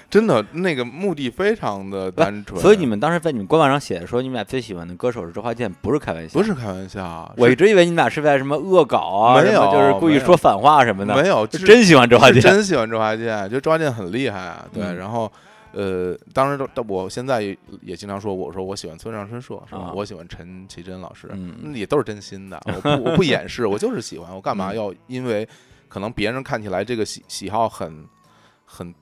S2: 真的，那个目的非常的单纯，
S1: 所以你们当时在你们官网上写的说你们俩最喜欢的歌手是周华健，不是开玩笑。
S2: 不，是开玩笑，啊
S1: 我一
S2: 是
S1: 直以为你们俩是在什么恶搞啊，
S2: 没有
S1: 什么就是故意说反话什么的。
S2: 没有
S1: 是
S2: 是
S1: 真喜欢周华
S2: 是
S1: 健。
S2: 真喜欢周华健，就周华健很厉害啊，对，
S1: 嗯
S2: 然后。呃，当然都，都我现在也也经常说，我说我喜欢村上春树，是吧？
S1: 啊
S2: 我喜欢陈绮贞老师，
S1: 嗯，
S2: 嗯也都是真心的，我不我不掩饰，我就是喜欢，我干嘛
S1: 嗯
S2: 要因为可能别人看起来这个喜喜好很很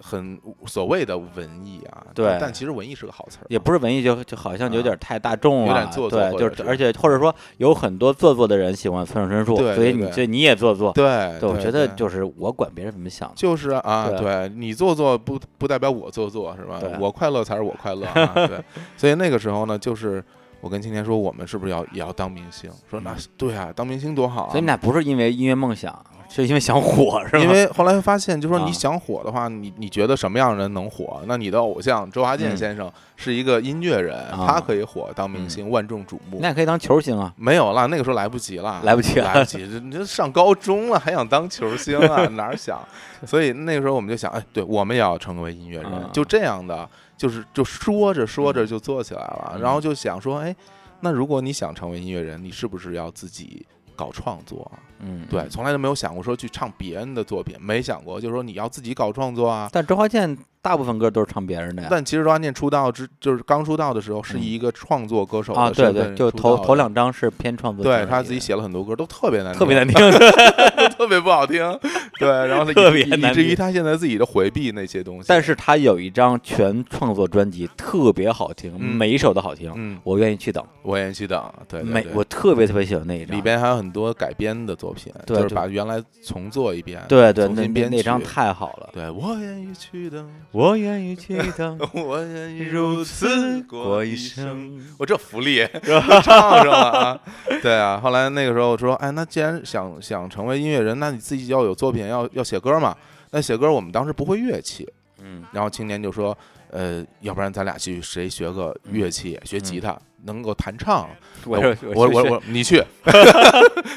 S2: 很所谓的文艺啊，
S1: 对
S2: 但但其实文艺是个好词儿，
S1: 也不是文艺，就就好像有点太大众了，啊
S2: 啊有点做作
S1: 对，
S2: 或者
S1: 就是而且或者说有很多做作的人喜欢村上春树，
S2: 对
S1: 所以
S2: 对
S1: 你
S2: 对
S1: 这你也做作。
S2: 对
S1: 我觉得
S2: 对
S1: 就是我管别人怎么想，
S2: 就是啊，
S1: 对
S2: 对你做作不不代表我做作是吧
S1: 对？啊
S2: 我快乐才是我快乐啊，
S1: [LAUGHS]
S2: 对，所以那个时候呢，就是。我跟青年说，我们是不是要也要当明星？说那
S1: 嗯
S2: 对啊，当明星多好啊！
S1: 所以你们俩不是因为音乐梦想，是因为想火是吗？
S2: 因为后来发现，就说
S1: 啊
S2: 你想火的话，你你觉得什么样的人能火？那你的偶像周华健
S1: 嗯
S2: 先生是一个音乐人，
S1: 啊
S2: 他可以火当明星，万众瞩目
S1: 那。也可以当球星啊，
S2: 没有了，那个时候来不及了，
S1: 来不及了
S2: 来不及，这这上高中了还想当球星
S1: [LAUGHS]
S2: 啊，哪儿想？所以那个时候我们就想，哎，对，我们也要成为音乐人，
S1: 啊
S2: 就这样的，就是就说着说
S1: 嗯
S2: 着就做起来了，然后就想说，哎，那如果你想成为音乐人，你是不是要自己搞创作啊？
S1: 嗯，
S2: 对，。从来都没有想过说去唱别人的作品，没想过，就是说你要自己搞创作啊。
S1: 但周华健大部分歌都是唱别人的呀，
S2: 但其实周华健出道之就是刚出道的时候，是以一个创作歌手
S1: 嗯啊，
S2: 的
S1: 对
S2: 身
S1: 对，
S2: 份
S1: 就
S2: 出
S1: 头
S2: 道
S1: 头
S2: 的
S1: 两张是偏创作型而已
S2: 对
S1: 的，
S2: 他自己写了很多歌，都特别难，
S1: 特别难听，
S2: 听， [LAUGHS] 特别不好
S1: [LAUGHS]
S2: 听。对，然后他以
S1: 特别
S2: 以
S1: 难
S2: 至于
S1: 听
S2: 他现在自己都回避那些东西。
S1: 但，是他有一张全创作专辑，特别好听，
S2: 嗯
S1: 每一首都好听，
S2: 嗯，
S1: 我愿意去等，
S2: 我也去等，对，对
S1: 每
S2: 对
S1: 我特别特别喜欢那一张，
S2: 里边还有很多改编的作品，
S1: 对
S2: 就是
S1: 对
S2: 把原来重做一遍，
S1: 对对，
S2: 重
S1: 那
S2: 新
S1: 那
S2: 编
S1: 那
S2: 曲
S1: 张。太好了，
S2: 对，我愿意去等，
S1: 我愿意去等
S2: 我愿意如此
S1: [LAUGHS]
S2: 过一生。。我这福 [LAUGHS] 利
S1: 吧
S2: 唱上了啊！对啊，后来那个时候我说，哎，那既然想想成为音乐人，那你自己要有作品，要要写歌嘛。那写歌我们当时不会乐器，
S1: 嗯，
S2: 然后青年就说，呃，要不然咱俩去谁学个乐器，学吉他，能够弹唱。
S1: 我
S2: 我
S1: 是
S2: 我
S1: 是
S2: 我
S1: 是
S2: 我你去，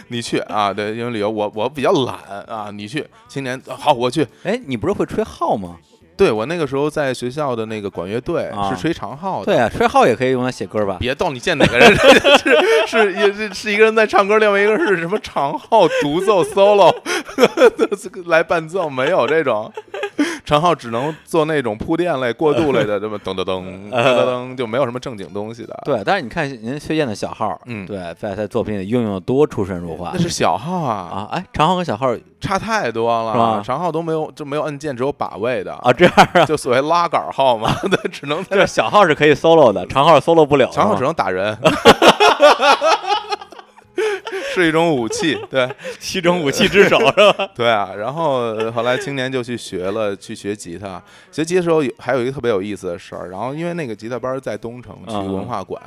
S2: 你去啊！对，因为理由我我比较懒啊，你去。青年啊好，我去。
S1: 哎，你不是会吹号吗？
S2: 对我那个时候在学校的那个管乐队
S1: 啊
S2: 是吹长号的，
S1: 对啊，吹号也可以用来写歌吧？
S2: 别逗，你见哪个人是是也是是一个人在唱歌，另外一个是什么长号独奏 solo [LAUGHS] 来伴奏，没有这种。长号只能做那种铺垫类、过渡类的，这么噔噔噔噔噔噔，就没有什么正经东西的。，
S1: 对，但是你看您崔健的小号，
S2: 嗯
S1: 对，在他作品里运用的多出神入化
S2: 那是小号啊，
S1: 啊！哎，长号跟小号
S2: 差太多
S1: 是吧
S2: 了。长号都没有，就没有按键，只有把位的，
S1: 啊，这样
S2: [LAUGHS]
S1: 啊，
S2: 就所谓拉杆号嘛， [LAUGHS] 对，只能在
S1: 这小号是可以 solo 的，长号 solo 不了。啊
S2: 长号只
S1: 是吧
S2: 能打人。
S1: 哦
S2: [LAUGHS] 是一种武器，对，
S1: 七种武器之首是吧？
S2: [LAUGHS] 对啊，然后呃后来青年就去学了，去学吉他。学吉他的时候有还有一个特别有意思的事儿，然后因为那个吉他班儿在东城区
S1: 嗯
S2: 文化馆，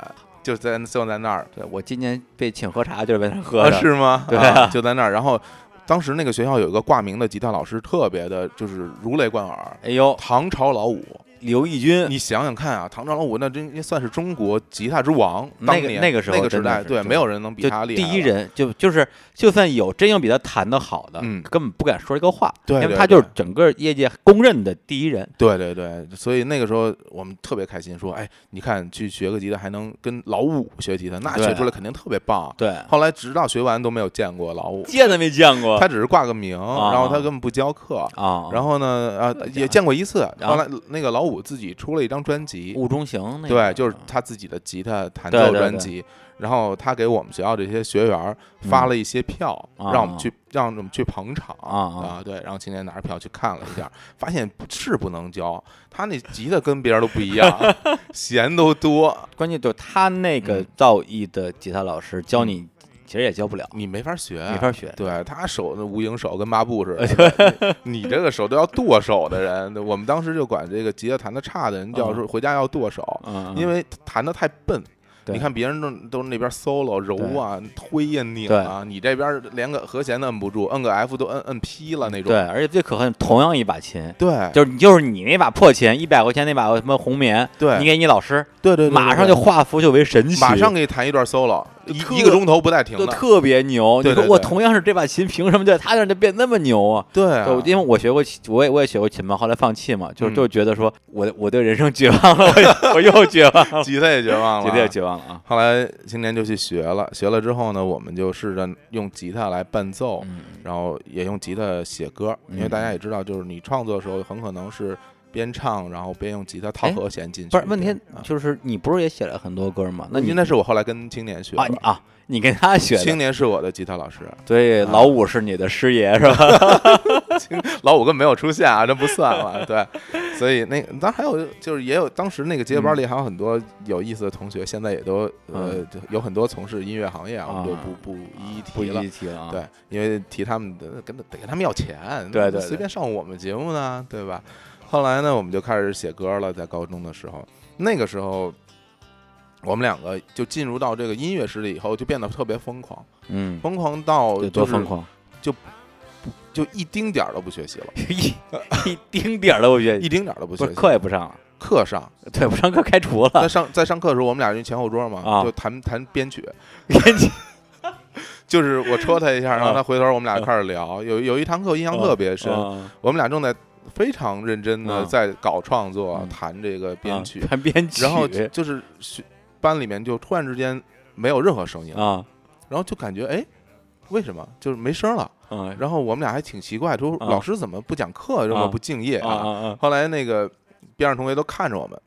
S2: 就在就在那儿
S1: [LAUGHS] 对我今年被请喝茶就是被他喝
S2: 啊，
S1: 的，
S2: 是吗？
S1: 对啊
S2: 啊，就在那儿。然后当时那个学校有一个挂名的吉他老师，特别的就是如雷贯耳，
S1: 哎呦，
S2: 唐朝老五。
S1: 刘奕君
S2: 你想想看啊，唐朝老五那真算是中国吉他之王，
S1: 那
S2: 当
S1: 个
S2: 年
S1: 那个时候
S2: 那个
S1: 真
S2: 时
S1: 的
S2: 代，
S1: 是
S2: 对，
S1: 对
S2: 没有人能比他
S1: 就
S2: 厉
S1: 第
S2: 害。
S1: 一，人，就就是就算有真有比他弹的好的，
S2: 嗯
S1: 根本不敢说这个话，
S2: 对
S1: 因为
S2: 对
S1: 他就是
S2: 对
S1: 整个业界公认的第一人。
S2: 对对对，所以那个时候我们特别开心，说，哎，你看去学个吉他还能跟老五学吉他，那
S1: 对
S2: 学出来肯定特别棒。
S1: 对，
S2: 后来直到学完都没有见过老五，
S1: 见都没见过
S2: 他只是挂个名，
S1: 啊
S2: 然后他根本不教课。
S1: 啊。
S2: 然后呢，啊，
S1: 啊
S2: 也见过一次。
S1: 然后
S2: 后来那个老五自己出了一张专辑，
S1: 雾中行那个，嗯
S2: 对，就是他自己的吉他弹
S1: 对
S2: 奏
S1: 对
S2: 专
S1: 对
S2: 辑。然后他给我们学校这些学员儿发了一些票，
S1: 嗯啊
S2: 让我们去让我们去捧场
S1: 啊啊
S2: 对，然后今天拿着票去看了一下，发现是不能教，他那吉他跟别人都不一样，弦都多，
S1: 关键就是他那个
S2: 嗯
S1: 造诣的吉他老师教你，其实也教不了，
S2: 你没法学，
S1: 没法学。
S2: 哎对他手那无影手跟抹布
S1: [LAUGHS]
S2: 似的，你你这个手都要剁手的人，我们当时就管这个吉他弹的差的人
S1: 嗯
S2: 叫说回家要剁手，
S1: 嗯，嗯
S2: 因为弹的太笨。
S1: 对
S2: 你看别人都都那边 solo 揉啊、推呀、拧啊，你这边连个和弦都摁不住，摁个 F 都摁摁劈了那种。
S1: 对，而且最可恨，同样一把琴，
S2: 对
S1: 就是就是你那把破琴，一百块钱那把什么红棉，
S2: 对
S1: 你给你老师，
S2: 对对，对
S1: 马上就
S2: 对
S1: 化腐朽为神奇，
S2: 马上给你弹一段 solo，一
S1: 特
S2: 一个钟头不带停
S1: 就
S2: 的。
S1: 特别牛。
S2: 对
S1: 你说
S2: 对
S1: 我
S2: 对
S1: 同样是这把琴，凭什么在他那儿就变那么牛啊？
S2: 对啊，
S1: 就因为我学过琴，我也我也学过琴嘛，后来放弃嘛，就
S2: 嗯
S1: 就觉得说我我对人生绝望了，我我又绝望了，
S2: 吉他 [LAUGHS] 也绝望了，
S1: 绝对绝望了啊！
S2: 后来青年就去学了，学了之后呢，我们就试着用吉他来伴奏，
S1: 嗯
S2: 然后也用吉他写歌，因为大家也知道，就是你创作的时候很可能是边唱，然后边用吉他套
S1: 哎
S2: 和弦进去。
S1: 不是问题
S2: 对啊，嗯
S1: 就是你不是也写了很多歌吗？那你
S2: 因为那是我后来跟青年学
S1: 嗯啊你
S2: 的，
S1: 啊，你跟他学
S2: 青
S1: 的，
S2: 年是我的吉他老师，
S1: 所以
S2: 啊
S1: 老五是你的师爷是吧？
S2: 老五根本没有出现啊，这不算
S1: [LAUGHS]
S2: 了。对，所以那当然还有就是也有当时那个结业班里还有很多有意思的同学，现在也都呃
S1: 嗯
S2: 就有很多从事音乐行业啊，我们就
S1: 啊
S2: 不不一一
S1: 不
S2: 提了
S1: 一。提了啊。
S2: 对，因为提他们的跟得给他们要钱，
S1: 对对
S2: 那
S1: 对
S2: 随便上我们节目呢，对吧？后来呢，我们就开始写歌了，在高中的时候，那个时候我们两个就进入到这个音乐世界以后，就变得特别疯狂，
S1: 嗯，
S2: 疯狂到 [LAUGHS]
S1: 有
S2: 就
S1: 多
S2: 是
S1: 疯狂？
S2: 不就一丁点儿都不学习了，
S1: 一一丁点儿都不学习，
S2: 一丁点儿都不
S1: 不
S2: 学
S1: 是
S2: 习，
S1: 课也不上了，
S2: 课上，
S1: 对，不上课开除
S2: 在
S1: 了，
S2: 上在上课的时候，我们俩就前后桌
S1: 啊
S2: 嘛，就弹弹编曲，
S1: 编辑
S2: [LAUGHS] 就是我戳他一下，然
S1: 啊
S2: 后他回头我们俩开始聊。有有一堂课我印象特别深，
S1: 啊
S2: 我们俩正在非常认真的
S1: 嗯
S2: 在搞创作
S1: 嗯，
S2: 弹这个编曲，
S1: 还编 [LAUGHS] 曲，
S2: 然后就就是学班里面就突然之间没有任何声音，
S1: 啊
S2: 然后就感觉哎，为什么就是没声了？
S1: 啊
S2: 然后我们俩还挺奇怪，说
S1: 啊
S2: 老师怎么不讲课，这
S1: 啊
S2: 么不敬业
S1: 啊
S2: 啊？
S1: 啊
S2: 后来那个边上同学都看着我们，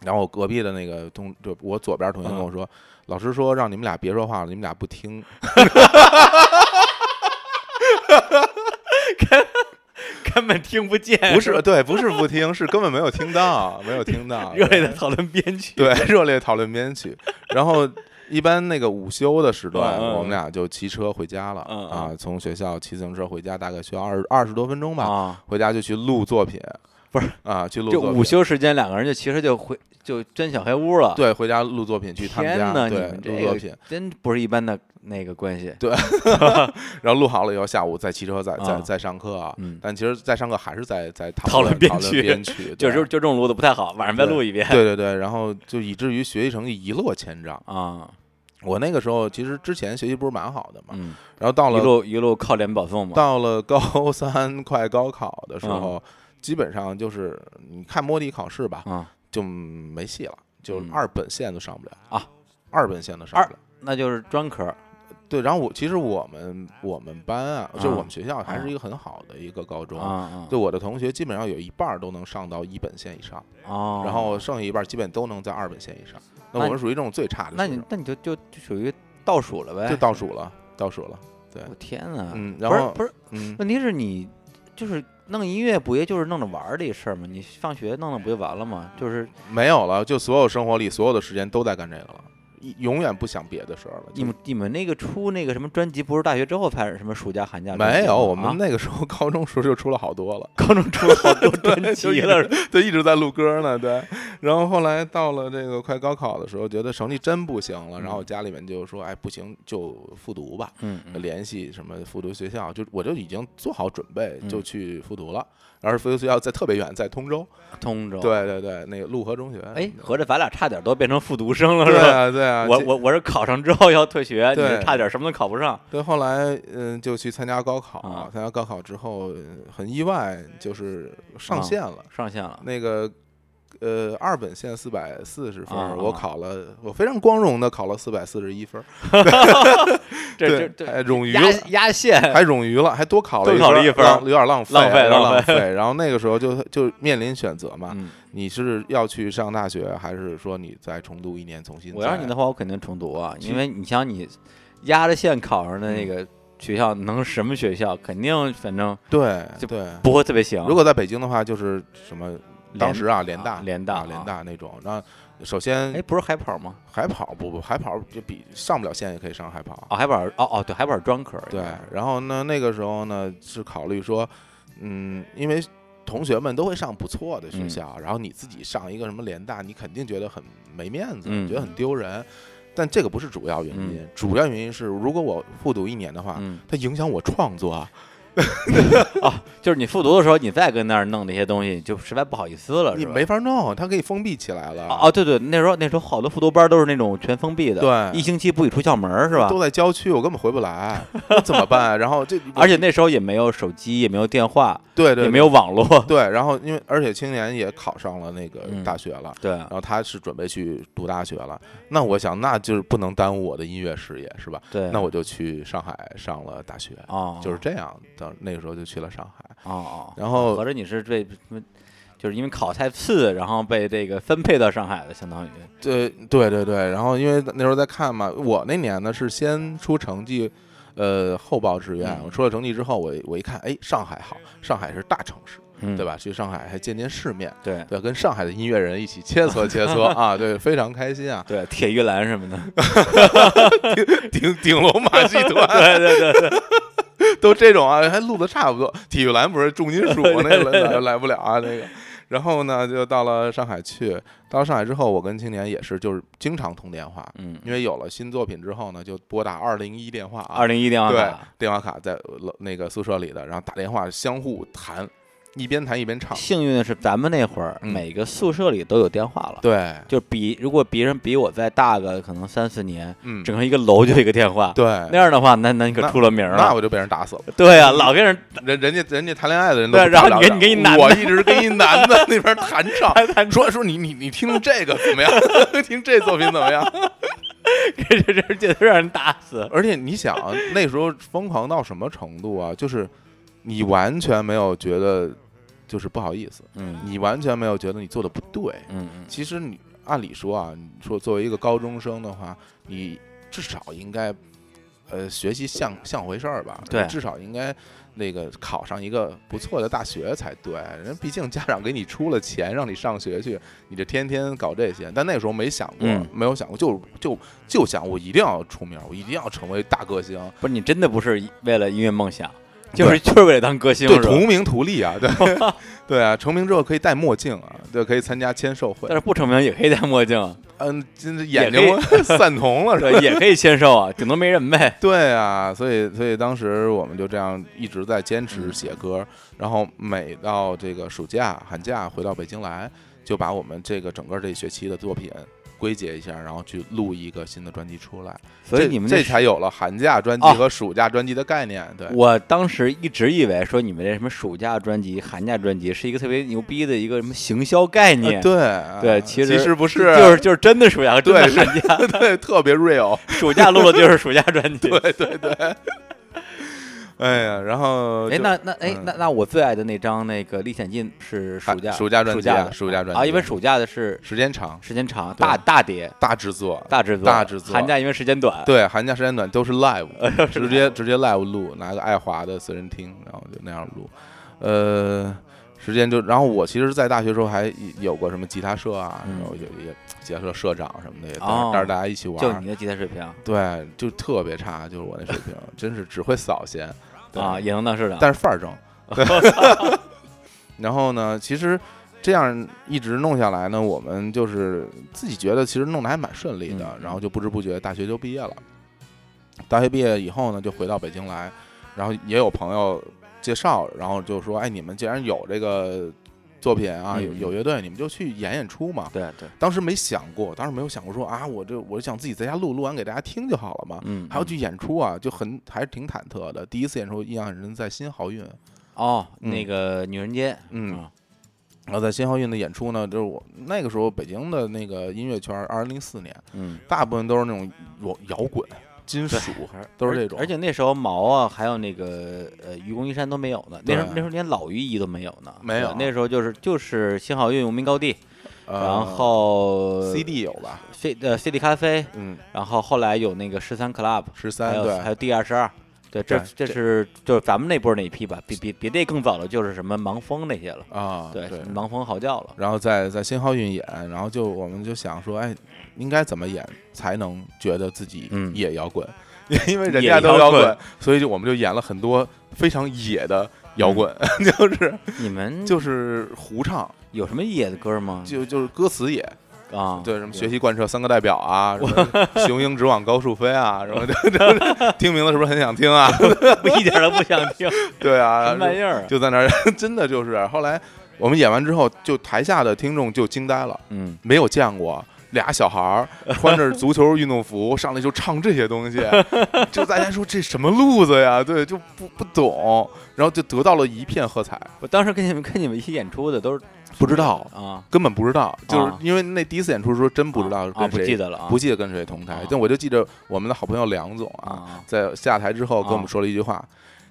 S2: 然后我隔壁的那个同就我左边同学跟我
S1: 嗯
S2: 说，老师说让你们俩别说话了，你们俩不
S1: [LAUGHS]
S2: 听。
S1: 根本听不见，
S2: 不是对，不是不听，是根本没有听到，没有听到。
S1: [LAUGHS] 热烈的讨论编曲，
S2: 对
S1: [LAUGHS]
S2: 热烈讨论编曲，然后。一般那个午休的时段，
S1: 嗯嗯
S2: 我们俩就骑车回家了、
S1: 嗯嗯
S2: 啊，从学校骑自行车回家，大概需要二二十多分钟吧。
S1: 啊，
S2: 回家就去录作品，
S1: 不是
S2: 啊，去录
S1: 就
S2: 作品
S1: 午休时间两个人就其实就回就真小黑屋了，
S2: 对，回家录作品去他们
S1: 天
S2: 家，
S1: 呐，你
S2: 对
S1: 们，
S2: 录
S1: 这
S2: 作
S1: 个
S2: 品，
S1: 真不是一般的那个关系，
S2: 然后录好了以后，下午再骑车再再
S1: 啊
S2: 再上课啊
S1: 嗯。
S2: 但其实，在上课还是在在
S1: 讨论
S2: 论
S1: 编
S2: 讨论
S1: 曲
S2: 编曲，
S1: [LAUGHS] 就
S2: 对
S1: 是就这种录的不太好，晚上再录一遍，
S2: 对对对，然后就以至于学习成绩一落千丈。
S1: 啊，
S2: 我那个时候其实之前学习不是蛮好的嘛，
S1: 嗯，
S2: 然后到
S1: 一
S2: 了
S1: 路一路靠脸保送嘛，
S2: 到了高三快高考的时候，基本上就是你看摸底考试吧，
S1: 啊，
S2: 就没戏了，就
S1: 嗯
S2: 二本线都上不了
S1: 啊，
S2: 二本线都上不了。
S1: 那就是专科，
S2: 对，然后我其实我们我们班啊，就是
S1: 啊
S2: 我们学校还是一个很好的一个高中。
S1: 啊啊，
S2: 对我的同学，基本上有一半儿都能上到一本线以上，
S1: 哦，
S2: 然后剩下一半儿基本都能在二本线以上。那
S1: 那
S2: 我们属于这种最差的
S1: 那
S2: 水
S1: 你
S2: 平，
S1: 那你就就就属于倒数了呗，
S2: 就倒数了，倒数了。
S1: 我天呐，
S2: 嗯，
S1: 啊
S2: 然
S1: 不是
S2: 后
S1: 不是，
S2: 嗯，
S1: 问题是你就是弄音乐不也就是弄着玩儿这事儿吗？你上学弄弄不就完了吗？就是
S2: 没有了，就所有生活里所有的时间都在干这个了，一永远不想别的事儿了。
S1: 你
S2: 就
S1: 们你们那个出那个什么专辑，不是大学之后才是什么暑假寒假专辑吗？
S2: 没有，我
S1: 啊
S2: 们那个时候 [LAUGHS] 高中时候就出了好多了。
S1: 高中出了好多专
S2: 就
S1: 辑
S2: 一
S1: 了
S2: 直，对，一直在录歌呢，对。然后后来到了这个快高考的时候，觉得成绩真不行了，然后家里面就说，哎，不行就复读吧，
S1: 嗯嗯
S2: 联系什么复读学校，就我就已经做好准备
S1: 嗯
S2: 就去复读了。然后复读学校在特别远，在通州，
S1: 通州。，
S2: 对对对，那个陆河中学。
S1: 哦哎，合着咱俩差点都变成复读生了，是
S2: 对
S1: 吧？
S2: 啊对啊，
S1: 我
S2: 这
S1: 我我是考上之后要退学，你是
S2: 对
S1: 差点什么都考不上。
S2: 对后来嗯就去参加高考，
S1: 啊
S2: 参加高考之后嗯很意外，就是
S1: 啊
S2: 上线了。
S1: 上线了，
S2: 那个呃二本线四百四十分儿，
S1: 啊
S2: 我
S1: 啊
S2: 考了，我非常光荣的考了四百四十一分儿，
S1: 这这
S2: 对，
S1: 这
S2: 还冗余
S1: 压
S2: 了。
S1: 压线， [LAUGHS]
S2: 还冗余了，还多考了
S1: 多考了一
S2: 分
S1: 分
S2: 儿，
S1: 儿
S2: 浪有点浪费，
S1: 浪费
S2: 有点
S1: 浪
S2: 浪费。然后那个时候就就面临选择嘛，
S1: 嗯，
S2: 你是要去上大学，还是说你再重读一年重新再？
S1: 我要是你的话，我肯定重读啊，
S2: 其
S1: 因为你想你压着线考上
S2: 嗯
S1: 的那个学校能什么学校？肯定反正
S2: 对
S1: 就
S2: 对。
S1: 不会特别行。
S2: 如果在北京的话，就是什么当
S1: 联
S2: 时啊，联大、
S1: 联大
S2: 啊联大那种。那首先
S1: 哎，不是海跑吗？
S2: 海跑不不海跑就比上不了线也可以上海跑
S1: 哦，海跑，哦哦，对，海跑是专科。
S2: 对，啊然后呢，那个时候呢是考虑说，嗯，因为同学们都会上不错的学
S1: 嗯
S2: 校，然后你自己上一个什么联大，你肯定觉得很没面子，
S1: 嗯
S2: 觉得很丢人。但这个不是主要原因，
S1: 嗯
S2: 主要原因是如果我复读一年的话，
S1: 嗯，哦
S2: 它影响我创作啊。
S1: 就是你复读的时候，你再跟那儿弄那些东西，就实在不好意思了，
S2: 你
S1: 是吧
S2: 没法弄，它给你封闭起来了。
S1: 哦哦，对对，那时候那时候好多复读班都是那种全封闭的，
S2: 对
S1: 一星期不许出校门儿，是吧
S2: 都？在郊区，我根本回
S1: [LAUGHS]
S2: 不来，那怎么办？然后这，
S1: 而且那时候也没有手机，也没有电话，
S2: 对对
S1: 也没有网络，
S2: [LAUGHS] 对，然后因为而且青年也考上了那个
S1: 嗯
S2: 大学了，
S1: 对，
S2: 然后他是准备去读大学了，那我想那就是不能耽误我的音乐事业，是吧？
S1: [LAUGHS] 对，
S2: 那我就去上海上了大学，
S1: 哦，
S2: 就是这样。到那个时候就去了上海，
S1: 哦哦，
S2: 然
S1: 合
S2: 后
S1: 着你是被什么？就是因为考太次，然后被这个分配到上海的，相当于
S2: 对对对对，然后因为那时候在看嘛，我那年呢是先出成绩。呃，后报志愿，
S1: 嗯
S2: 我出了成绩之后，我我一看，哎，上海好，上海是大城市，
S1: 嗯
S2: 对？吧？去上海还见见世面，
S1: 对
S2: 对，跟上海的音乐人一起切磋切 [LAUGHS] 磋啊，对，非常开心啊，
S1: 对，铁玉兰什
S2: [LAUGHS]
S1: 么的，
S2: 顶顶楼马戏 [LAUGHS] 团，
S1: 对对对对，
S2: [LAUGHS]
S1: [LAUGHS]
S2: 都这种啊，还录的差不多。体育栏不是重金属那个来来不了啊，那个。然后呢，就到了上海去。到了上海之后，我跟青年也是就是经常通电话，
S1: 嗯，
S2: 因为有了新作品之后呢，就拨打二零一电话啊，
S1: 二零一电话
S2: 对
S1: 卡，
S2: 电话卡在楼那个宿舍里的，然后打电话相互谈，一边谈一边唱。
S1: 幸运的是，咱们那会儿
S2: 嗯
S1: 每个宿舍里都有电话了，
S2: 对，
S1: 就比如果别人比我再大个可能三四年，
S2: 嗯，
S1: 整个一个楼就一个电话，
S2: 对，
S1: 那样的啊话，那那你可
S2: 那
S1: 出了名
S2: 那
S1: 了。
S2: 我就被人打死了。
S1: 对呀、老跟人
S2: 人人家人家谈恋爱的人都
S1: 对
S2: 不打
S1: 然后
S2: 扰
S1: 你跟你跟一男的
S2: 我一直跟一男的 [LAUGHS] 那边弹
S1: [LAUGHS]
S2: 唱，
S1: 谈谈
S2: 说说你你你听这个怎么样？ [LAUGHS] 听这作品怎么样？
S1: 这这这这让人打死。
S2: 而且你想，那时候疯狂到什么程度啊？就是你完全没有觉得就是不好意思，
S1: 嗯
S2: 你完全没有觉得你做的不对。
S1: 嗯嗯，
S2: 其实你按理说啊，你说作为一个高中生的话，你至少应该呃学习像像回事儿吧？
S1: 对
S2: 至少应该那个考上一个不错的大学才对。人毕竟家长给你出了钱让你上学去，你这天天搞这些，但那时候没想过，
S1: 嗯
S2: 没有想过，就就就想我一定要出名，我一定要成为大歌星，
S1: 不是你真的不是为了音乐梦想，就是就是为了当歌星
S2: 对，
S1: 是吧
S2: 图名图利
S1: [LAUGHS]
S2: 啊，对对啊，成名之后可以戴墨镜啊，对，可以参加签售会
S1: 但，是不成名也可以戴墨镜，
S2: 嗯，这这
S1: 也
S2: 眼
S1: 可
S2: 睛
S1: 以
S2: 散瞳 [LAUGHS] 了是吧？
S1: 对，也可以签售啊，顶多没人
S2: [LAUGHS]
S1: 呗。
S2: 对啊，所以所以当时我们就这样一直在坚
S1: 嗯
S2: 持写歌，然后每到这个暑假、寒假回到北京来，就把我们这个整个这一学期的作品归结一下，然后去录一个新的专辑出来。
S1: 所以
S2: 这
S1: 你们那
S2: 这
S1: 时
S2: 才有了寒假专辑
S1: 哦
S2: 和暑假专辑的概念。对，呃
S1: 我当时一直以为说你们这什么暑假专辑、寒假专辑是一个特别牛逼的一个什么行销概念，
S2: 呃对
S1: 对
S2: 对，
S1: 其实
S2: 其实不是，
S1: 就是就是真的暑假和真的
S2: 对是
S1: 寒假，
S2: [LAUGHS] 对特别
S1: [LAUGHS]
S2: real。
S1: 暑假录的就是暑假专辑。
S2: [LAUGHS] 对对对。哎呀，然后
S1: 哎，
S2: 就
S1: 那那哎
S2: 嗯
S1: 那那我最爱的那张那个《历险记》是暑假
S2: 啊暑假专
S1: 暑
S2: 辑
S1: 假
S2: 啊
S1: 的
S2: 暑假专辑
S1: 啊，因为暑假的是
S2: 时间长，
S1: 时间长，
S2: 对
S1: 大大碟
S2: 大制作，
S1: 大制作
S2: 大制作
S1: 寒假因为时间短，
S2: 对，寒假时间短都
S1: [LAUGHS]
S2: 是 live，直
S1: 哎
S2: 接直接 live 录，拿个爱华的随身听，然后就那样录。呃，时间就，然后我其实，在大学时候还有过什么吉他社啊，
S1: 嗯
S2: 然后也也吉他社社长什么的，也带
S1: 哦
S2: 着带着大家一起玩
S1: 就
S2: 儿
S1: 你。的吉他水平
S2: 对，就特别差，就是我那水平，真是只会扫弦对
S1: 啊，也能当社 [LAUGHS] 长。
S2: 但是范儿正。然后呢，其实这样一直弄下来呢，我们就是自己觉得其实弄得还蛮顺利的，
S1: 嗯
S2: 然后就不知不觉大学就毕业了。大学毕业以后呢，就回到北京来，然后也有朋友介绍，然后就说：“哎，你们既然有这个作品啊，
S1: 嗯
S2: 有有乐队，你们就去演演出嘛。
S1: 对对，”
S2: 当时没想过，当时没有想过说啊，我这我想自己在家录，录完给大家听就好了嘛。
S1: 嗯，
S2: 还要去演出啊，就很还是挺忐忑的。第一次演出印象很深，在新豪运，
S1: 哦，
S2: 嗯
S1: 那个女人街，
S2: 嗯
S1: 啊，
S2: 然后在新奥运的演出呢，就是我那个时候北京的那个音乐圈，二零零四年，
S1: 嗯，
S2: 大部分都是那种摇摇滚、金属，都是这种。
S1: 而且那时候毛啊，还有那个呃愚公移山都没有呢，那时候
S2: 对
S1: 那时候连老愚医都没有呢，
S2: 没有
S1: 对那时候就是就是新好运农民高地，
S2: 呃
S1: 然后
S2: CD 有吧，
S1: C 呃 CD 咖啡，
S2: 嗯，
S1: 然后后来有那个十三 club，
S2: 十三
S1: 还有还
S2: 对，
S1: 有 D 二十二。对，这
S2: 对
S1: 这
S2: 这
S1: 是就是咱们那波那一批吧，比比比这更早的就是什么盲峰那些了，
S2: 啊
S1: 对，
S2: 对。
S1: 盲峰嚎叫
S2: [LAUGHS]
S1: 了，
S2: 然后在在新奥运演，然后就我们就想说，哎，应该怎么演才能觉得自己
S1: 嗯
S2: 野摇滚？ [LAUGHS] 因为人
S1: 野
S2: 家都
S1: 摇
S2: 摇
S1: 滚
S2: 滚，所以就我们就演了很多非常野的
S1: 嗯
S2: 摇滚， [LAUGHS] 就是
S1: 你们
S2: 就是胡唱，
S1: 有什么野的歌吗？
S2: 就就是歌词野，
S1: 啊， [LAUGHS]
S2: 对，什么
S1: 有
S2: 学习贯彻三个代表
S1: [LAUGHS]
S2: 啊，什么雄鹰直往高处飞啊，什么的，就是听名字是不是很想听
S1: [LAUGHS]
S2: 啊？
S1: 我一点都不想听，什
S2: 对 [LAUGHS] 啊
S1: 么，玩意儿？
S2: 就在那儿， [LAUGHS] 真的就是啊后来我们演完之后，就台下的听众就惊呆了，
S1: 嗯，
S2: 没有见过。俩小孩儿穿着足球运
S1: [LAUGHS]
S2: 动服上来就唱这些东西，就大家说这什么路子呀？对，就不不懂，然后就得到了一片喝彩，
S1: 我当时跟你们跟你们一起演出的都是
S2: 不知道，
S1: 啊，
S2: 根本不知道，就是
S1: 啊
S2: 因为那第一次演出的时候真不知
S1: 啊
S2: 道是
S1: 啊，
S2: 跟
S1: 不
S2: 谁
S1: 记得了啊，
S2: 不记得跟谁同台，
S1: 啊
S2: 但我就记得我们的好朋友梁总啊，
S1: 啊，嗯
S2: 在下台之后跟我们说了一句话，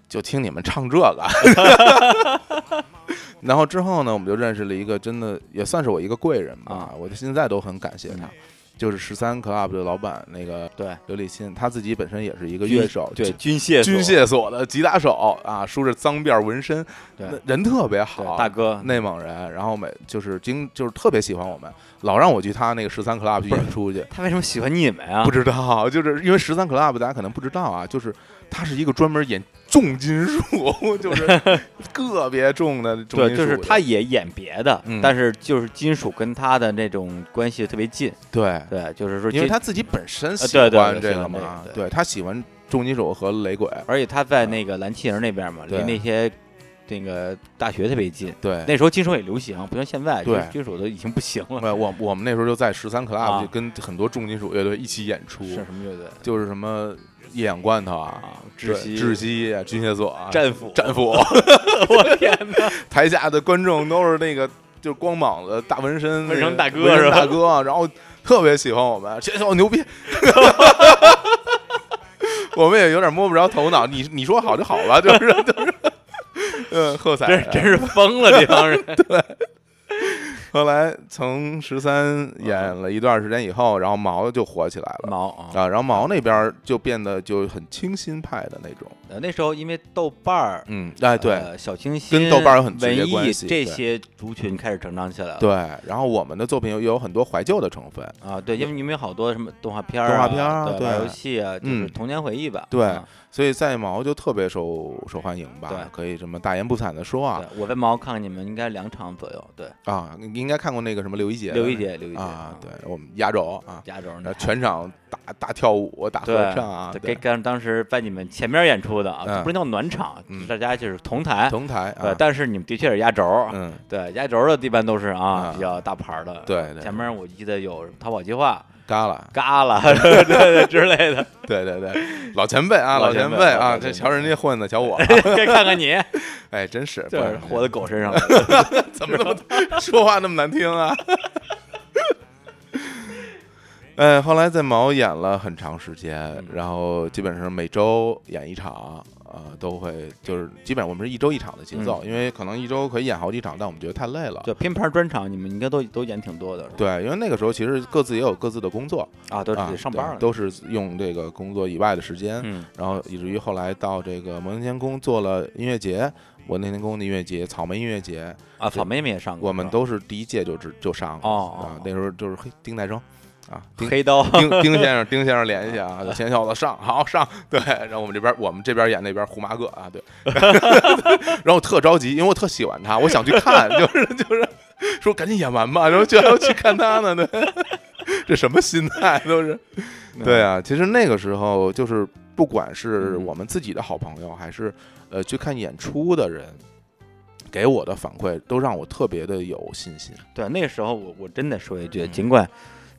S2: 就听你们唱这
S1: [LAUGHS]
S2: 个。然后之后呢，我们就认识了一个真的也算是我一个贵人吧，
S1: 啊嗯
S2: 我到现在都很感谢他，就是十三 club 的老板那个
S1: 对
S2: 刘立新，他自己本身也是一个
S1: 军
S2: 乐手，
S1: 对，军械
S2: 军
S1: 所
S2: 械所的吉他手啊，梳着脏辫儿纹身，
S1: 对
S2: 那人特别
S1: 对
S2: 好，
S1: 大嗯哥，
S2: 内蒙人，然后每就是经就是特别喜欢我们，老让我去他那个十三 club 去
S1: 不是
S2: 演出去。
S1: 他为什么喜欢你们啊
S2: [LAUGHS] 不？知道，就是因为十三 club 大家可能不知道啊，就是它是一个专门演重金属， [LAUGHS] 就是个别重的重
S1: 对，
S2: 金属。
S1: 就是他也演别的，
S2: 嗯
S1: 但是就是金属跟他的那种关系特别近。
S2: 对，
S1: 对，就是说，
S2: 因为他，自己本身喜
S1: 对对
S2: 欢
S1: 对
S2: 这
S1: 喜
S2: 个
S1: 欢这个
S2: 嘛，
S1: 对
S2: 对他喜欢重金属和雷鬼，
S1: 而且他在那个蓝旗营那边嘛，离
S2: 对
S1: 那些那个大学特别近。
S2: 对。
S1: 那时候金属也流行，不像现在，
S2: 对
S1: 金金属都已经不行了。
S2: 呃我我我们那时候就在十三 club
S1: 啊
S2: 就跟很多重金属乐队一起演出，
S1: 是什么乐队
S2: 就是什么液氧罐头啊、
S1: 啊？
S2: 对
S1: 窒息，
S2: 窒，息啊、军械所啊、
S1: 战斧，[LAUGHS]
S2: 战斧，
S1: 我天哪！
S2: [LAUGHS] 台下的观众都是那个就光膀子大纹身
S1: 纹身大哥
S2: 纹身
S1: 是吧
S2: 大哥，啊然后特别喜欢我们，这我牛逼。 [LAUGHS] 我们也有点摸不着头脑，你你说好就好吧，就是 [LAUGHS] 就是，嗯，喝彩。
S1: 真真是疯了，这帮人。
S2: 后来从十三演了一段时间以后，然后毛就火起来
S1: [LAUGHS]
S2: 了
S1: 毛啊！
S2: 啊，然后毛那边就变得就很清新派的那种，
S1: 呃那时候因为豆瓣儿，
S2: 嗯，哎对，
S1: 呃小清新
S2: 跟豆瓣儿有很直接关
S1: 文艺
S2: 系
S1: 这
S2: 对
S1: 些族群开始成长起来了。
S2: 对，然后我们的作品也有很多怀旧的成分，
S1: 啊，对，因为你们有好多什么动画片儿
S2: 动画
S1: 啊、
S2: 片儿
S1: 玩
S2: 对
S1: 游戏啊，就
S2: 嗯
S1: 是童年回忆吧。
S2: 对
S1: 啊
S2: 所以在毛就特别受受欢迎吧，
S1: 对
S2: 可以这么大言不惭的说啊
S1: 对，我在毛看看你们应该两场左右，对，
S2: 啊，你应该看过那个什么刘一杰的
S1: 刘一杰，刘一杰
S2: 啊，对，我们压轴啊，
S1: 加州
S2: 然
S1: 的
S2: 后。全场大大跳舞、大合
S1: 呃对
S2: 唱啊，
S1: 给
S2: 对，
S1: 跟当时在你们前面演出的啊，
S2: 嗯
S1: 不是叫暖场
S2: 嗯，
S1: 大家就是同台，
S2: 同台
S1: 对
S2: 啊，，
S1: 但是你们的确是压轴，
S2: 嗯，
S1: 对，压轴的一般都是
S2: 啊
S1: 啊比较大牌儿的，
S2: 对对
S1: 前面我记得有淘宝计划、[LAUGHS]
S2: 嘎啦，
S1: 嘎啦对对之类的，
S2: 对对对，老前辈啊，
S1: 老
S2: 老
S1: 前
S2: 前
S1: 辈
S2: 辈
S1: 老
S2: 啊，
S1: 前
S2: 这
S1: 辈
S2: 瞧人家混的，
S1: [LAUGHS]
S2: 瞧我，
S1: 该看看
S2: [LAUGHS]
S1: 你，
S2: 哎，真是，
S1: 就
S2: 不
S1: 是
S2: 然
S1: 活到狗身上了。 [LAUGHS]
S2: 怎么那么说话那么难听啊？ [LAUGHS] 哎，后来在毛演了很长时
S1: 嗯
S2: 间，然后基本上每周演一场，呃，都会就是基本上我们是一周一场的节奏，因为可能一周可以演好几场，但我们觉得太累了。
S1: 嗯对，拼盘专场你们应该都都演挺多的，是吧
S2: 对，因为那个时候其实各自也有各自的工作，
S1: 啊，都
S2: 啊
S1: 得上班
S2: 对
S1: 了，
S2: 都是用这个工作以外的时间，
S1: 嗯
S2: 然后以至于后来到这个摩登天空做了音乐节，摩登天空的音乐节、草莓音乐节，
S1: 啊，草莓妹也上过，
S2: 我们
S1: 是吧
S2: 都是第一届就只就上了
S1: 哦
S2: 啊
S1: 哦，
S2: 那时候就是嘿丁代生啊，丁
S1: 黑刀
S2: 丁丁先生，丁先生联系啊，就先小子上好上，对，然后我们这边我们这边演那边胡麻哥啊，对， [LAUGHS] 然后我特着急，因为我特喜欢他，我想去看，就是就是说赶紧演完吧，然后就要去看他呢，对， [LAUGHS] 这什么心态都是，
S1: 嗯
S2: [LAUGHS] 对啊，其实那个时候就是不管是
S1: 嗯
S2: 我们自己的好朋友，还是呃去看演出的人。给我的反馈都让我特别的有信心，
S1: 对，那个时候我我真得说一句，
S2: 嗯
S1: 尽管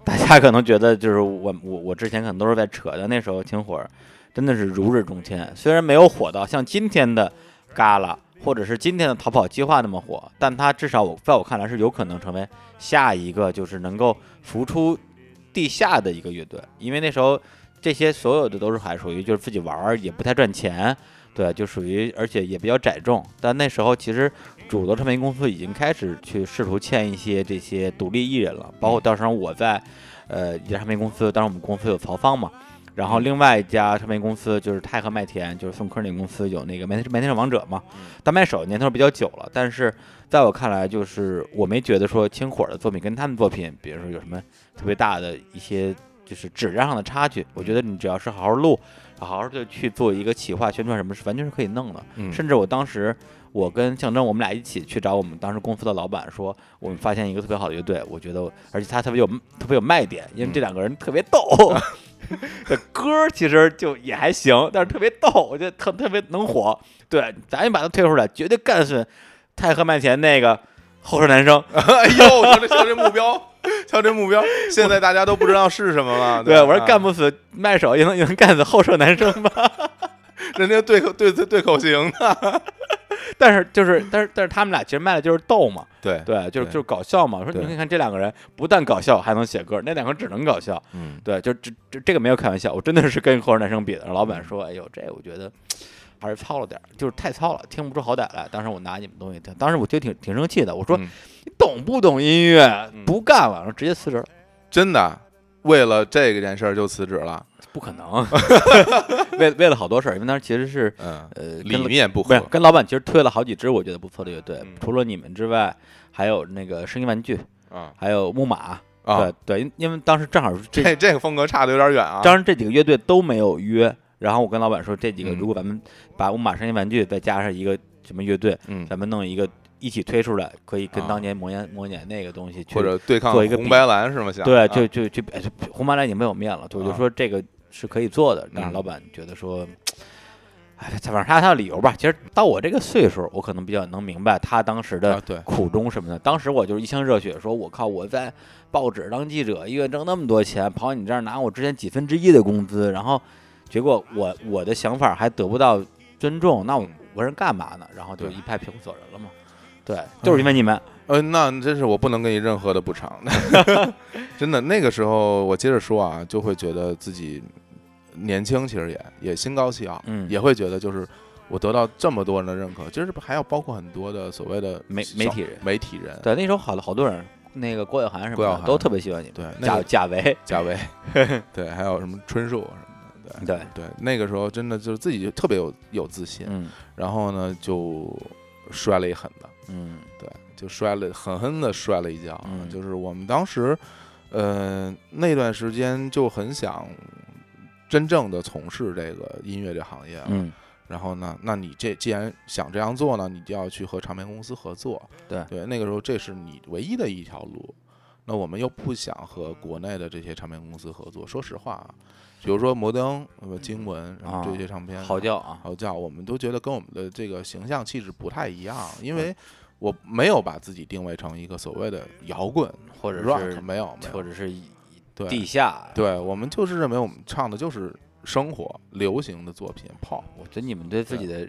S1: 大家可能觉得就是我我我之前可能都是在扯的，那时候挺火儿，真的是如日中天。虽然没有火到像今天的嘎啦，或者是今天的逃跑计划那么火，但它至少我在我看来是有可能成为下一个就是能够浮出地下的一个乐队，因为那时候这些所有的都是还属于就是自己玩儿，也不太赚钱。对，就属于，而且也比较窄众。但那时候其实主流唱片公司已经开始去试图签一些这些独立艺人了，包括当时我在呃一家唱片公司，当时我们公司有曹芳嘛，然后另外一家唱片公司就是泰和麦田，就是宋柯那个公司有那个麦田麦田守王者嘛，但麦手年头比较久了，但是在我看来，就是我没觉得说轻火的作品跟他们作品，比如说有什么特别大的一些就是质量上的差距，我觉得你只要是好好录。好好的去做一个企划宣传，什么是完全是可以弄的。
S2: 嗯
S1: 甚至我当时，我跟象征，我们俩一起去找我们当时公司的老板说，我们发现一个特别好的乐队，我觉得，而且他特别有特别有卖点，因为这两个人特别逗。这歌儿其实就也还行，但是特别逗，我觉得特特别能火。对，咱也把它推出来，绝对干死太和麦田那个后生男生。
S2: 哎呦，瞧这瞧这目标，瞧这目标，现在大家都不知道是什么了。啊
S1: 对，
S2: 吧
S1: 我说干，不死麦手，也能也能干死后生男生吧。
S2: 人家对口对对对口型
S1: [LAUGHS]
S2: 的。
S1: 但是就是，但是但是他们俩其实卖的就是逗嘛。
S2: 对，
S1: 对，就是
S2: 对
S1: 就是搞笑嘛。说
S2: 对
S1: 你看这两个人不但搞笑，还能写歌，那两个只能搞笑。
S2: 嗯，
S1: 对，就这这这个没有开玩笑，我真的是跟后生男生比的。老板 [LAUGHS] 说：“哎呦，这我觉得还是糙了点儿，就是太糙了，听不出好歹来。”当时我拿你们东西听，当时我就挺挺生气的，我说：“
S2: 嗯
S1: 你懂不懂音乐？
S2: 嗯
S1: 不干了，然后直接辞职了，
S2: 真的，为了这个件事儿就辞职了。
S1: [LAUGHS] 不可能。 [LAUGHS] 为为了好多事儿，因为当时其实是
S2: 嗯，
S1: 呃
S2: 理
S1: 跟
S2: 念不
S1: 不是
S2: 合。
S1: 跟老板其实推了好几支我觉得不错的乐队，
S2: 嗯
S1: 除了你们之外，还有那个声音玩具，
S2: 啊
S1: 还有木马。
S2: 啊，
S1: 对对，因因为当时正好是这
S2: 这这个风格差的有点远啊。
S1: 当然这几个乐队都没有约，然后我跟老板说，这几个
S2: 嗯
S1: 如果咱们把我们马上一玩具再加上一个什么乐队，
S2: 嗯，
S1: 咱们弄一个一起推出来，可以跟
S2: 啊
S1: 当年魔岩魔岩那个东西去
S2: 或者对抗
S1: 做一个比
S2: 红白蓝是吗？想
S1: 对，
S2: 啊
S1: 就就就哎就红马蓝已经没有面了，就就
S2: 啊
S1: 说这个是可以做的，但是
S2: 嗯
S1: 老板觉得说，哎，反正他他的理由吧。其实到我这个岁数，我可能比较能明白他当时的
S2: 啊对
S1: 苦衷什么的。当时我就是一腔热血，说我靠，我在报纸当记者，一月挣那么多钱，跑你这儿拿我之前几分之一的工资，然后结果我我的想法还得不到尊重，那我我人干嘛呢？然后就
S2: 对嗯
S1: 一拍屁股走人了嘛。对，就是因为你们，
S2: 呃，那真是我不能给你任何的补偿， [LAUGHS] 真的。那个时候我接着说啊，就会觉得自己年轻，其实也也心高气傲，
S1: 嗯
S2: 也会觉得就是我得到这么多人的认可，其实还要包括很多的所谓的
S1: 媒
S2: 小
S1: 媒体人
S2: 媒体人，
S1: 对，那时候好了好多人，那个郭晓涵什
S2: 郭
S1: 么
S2: 晓
S1: 的
S2: 涵
S1: 都特别喜欢你们。
S2: 对，那
S1: 贾贾
S2: 个
S1: 维，
S2: 贾维， [LAUGHS] 对，还有什么春树什么的，
S1: 对，
S2: 对对，那个时候真的就是自己就特别有有自信，
S1: 嗯
S2: 然后呢就摔了一狠的，
S1: 嗯
S2: 对，就摔了，狠狠的摔了一跤啊。
S1: 嗯
S2: 就是我们当时，呃，那段时间就很想真正的从事这个音乐这行业啊。
S1: 嗯，
S2: 然后呢，那你这既然想这样做呢，你就要去和唱片公司合作。
S1: 对
S2: 对，那个时候这是你唯一的一条路。那我们又不想和国内的这些唱片公司合作，说实话啊，比如说摩登、呃经文，然后
S1: 啊
S2: 这些唱片，
S1: 嚎叫啊，
S2: 嚎叫，我们都觉得跟我们的这个形象气质不太一样，
S1: 嗯
S2: 因为我没有把自己定位成一个所谓的摇滚
S1: 或者
S2: rock，
S1: 是
S2: 没有没
S1: 或
S2: 有，
S1: 者是以地
S2: 对
S1: 下，，
S2: 对，我们就是认为我们唱的就是生活流行的作品 pop，
S1: 我觉得你们对自己的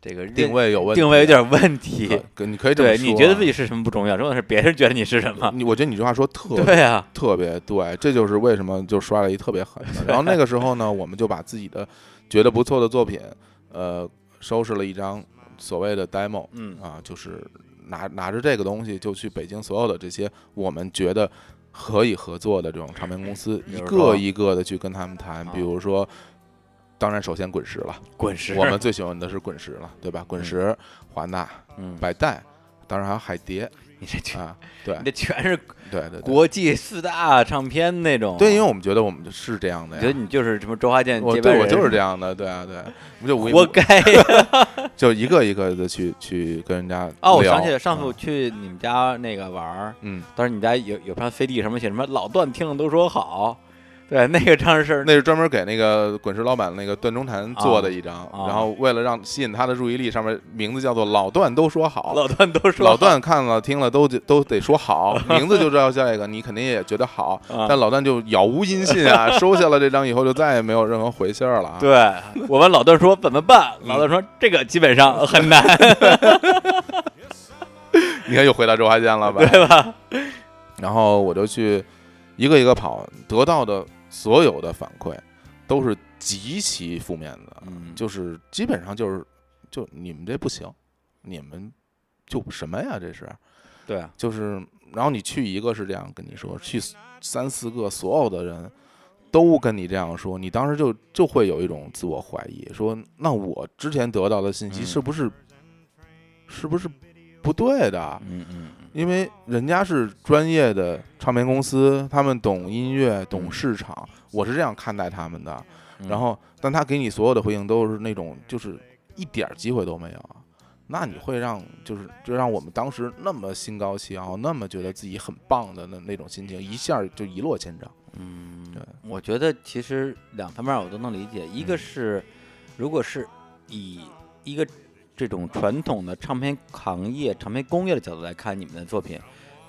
S1: 这个认
S2: 定位有问题，啊
S1: 定位有点问题
S2: 可，可你可以这么
S1: 对，
S2: 说啊，
S1: 你觉得自己是什么不重要，重要的是别人觉得你是什么，
S2: 你，我觉得你这话说特
S1: [LAUGHS]
S2: 别
S1: 对啊，
S2: 特别对，这就是为什么就摔了一特别狠的。
S1: [LAUGHS]
S2: 然后那个时候呢，我们就把自己的觉得不错的作品，呃，收拾了一张所谓的 demo，
S1: 嗯
S2: 啊，就是拿拿着这个东西就去北京所有的这些我们觉得可以合作的这种唱片公司，
S1: 比
S2: 一
S1: 如说
S2: 个一个的去跟他们谈
S1: 啊，
S2: 比如说。当然，首先滚石了，
S1: 滚石，
S2: 我们最喜欢的是滚石了，对吧？滚石、华纳、
S1: 嗯，
S2: 百代，当然还有
S1: [LAUGHS]
S2: 海蝶
S1: 你这全
S2: 啊，对
S1: 你这全是
S2: 对对对，
S1: 国际四大唱片那种，
S2: 对，因为我们觉得我们是这样的
S1: 我觉得
S2: 呀，
S1: 你就是什么周华健
S2: 我
S1: 接班
S2: 对
S1: 人，
S2: 我就是这样的，对啊对，我们就无意
S1: 活该。
S2: 就一个一个的去去跟人家
S1: 哦，我
S2: 聊
S1: 想起来，上次我
S2: 啊
S1: 去你们家那个玩儿，
S2: 嗯，
S1: 当时你家有有盘 CD，什么写什么老段听了都说好，对，那个唱是
S2: 那是专门给那个滚石老板那个段中坛做的一张，
S1: 啊
S2: 然后为了让吸引他的注意力，上面名字叫做“老段都说好”，
S1: 老段都说
S2: 老段看了听了都得都得说好，名字就知道这个，你肯定也觉得好，
S1: 啊
S2: 但老段就杳无音信啊，收下了这张以后就再也没有任何回信儿了啊。
S1: 对我问老段说怎么办，
S2: 嗯
S1: 老段说这个基本上很难，
S2: 你看又回到周华健了吧？
S1: 对吧？
S2: 然后我就去一个一个跑，得到的所有的反馈都是极其负面的，
S1: 嗯
S2: 就是基本上就是就你们这不行，你们就什么呀？这是
S1: 对，啊
S2: 就是，然后你去一个是这样跟你说，去三四个所有的人都跟你这样说，你当时就就会有一种自我怀疑，说那我之前得到的信息
S1: 嗯
S2: 是不是、是不是不对的？
S1: 嗯嗯嗯
S2: 因为人家是专业的唱片公司，他们懂音乐、懂市场，我是这样看待他们的。
S1: 嗯
S2: 然后，但他给你所有的回应都是那种，就是一点儿机会都没有啊。那你会让，就是就让我们当时那么心高气傲，那么觉得自己很棒的那那种心情，一下就一落千丈。对
S1: 嗯，我觉得其实两方面我都能理解，一个是如果是以一个这种传统的唱片行业、唱片工业的角度来看你们的作品，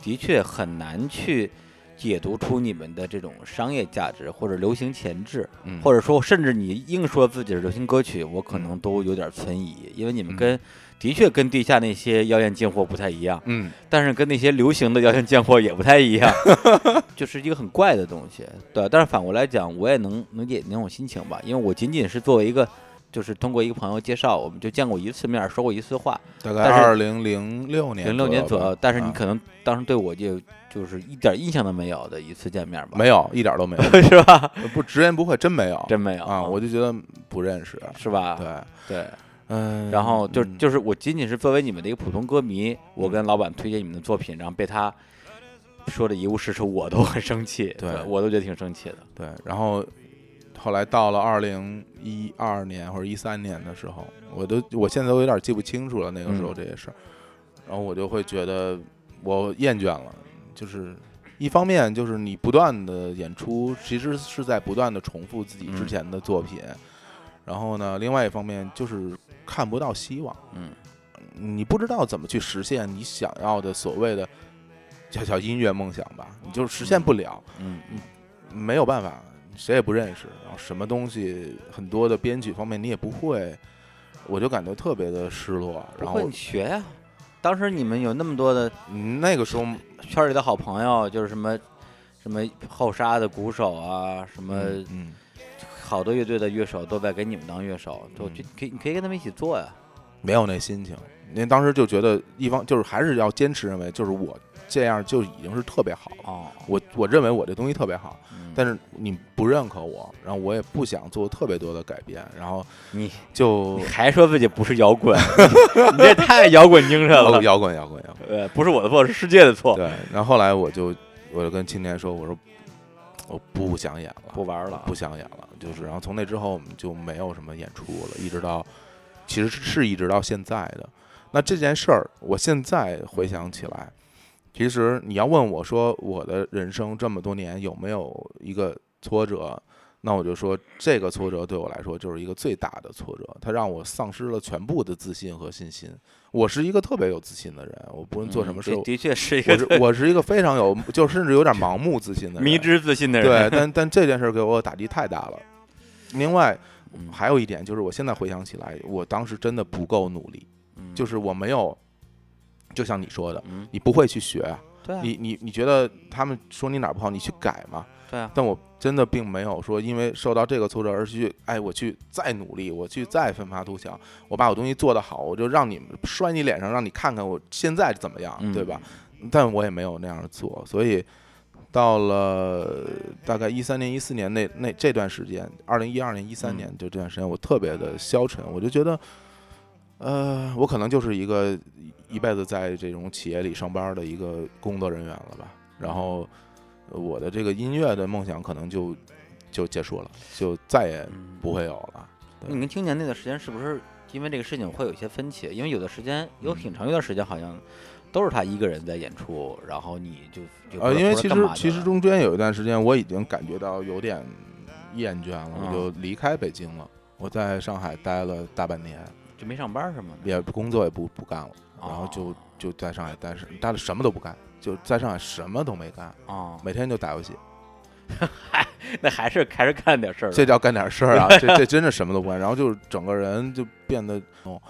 S1: 的确很难去解读出你们的这种商业价值或者流行潜质，
S2: 嗯
S1: 或
S2: 者
S1: 者说甚至你硬说自己是流行歌曲，我可能都有点存疑，因为你们跟、的确跟地下那些妖艳贱货不太一样。
S2: 嗯，
S1: 但是跟那些流行的妖艳贱货也不太一样， [LAUGHS] 就是一个很怪的东西。对，但是反过来讲，我也能能解那种心情吧，因为我仅仅是作为一个，就是通过一个朋友介绍，我们就见过一次面，说过一次话，
S2: 大
S1: 但
S2: 概
S1: 是
S2: 二零零六年
S1: 零六年左
S2: 左
S1: 右
S2: 右。
S1: 但是你
S2: 啊
S1: 可能当时对我就就是一点印象都没有的一次见面吧，
S2: 没有，一点儿都没有，
S1: [LAUGHS] 是吧？ [LAUGHS]
S2: 不直言不讳，真没有，
S1: 真没有
S2: 啊，我就觉得不认识。
S1: 是吧？
S2: 对，
S1: 对。
S2: 嗯，
S1: 然后就
S2: 嗯
S1: 就是我仅仅是作为你们的一个普通歌迷，我跟老板推荐你们的作品，然后被他说的一无是处，我都很生气，
S2: 对
S1: 我都觉得挺生气的。
S2: 对，然后后来到了二零一二年或者一三年的时候，我都我现在都有点记不清楚了那个时候
S1: 嗯
S2: 这些事儿，然后我就会觉得我厌倦了，就是一方面就是你不断的演出，其实是在不断的重复自己之
S1: 嗯
S2: 前的作品，然后呢，另外一方面就是看不到希望，
S1: 嗯，
S2: 你不知道怎么去实现你想要的所谓的叫叫音乐梦想吧，你就实现不了。
S1: 嗯
S2: 没有办法，谁也不认识，然后什么东西很多的编曲方面你也不会，我就感觉特别的失落。
S1: 不
S2: 然后
S1: 会你学呀、当时你们有那么多的
S2: 嗯那个时候，
S1: 圈里的好朋友，就是什么什么后沙的鼓手啊，什么
S2: 嗯，
S1: 好多乐队的乐手都在给你们当乐手，就
S2: 嗯
S1: 就可以你可以跟他们一起做呀。
S2: 没有那心情。因为当时就觉得一方就是还是要坚持认为，就是我这样就已经是特别好了。
S1: 哦，
S2: 我我认为我这东西特别好，
S1: 嗯
S2: 但是你不认可我，然后我也不想做特别多的改变，然后
S1: 你
S2: 就 [LAUGHS]
S1: 你还说自己不是摇滚， [LAUGHS] 你这太摇滚精神
S2: 摇
S1: 了。
S2: [LAUGHS] 摇滚摇滚摇滚。
S1: 呃，不是我的错，是世界的错。
S2: 哦对，然后后来我就我就跟青年说，我说我不想演了，
S1: 不玩了，
S2: 不想演了，就是，然后从那之后我们就没有什么演出了，一直到其实是一直到现在的。那这件事儿，我现在回想起来，其实你要问我说我的人生这么多年有没有一个挫折，那我就说这个挫折对我来说就是一个最大的挫折，它让我丧失了全部的自信和信心。我是一个特别有自信的人，我不论做什么事，
S1: 嗯的的确 [LAUGHS] 是一个
S2: 我是我是一个非常有，就甚至有点盲目自信的人，
S1: 迷之自信的
S2: 对
S1: 人。，
S2: 但但这件事儿给我打击太大了。另外
S1: 嗯
S2: 还有一点就是，我现在回想起来，我当时真的不够努力，
S1: 嗯
S2: 就是我没有，就像你说的，
S1: 嗯，
S2: 你不会去学啊，
S1: 对啊，
S2: 你你你觉得他们说你哪儿不好，你去改嘛。
S1: 对啊，
S2: 但我真的并没有说因为受到这个挫折而去，哎，我去再努力，我去再奋发图强，我把我东西做得好，我就让你们摔你脸上，让你看看我现在怎么样，
S1: 嗯
S2: 对吧？但我也没有那样做，所以到了大概一三年、一四年那那这段时间，二零一二年、一三
S1: 嗯
S2: 年就这段时间，我特别的消沉，我就觉得，呃，我可能就是一个一辈子在这种企业里上班的一个工作人员了吧。然后我的这个音乐的梦想可能就就结束了，就再也
S1: 嗯
S2: 不会有了。
S1: 你跟青年那段时间是不是因为这个事情会有一些分歧？因为有的时间有
S2: 嗯
S1: 挺长一段时间好像都是他一个人在演出，然后你就就
S2: 呃，
S1: 不知
S2: 因为
S1: 不
S2: 其
S1: 知道干
S2: 实
S1: 嘛去
S2: 其实
S1: 了
S2: 中间有一段时间，我已经感觉到有点厌倦了，
S1: 啊
S2: 我就离开北京了。我在上海待了大半年，
S1: 就没上班是吗？
S2: 也工作也不不干了，然后就
S1: 哦
S2: 就在上海待是待了什么都不干，就在上海什么都没干，
S1: 哦，
S2: 每天就打游戏。
S1: 那还是还是干点事儿吧。
S2: 这叫干点事儿
S1: [LAUGHS]
S2: 啊！这这真的什么都不干，然后就是整个人就变得，哦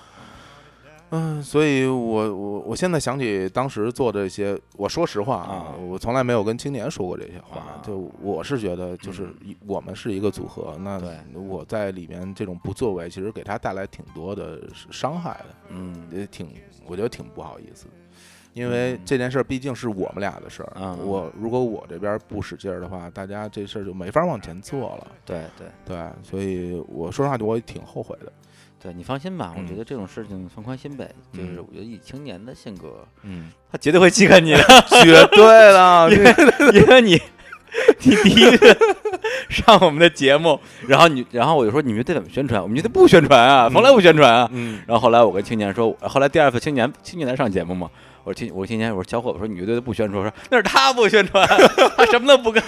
S2: 嗯、所以我我我现在想起当时做的一些，我说实话
S1: 啊
S2: 我从来没有跟青年说过这些话，
S1: 啊嗯
S2: 就我是觉得就是一、我们是一个组合，那
S1: 对
S2: 我在里面这种不作为，其实给他带来挺多的伤害的，
S1: 嗯
S2: 也挺我觉得挺不好意思的。因为这件事儿毕竟是我们俩的事儿，
S1: 嗯
S2: 我如果我这边不使劲儿的话，大家这事儿就没法往前做了。
S1: 对对
S2: 对，所以我说实话，我也挺后悔的。
S1: 对，你放心吧，我觉
S2: 嗯
S1: 得这种事情放宽心呗。就是
S2: 嗯
S1: 我觉得以青年的性格，
S2: 嗯，
S1: 他绝对会记恨你的，
S2: [LAUGHS] 绝啊对
S1: [LAUGHS] 因为
S2: 的，
S1: 因为你你第一次上我们的节目，然后你然后我就说你们乐队怎么宣传？我们乐队不宣传啊，从来不宣传啊。
S2: 嗯，
S1: 然后后来我跟青年说，后来第二次青年青年来上节目嘛，我说青我说青年我说小伙子说你乐队都不宣传，我说 [LAUGHS] 那是他不宣传，他什么都不干，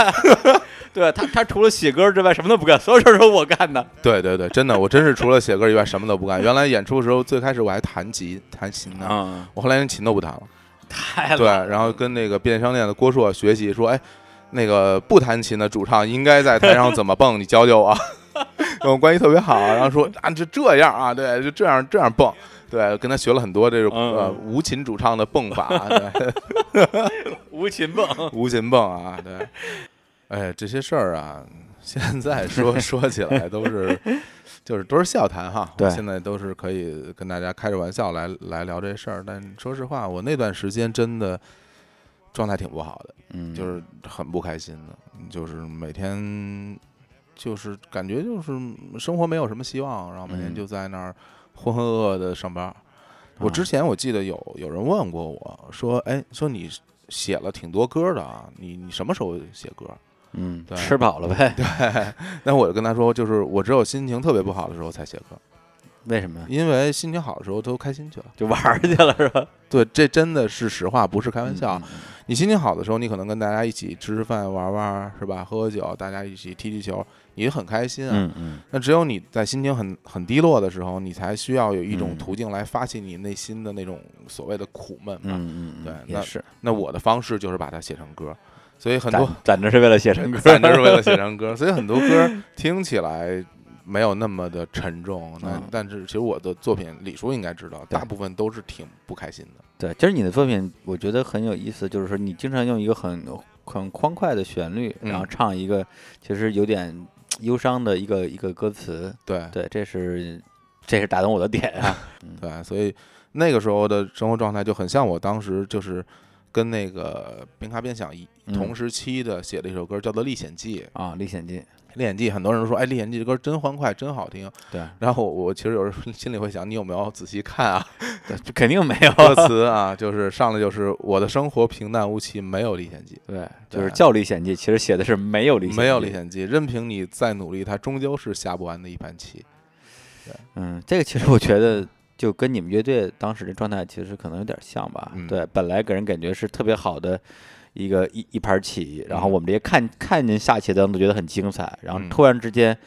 S1: [LAUGHS] 对啊他他除了写歌之外什么都不干，所有事儿都是我干的。
S2: 对对对，真的，我真是除了写歌以外什么都不干。原来演出的时候，最开始我还弹吉弹琴呢，
S1: 嗯，
S2: 我后来连琴都不弹了。
S1: 太
S2: 啊对，
S1: 懒了
S2: 然后跟那个便利商店的郭硕学习，说，哎，那个不弹琴的主唱应该在台上怎么蹦，你教教我。 [LAUGHS] 跟我关系特别好，然后说啊，就这样啊，对，就这样这样蹦。对，跟他学了很多这种
S1: 嗯
S2: 呃无琴主唱的蹦法，啊对，
S1: 无琴蹦，
S2: [LAUGHS] 无琴蹦啊，对，哎，这些事儿啊，现在说 [LAUGHS] 说起来都是，就是都是笑谈哈。
S1: 对
S2: 现在都是可以跟大家开着玩笑来来聊这事儿。但说实话，我那段时间真的状态挺不好的，
S1: 嗯
S2: 就是很不开心的，就是每天就是感觉就是生活没有什么希望，然后每天
S1: 嗯
S2: 就在那儿浑浑噩噩的上班儿。我
S1: 嗯
S2: 之前我记得有有人问 [LAUGHS] 过我说，哎，说你写了挺多歌的啊，你你什么时候写歌？
S1: 嗯，
S2: 对
S1: 吃饱了呗？
S2: 但我就跟他说，就是我只有心情特别不好的时候才写歌，
S1: 为什么？
S2: 因为心情好的时候都开心去了。
S1: 就玩儿去了是吧？
S2: 对，这真的是实话，不是开玩笑。啊
S1: 嗯，
S2: 你心情好的时候，你可能跟大家一起吃吃饭、玩玩，是吧？喝喝酒，大家一起踢踢球，你很开心啊。
S1: 嗯嗯
S2: 那只有你在心情很很低落的时候，你才需要有一种
S1: 嗯
S2: 途径来发泄你内心的那种所谓的苦闷嘛。
S1: 嗯嗯，嗯
S2: 对
S1: 也
S2: 那
S1: 是，
S2: 那我的方式就是把它写成歌，所以很
S1: 攒
S2: 多
S1: 攒着是为了写成歌，
S2: [LAUGHS] 咱就是为了写成歌，所以很多歌听起来没有那么的沉重。那
S1: 嗯
S2: 但是其实我的作品，李叔应该知道，
S1: 对
S2: 大部分都是挺不开心的。
S1: 对，其实你的作品我觉得很有意思，就是说你经常用一个很很欢快的旋律，
S2: 嗯
S1: 然后唱一个其实有点忧伤的一个一个歌词，
S2: 对
S1: 对，这是这是打动我的点啊，
S2: 对，所以那个时候的生活状态就很像我当时就是跟那个边咖边想一
S1: 嗯
S2: 同时期的写了一首歌，叫做《历险记》。
S1: 啊，《历险记》
S2: 《历险记》很多人说，哎，《历险记》这歌真欢快，真好听。
S1: 对
S2: 然后我其实有时候心里会想，你有没有仔细看啊？
S1: 对，肯定没有，
S2: 歌词啊，就是上来就是我的生活平淡无奇，没有历险记，
S1: 对，就是
S2: 对
S1: 叫《历险记》，其实写的是没有历险，
S2: 没有历，险记，任凭你再努力，它终究是下不完的一盘棋。
S1: 嗯，这个其实我觉得。就跟你们乐队当时的状态其实可能有点像吧，
S2: 嗯
S1: 对，本来给人感觉是特别好的一个一一盘棋，然后
S2: 嗯
S1: 我们这些看看见下棋的人都觉得很精彩，然后
S2: 嗯
S1: 突然之间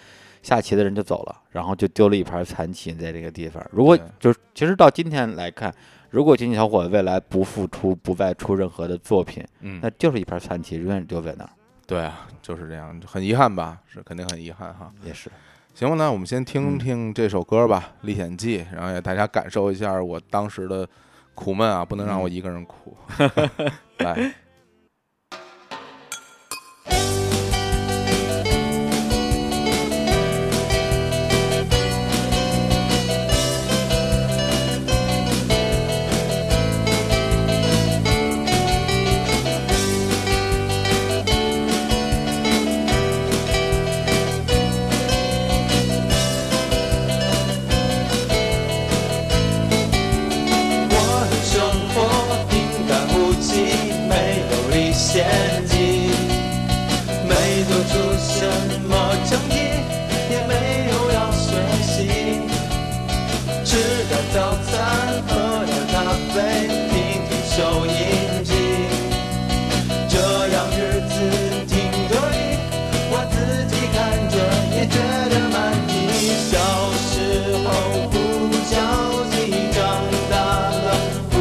S1: 下棋的人就走了，然后就丢了一盘残棋在这个地方。如果
S2: 对
S1: 就是其实到今天来看，如果经济小伙未来不付出、不再出任何的作品，
S2: 嗯
S1: 那就是一盘残棋，永远丢在那儿。
S2: 对啊，就是这样，很遗憾吧？是肯定很遗憾哈。
S1: 也是，
S2: 行吧，那我们先听
S1: 嗯
S2: 听这首歌吧，历险记》，然后也大家感受一下我当时的苦闷啊，不能让我一个人
S1: [LAUGHS]
S2: 哎哭。来，
S3: 我的生活平淡无奇，没有历险记，没做出什么争议，也没有要学习，吃点早餐，喝点咖啡，听听收音机，这样日子挺得意，我自己看着也觉得满意。小时候不着急，长大了不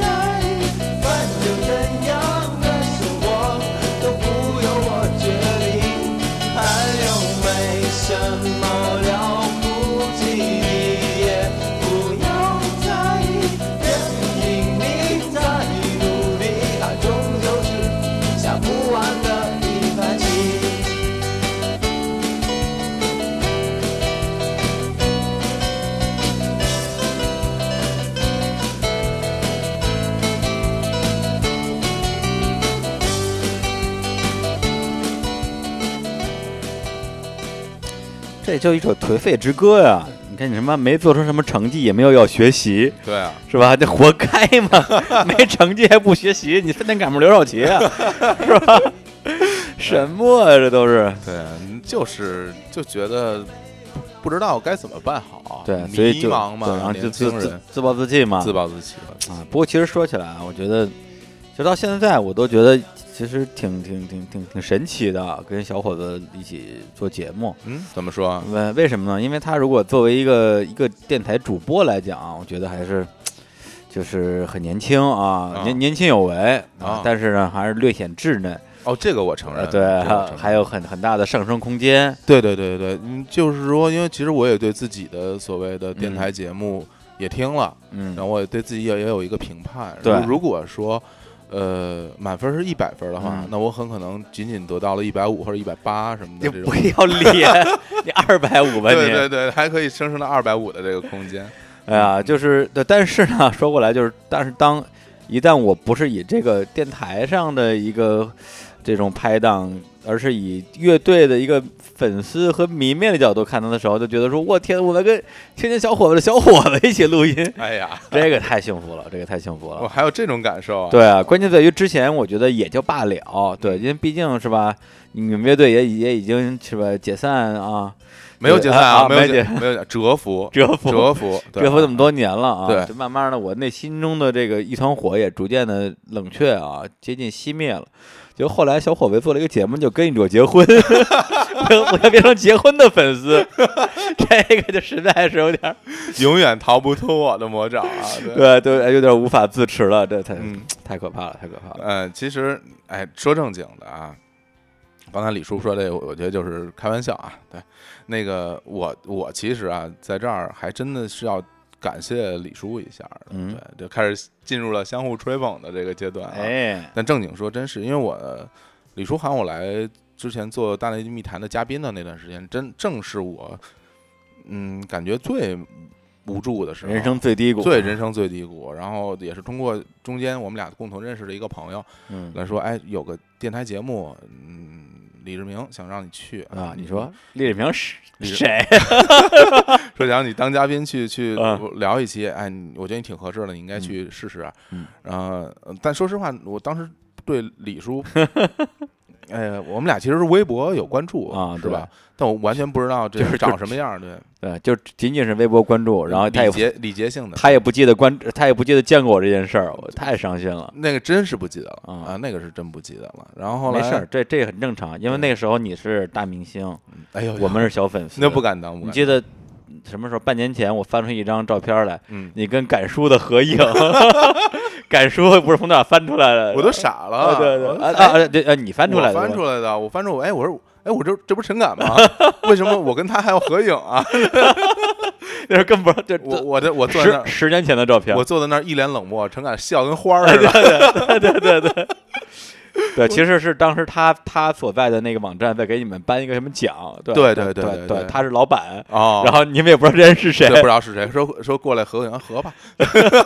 S3: 在意，反正怎样的生活都不由我决定。还有没什么了不起，你也不要在意，任凭你再努力，它终究是下不完的一盘棋。
S1: 这就一首颓废之歌呀、你看你他妈没做出什么成绩，也没有要学习，
S2: 对啊，
S1: 是吧？ [LAUGHS] 这活该
S2: [LAUGHS]
S1: 嘛！没成绩还不学习，你非得赶上刘少奇啊，是吧？什么啊？这都是
S2: 对啊，就是就觉得不知道该怎么办好，啊
S1: 对，所以
S2: 迷
S1: 就
S2: 茫
S1: 对然
S2: 嘛，
S1: 后就
S2: 年
S1: 自
S2: 轻
S1: 自
S2: 人
S1: 自暴自弃嘛，
S2: 自暴自弃了。
S1: 啊。不过其实说起来啊，我觉得，就到现在我都觉得其实挺挺挺挺挺神奇的啊，跟小伙子一起做节目。
S2: 嗯，怎么说啊？
S1: 为为什么呢？因为他如果作为一个一个电台主播来讲啊，我觉得还是就是很年轻啊，
S2: 啊
S1: 年年轻有为啊
S2: 啊，
S1: 但是呢还是略显稚嫩。
S2: 哦，这个我承认
S1: 呃，，对，还
S2: 这个我承认
S1: 还有很很大的上升空间。
S2: 对对对对，嗯，就是说，因为其实我也对自己的所谓的电台节目也听了，
S1: 嗯
S2: 然后我也对自己也也有一个评判。
S1: 对
S2: 如如果说，呃，满分是一百分的话，
S1: 嗯
S2: 那我很可能仅仅得到了一百五或者一百八什么
S1: 你
S2: 的这
S1: 不
S2: 种。
S1: 要脸，你二百五吧你。
S2: 对对对，还可以生成到二百五的这个空间。
S1: 哎呀，就是对，但是呢，说过来就是，但是当一旦我不是以这个电台上的一个这种拍档，而是以乐队的一个粉丝和迷妹的角度看他的时候，就觉得说，我天，我来跟天津小伙子的小伙子一起录
S2: [LAUGHS]
S1: 音，
S2: 哎
S1: [LAUGHS]
S2: 呀，
S1: 这个太幸福了，这个太幸福
S2: 我
S1: 了。
S2: 还有这种感受啊！
S1: 对啊，关键在于之前我觉得也就罢了，对，因为毕竟是吧，你们乐队也也已经是吧解散啊，
S2: 没有解散
S1: 啊
S2: 没有
S1: 没解
S2: 解，没有解折服，
S1: 折服
S2: 折服，对
S1: 蛰伏这么多年了啊，
S2: 对
S1: 就慢慢的，我内心中的这个一团火也逐渐的冷却啊，接近熄灭了。就后来小伙子做了一个节目，就跟你我结婚，我我要变成结婚的粉丝，这个就实在是有点儿，
S2: 永远逃不脱我的魔掌啊！
S1: 对
S2: 对
S1: 对，有点无法自持了，这太、
S2: 嗯
S1: 太可怕了，太可怕了。
S2: 呃，其实，哎，说正经的啊，刚才李叔说这个，我我觉得就是开玩笑啊。对，那个我我其实啊，在这儿还真的是要感谢李叔一下的，
S1: 嗯
S2: 对，就开始进入了相互吹捧的这个阶段啊。
S1: 哎，
S2: 但正经说，真是因为我李叔喊我来之前做《大内密谈》的嘉宾的那段时间，真正是我嗯感觉最无助的时候，
S1: 人生最低谷，
S2: 最人，生最低谷。然后也是通过中间我们俩共同认识的一个朋友。
S1: 嗯
S2: 来说，哎，有个电台节目，嗯，李志明想让你去哎
S1: 啊，你说李志明是
S2: 嗯李志
S1: 谁？
S2: 说想让你当嘉宾去去
S1: 啊
S2: 聊一期，哎，你我觉得你挺合适的，你应该去试试。
S1: 嗯
S2: 然后，呃但说实话，我当时对
S1: [LAUGHS]
S2: 李叔。哎，我们俩其实是微博有关注
S1: 啊
S2: 是
S1: 对
S2: 吧？但我完全不知道这
S1: 就是
S2: 长什么样儿，对。
S1: [LAUGHS] 对，就仅仅是微博关 [LAUGHS] 注，然后他
S2: 礼
S1: 也
S2: 节礼节性的，
S1: 他也不记得关，他也不记得见过我这件事儿，我
S2: 嗯
S1: 太伤心了。
S2: 那个真是不记得了
S1: 啊
S2: 啊，那个是真不记得了。然后后来
S1: 没事儿，，这这很正常，因为
S2: 对
S1: 那个时候你是大明星，
S2: 哎呦，
S1: 我们是小粉丝。
S2: 那不，敢当，不
S1: 你
S2: 敢
S1: 记
S2: 当。
S1: 得什么时候？半年前我翻出一张照片来，
S2: 嗯，
S1: 你跟敢叔的合
S2: [LAUGHS]
S1: 影，敢叔不是从哪儿翻出来的？
S2: 我都傻
S1: 啊，
S2: 了，
S1: 对对
S2: 我都
S1: 啊啊啊，对啊，你翻出来的，
S2: 我翻出来的，我翻出我哎，我说哎，我这这不是陈
S1: [LAUGHS]
S2: 敢吗？为什么我跟他还要合影啊？
S1: 那是更不就
S2: 我我这我坐在
S1: 十
S2: 那儿，
S1: 十年前的照片
S2: 我，坐在那儿一脸冷漠，陈敢笑跟花儿
S1: 哎
S2: 似的。
S1: [LAUGHS]
S2: [LAUGHS]
S1: 对，其实是当时他他所在的那个网站在给你们颁一个什么奖，对
S2: 对
S1: 对
S2: 对对
S1: 对
S2: 对对
S1: 他是老板，
S2: 哦，
S1: [LAUGHS] 然后你们也不知道这人是谁
S2: 这，不知道是谁说说过来合影，合吧。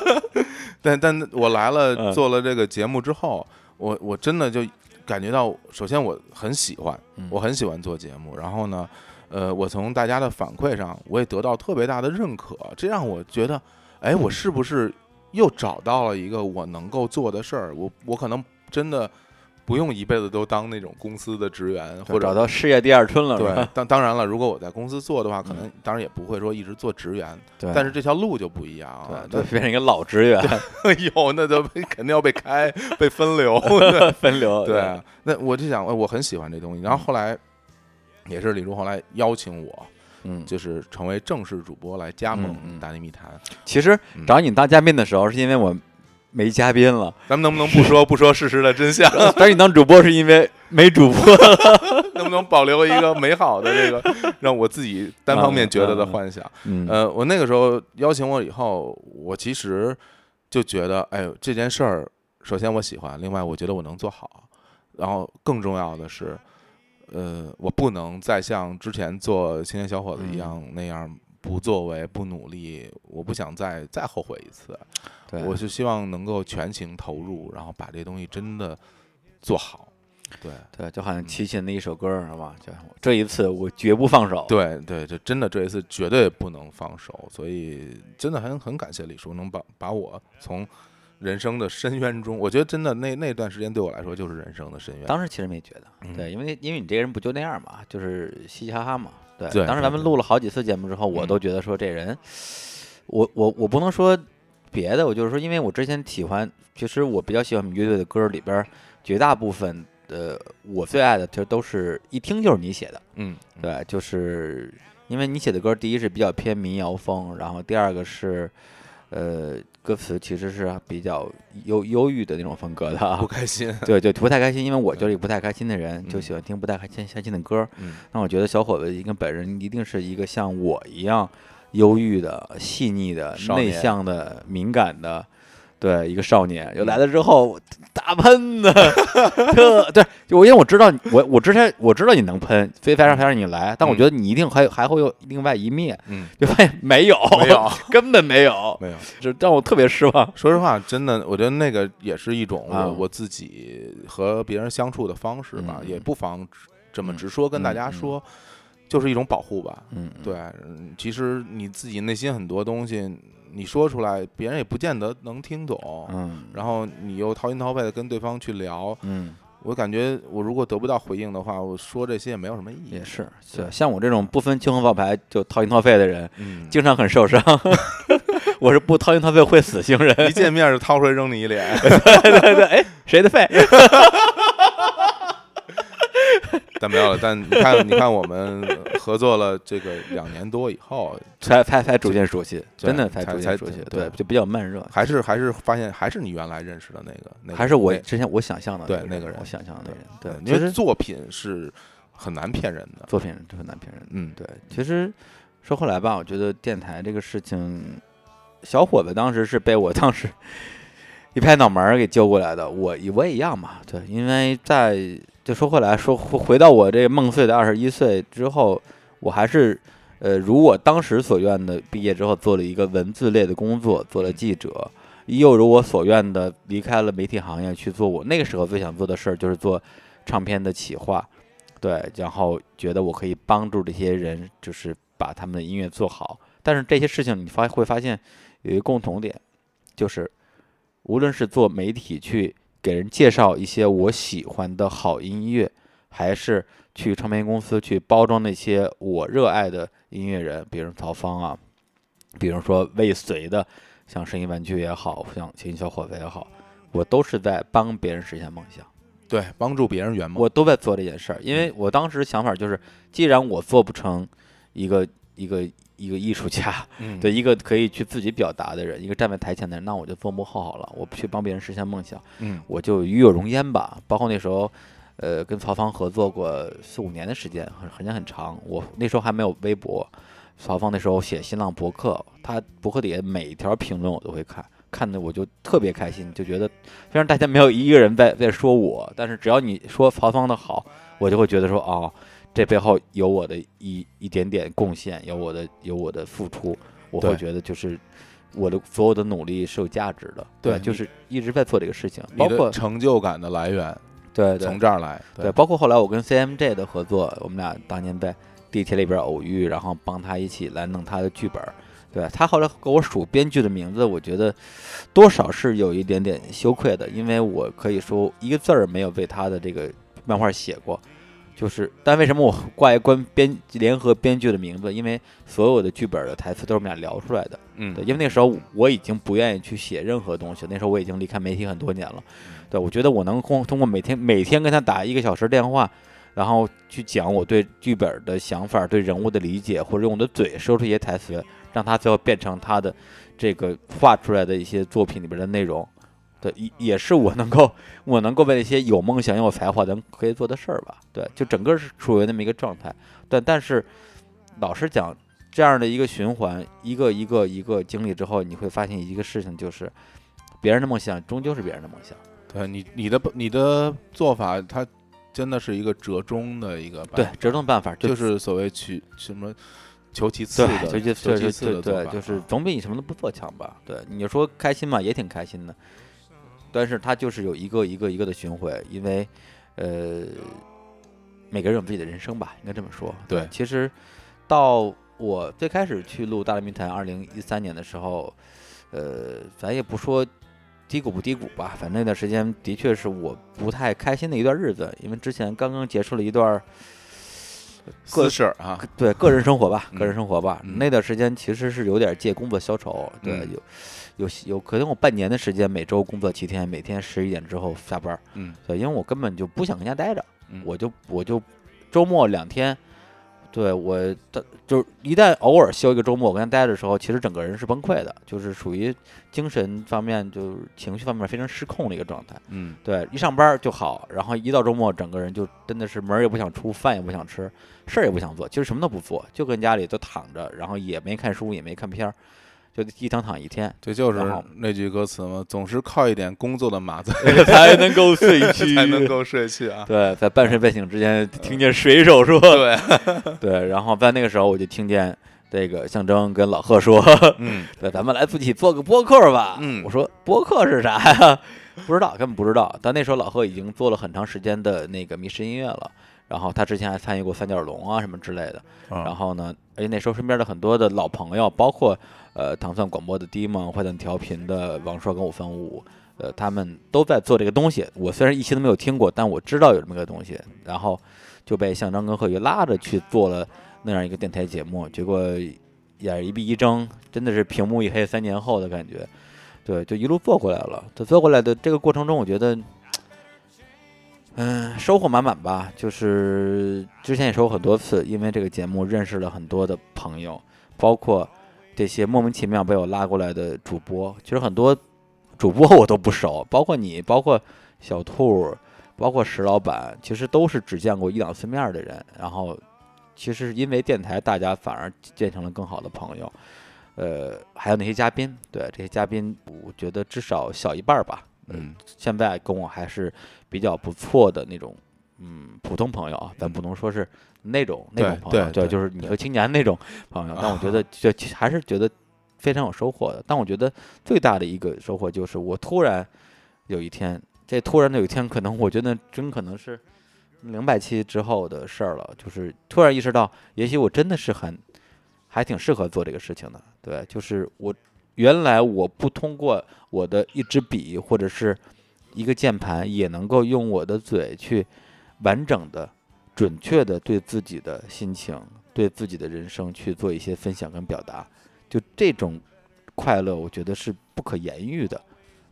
S2: [LAUGHS] 但但我来
S1: 嗯
S2: 了，做了这个节目之后，我我真的就感觉到，首先我很喜欢
S1: 嗯，
S2: 我很喜欢做节目，然后呢。呃，我从大家的反馈上，我也得到特别大的认可，这让我觉得，哎，我是不是又找到了一个我能够做的事儿？我我可能真的不用一辈子都当那种公司的职员，或者
S1: 找到事业第二春了，是
S2: 对
S1: 吧，嗯
S2: 当当然了，如果我在公司做的话，可能当然也不会说一直做职员，
S1: 对，
S2: 但是这条路就不一样啊
S1: [LAUGHS] 对，。就变成一个老职员，
S2: 那 [LAUGHS] 有那就被肯定要被 [LAUGHS] 开、被分流。对
S1: 分流，
S2: 对，那我就想，哎我很喜欢这东西。然后后来也是李叔后来邀请我，
S1: 嗯，
S2: 就是成为正式主播来加盟
S1: 嗯嗯
S2: 《大内密谈》。
S1: 其实
S2: 嗯
S1: 找你当嘉宾的时候，是因为我没嘉宾
S2: [LAUGHS]
S1: 了；
S2: 咱们能不能不说不说事实的真相？ [LAUGHS]
S1: 找你当主播，是因为没主播。
S2: 能不能保留一个美好的这个让我自己单方面觉得的幻想？
S1: 嗯
S2: 呃，我那个时候邀请我以后，我其实就觉得，哎呦，这件事儿，首先我喜欢，另外我觉得我能做好，然后更重要的是，呃，我不能再像之前做青年小伙子
S1: 嗯
S2: 一样、那样不作为、不努力，我不想再再后悔一次。
S1: 对，
S2: 我是希望能够全情投入，然后把这东西真的做好。对
S1: 对，就好像齐秦的一首歌儿，是吧？就这一次，我绝不放手。，
S2: 对对，这真的这一次绝对不能放手，所以真的很很感谢李叔能把把我从人生的深渊中，我觉得真的那那段时间对我来说就是人生的深渊。
S1: 当时其实没觉
S2: 嗯
S1: 得，对，因为因为你这个人不就那样嘛，就是嘻嘻哈哈嘛。对，
S2: 对
S1: 当时咱们
S2: 对对嗯
S1: 录了好几次节目之后，我都觉得说这人，我我我不能说别的，我就是说，因为我之前喜欢，其实我比较喜欢我们乐队的歌儿里边儿，绝大部分呃，我最爱的其实都是一听就是你写的。
S2: 嗯，嗯，
S1: 对，就是因为你写的歌，第一是比较偏民谣风，然后第二个是，呃，歌词其实是比较忧忧郁的那种风格的啊
S2: 不。开心。 [LAUGHS]
S1: 对对，就不太开心，因为我就是一个不太开心的人，就喜欢听不太开心开心的歌。
S2: 嗯
S1: 那我觉得小伙子应该本人一定是一个像我一样忧郁的、细腻的、
S2: 少
S1: 内
S2: 年嗯
S1: 向的、敏感的，对一个少年。就来了之后大喷的， [LAUGHS] 特对，就我因为我知道你我我之前我知道你能喷，所以才让才让你来，但我觉得你一定还有还会有另外一面，
S2: 嗯，
S1: 就发现没有，
S2: 没有，
S1: [LAUGHS] 根本没有，
S2: 没有。
S1: 就让我特别失望。
S2: 说实话，真的，我觉得那个也是一种我、
S1: 啊
S2: 我自己和别人相处的方式吧，
S1: 嗯
S2: 也不妨直这么
S1: 嗯
S2: 直说跟大
S1: 嗯
S2: 家
S1: 嗯
S2: 说。就是一种保护吧。
S1: 嗯，嗯
S2: 对，嗯其实你自己内心很多东西，你说出来，别人也不见得能听懂。
S1: 嗯
S2: 然后你又掏心掏肺的跟对方去聊，
S1: 嗯，
S2: 我感觉我如果得不到回应的话，我说这些也没有什么意义。
S1: 也，是，对，像我这种不分青红皂白就掏心掏肺的人，
S2: 嗯，
S1: 经常很受伤。 [LAUGHS] 我是不掏心掏肺会死星人。 [LAUGHS]
S2: 一见面就掏出来扔你一脸。 [LAUGHS]
S1: 对对对，哎，谁的肺？
S2: 但没有了。但你看，你看我们合作了这个两年多以后，
S1: 才才才逐渐熟悉，
S2: 对
S1: 真的才
S2: 才
S1: 逐渐
S2: 才
S1: 熟悉，
S2: 对
S1: 对，就比较慢热。
S2: 还是还是发现还是你原来认识的那个，那个
S1: 还是我
S2: 那
S1: 之前我想象的
S2: 对
S1: 那
S2: 那个人
S1: 我想象的那
S2: 对
S1: 人，，对，
S2: 因
S1: 其
S2: 为
S1: 实
S2: 作品是很难骗人的。
S1: 作品就是难评人。
S2: 嗯，
S1: 对，其实说后来吧，我觉得电台这个事情，小伙子当时是被我 [LAUGHS] 当时一拍脑门儿给揪过来的，我我也一样嘛，对，因为在就说回来说回回到我这个梦碎的二十一岁之后，我还是。呃，如我当时所愿的，毕业之后做了一个文字类的工作，做了记者，又如我所愿的离开了媒体行业，去做我那个时候最想做的事儿，就是做唱片的企划。对，然后觉得我可以帮助这些人，就是把他们的音乐做好。但是这些事情你发会发现有一个共同点，就是无论是做媒体去给人介绍一些我喜欢的好音乐，还是去唱片公司去包装那些我热爱的音乐人，比如曹芳啊，比如说未遂的，像声音玩具也好像琴小伙子也好，我都是在帮别人实现梦想。
S2: 对，帮助别人圆梦。
S1: 我都在做这件事儿，因为我当时想法就是，既然我做不成一个一个一个艺术家，
S2: 嗯，
S1: 对一个可以去自己表达的人，一个站在台前的人，那我就做幕后好了，我不去帮别人实现梦想，
S2: 嗯，
S1: 我就与有荣焉吧。包括那时候，呃，跟曹芳合作过四五年的时间，很时间很长。我那时候还没有微博，曹芳那时候写新浪博客，他博客底下每一条评论我都会看，看的我就特别开心，就觉得虽然大家没有一个人在在说我，但是只要你说曹芳的好，我就会觉得说哦。这背后有我的一一点点贡献，有我的有我的付出，我会
S2: 对
S1: 觉得就是我的所有的努力是有价值的。
S2: 对
S1: 就
S2: 你
S1: 是一直在做这个事情，
S2: 你
S1: 包
S2: 的
S1: 括
S2: 成就感的来源
S1: 对对
S2: 从这儿来。
S1: 对，包括后来我跟 CMJ 的合作，我们俩当年在地铁里边偶遇，然后帮他一起来弄他的剧本儿。对他后来给我数编剧的名字，我觉得多少是有一点点羞愧的，因为我可以说一个字儿没有被他的这个漫画写过。就是，但为什么我挂一关编联合编剧的名字？因为所有的剧本的台词都是我们俩聊出来的。
S2: 嗯，
S1: 对，因为那个时候我已经不愿意去写任何东西，那时候我已经离开媒体很多年了。对，我觉得我能通通过每天每天跟他打一个小时电话，然后去讲我对剧本的想法、对人物的理解，或者用我的嘴说出一些台词，让他最后变成他的这个画出来的一些作品里边的内容。对，也也是我能够我能够为那些有梦想、有才华的人可以做的事儿吧。对，就整个是处于那么一个状态。但但是，老实讲，这样的一个循环，一个一个一个经历之后，你会发现一个事情，就是别人的梦想终究是别人的梦想。
S2: 对你你的你的做法，它真的是一个折中的一个办
S1: 对
S2: 法，，
S1: 折中办法就
S2: 就是所谓取什么求其次的，
S1: 对，就
S2: 求
S1: 就
S2: 其
S1: 就
S2: 次的
S1: 就
S2: 做
S1: 对，
S2: 法，
S1: 就是
S2: 啊
S1: 总比你什么都不做强吧。对，你就说开心嘛，也挺开心的，但是它就是有一个一个一个的巡回，因为呃，每个人有自己的人生吧，应该这么说。
S2: 对
S1: 其实到我最开始去录《大内密谈》二零一三年的时候，呃，咱也不说低谷不低谷吧，反正那段时间的确是我不太开心的一段日子，因为之前刚刚结束了一段儿各
S2: 私事儿啊，
S1: 对个人生活吧，个人
S2: 嗯
S1: 生活吧。
S2: 嗯
S1: 那段时间其实是有点借工作消愁，对，
S2: 嗯
S1: 有有有可能我半年的时间，每周工作七天，每天十一点之后下班儿，
S2: 嗯
S1: 对，因为我根本就不想跟家待着，
S2: 嗯
S1: 我就我就周末两天，对我的就是一旦偶尔休一个周末，我跟家待着的时候，其实整个人是崩溃的，就是属于精神方面就是情绪方面非常失控的一个状态。
S2: 嗯
S1: 对，一上班儿就好，然后一到周末，整个人就真的是门儿也不想出，饭也不想吃，事儿也不想做，其实什么都不做，就跟家里就躺着，然后也没看书，也没看片儿，就一躺躺一
S2: [LAUGHS]，
S1: 天
S2: 这就是
S1: 然后
S2: 那句歌词嘛，总是靠一点工作的马子
S1: 才能够睡去
S2: [LAUGHS] 才能够睡去啊。
S1: 对，在半睡半醒之间，听见水手说，
S2: 对，
S1: [LAUGHS] 对，然后在那个时候，我就听见这个象征跟老贺说，
S2: 嗯，
S1: [LAUGHS] 对，咱们来自己做个播客吧。
S2: 嗯
S1: 我说播客是啥 [LAUGHS] 呀？不知道，根本不知道。但那时候老贺已经做了很长时间的那个迷失音乐了，然后他之前还参与过三角龙啊什么之类的。然
S2: 啊
S1: 后呢，而且那时候身边的很多的老朋友，包括呃糖蒜广播的 D 梦、坏蛋调频的王硕跟我分五，呃，他们都在做这个东西。我虽然一期都没有听过，但我知道有这么个东西，然后就被象征跟贺宇拉着去做了那样一个电台节目，结果眼一闭一睁，真的是屏幕一黑，三年后的感觉。对，就一路做过来了。在做过来的这个过程中，我觉得嗯，收获满满吧。就是之前也说过很多次，因为这个节目认识了很多的朋友，包括这些莫名其妙被我拉过来的主播。其实很多主播我都不熟，包括你，包括小兔，包括石老板，其实都是只见过一两次面儿的人。然后，其实是因为电台，大家反而建成了更好的朋友。呃，还有那些嘉宾，对这些嘉宾，我觉得至少小一半儿吧。
S2: 嗯，
S1: 现在跟我还是比较不错的那种，嗯，普通朋友啊，咱不能说是那种那种
S2: 对
S1: 朋友，
S2: 对
S1: 对，
S2: 对
S1: 就是你和青年那种朋友。但我觉得就其还是觉得非常有收获的。但我觉得最大的一个收获就是，我突然有一天，这突然的有一天，可能我觉得真可能是零百期之后的事儿了，就是突然意识到，也许我真的是很还挺适合做这个事情的。对，就是我原来我不通过我的一支笔或者是一个键盘，也能够用我的嘴去完整的、准确的对自己的心情、对自己的人生去做一些分享跟表达。就这种快乐，我觉得是不可言喻的。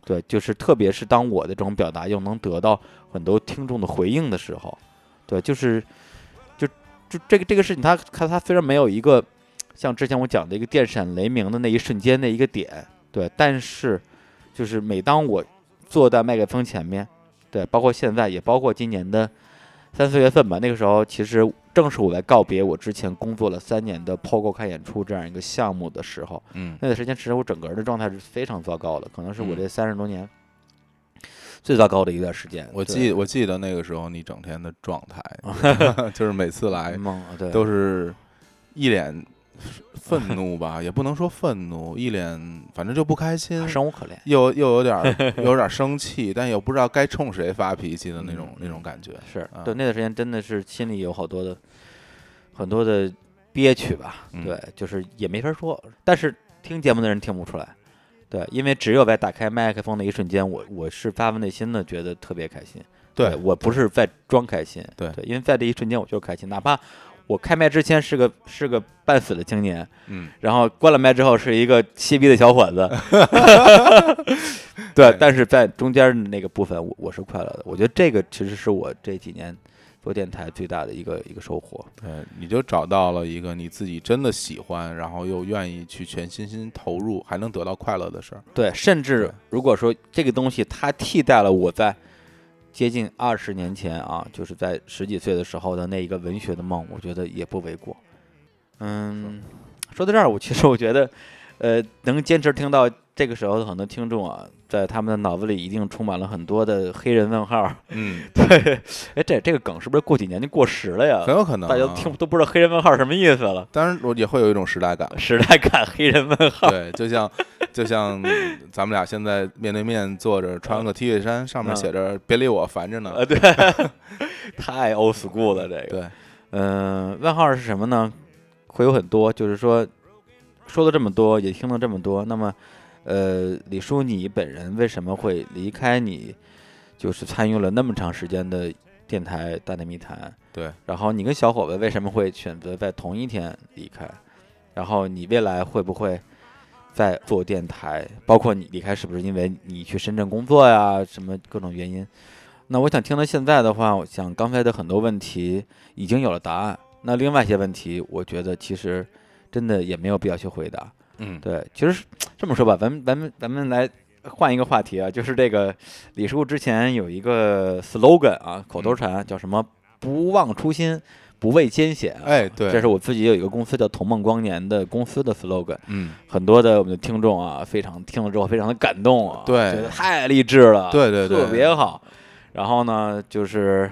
S1: 对，就是特别是当我的这种表达又能得到很多听众的回应的时候，对，就是就就这个这个事情它，它它虽然没有一个像之前我讲的一个电闪雷鸣的那一瞬间那一个点，对，但是就是每当我坐在麦克风前面，对，包括现在也包括今年的三四月份吧，那个时候其实正是我在告别我之前工作了三年的 POGO 看演出这样一个项目的时候，
S2: 嗯
S1: 那段时间，其实我整个人的状态是非常糟糕的，可能是我
S2: 嗯
S1: 这三十多年最糟糕的一段时间。
S2: 嗯我
S1: 对
S2: 记我记得那个时候你整天的状态，
S1: [LAUGHS]
S2: 就是每次来
S1: 梦，啊对，
S2: 都是一脸愤怒
S1: [LAUGHS]
S2: 吧，也不能说愤怒，一脸反正就不开心，
S1: 啊生无可恋。
S2: 又又有点儿
S1: [LAUGHS]
S2: 又有点儿生气，但又不知道该冲谁发脾气的那
S1: 嗯
S2: 种那种感觉。
S1: 是
S2: 啊
S1: 对那段时间真的是心里有好多的很多的憋屈吧，
S2: 嗯
S1: 对，就是也没法说，但是听节目的人听不出来，对，因为只有在打开麦克风的一瞬间，我我是发自内心的觉得特别开心，
S2: 对
S1: 我不是在装开心，
S2: 对
S1: 因为在这一瞬间我就开心，哪怕我开麦之前是个是个半死的青年，
S2: 嗯，
S1: 然后关了麦之后是一个嬉皮的小伙子，对
S2: 对，
S1: 但是在中间的那个部分，我我是快乐的。我觉得这个其实是我这几年做电台最大的一个一个收获。
S2: 对，你就找到了一个你自己真的喜欢，然后又愿意去全身心投入，还能得到快乐的事儿。
S1: 对，甚至
S2: 对
S1: 如果说这个东西它替代了我在接近二十年前啊，就是在十几岁的时候的那一个文学的梦，我觉得也不为过。嗯，说到这儿，我其实我觉得，呃，能坚持听到这个时候的很多听众啊，在他们的脑子里一定充满了很多的黑人问号。
S2: 嗯，
S1: [LAUGHS] 对，哎，这这个梗是不是过几年就过时了呀？
S2: 很有可能、啊、
S1: 大家都听都不知道黑人问号是什么意思了，。
S2: 当然我也会有一种时代感
S1: 时代感黑人问号。
S2: 对，就像 [LAUGHS] 就像咱们俩现在面对面坐着，穿个 T 恤衫，上面
S1: 嗯
S2: 写着“别理我，烦着呢
S1: 呃，对， [LAUGHS] 太 old school 了这”。个。
S2: 对，
S1: 嗯、问号是什么呢？会有很多，就是说说了这么多，也听了这么多，那么，呃，李叔你本人为什么会离开你，就是参与了那么长时间的电台《大内密谈》？
S2: 对，
S1: 然后你跟小伙子为什么会选择在同一天离开？然后你未来会不会再做电台？包括你离开是不是因为你去深圳工作呀？什么各种原因？那我想听到现在的话，我想刚才的很多问题已经有了答案。那另外一些问题，我觉得其实真的也没有必要去回答。
S2: 嗯，
S1: 对，其实是这么说吧，咱们咱们咱们来换一个话题啊，就是这个李叔之前有一个 slogan 啊，口头禅、叫什么？不忘初心，不畏艰险啊。
S2: 哎，对，
S1: 这是我自己有一个公司叫“同梦光年”的公司的 slogan，
S2: 嗯，
S1: 很多的我们的听众啊，非常听了之后非常的感动啊，
S2: 对
S1: 觉得太励志了，
S2: 对对对
S1: 特别好。然后呢，就是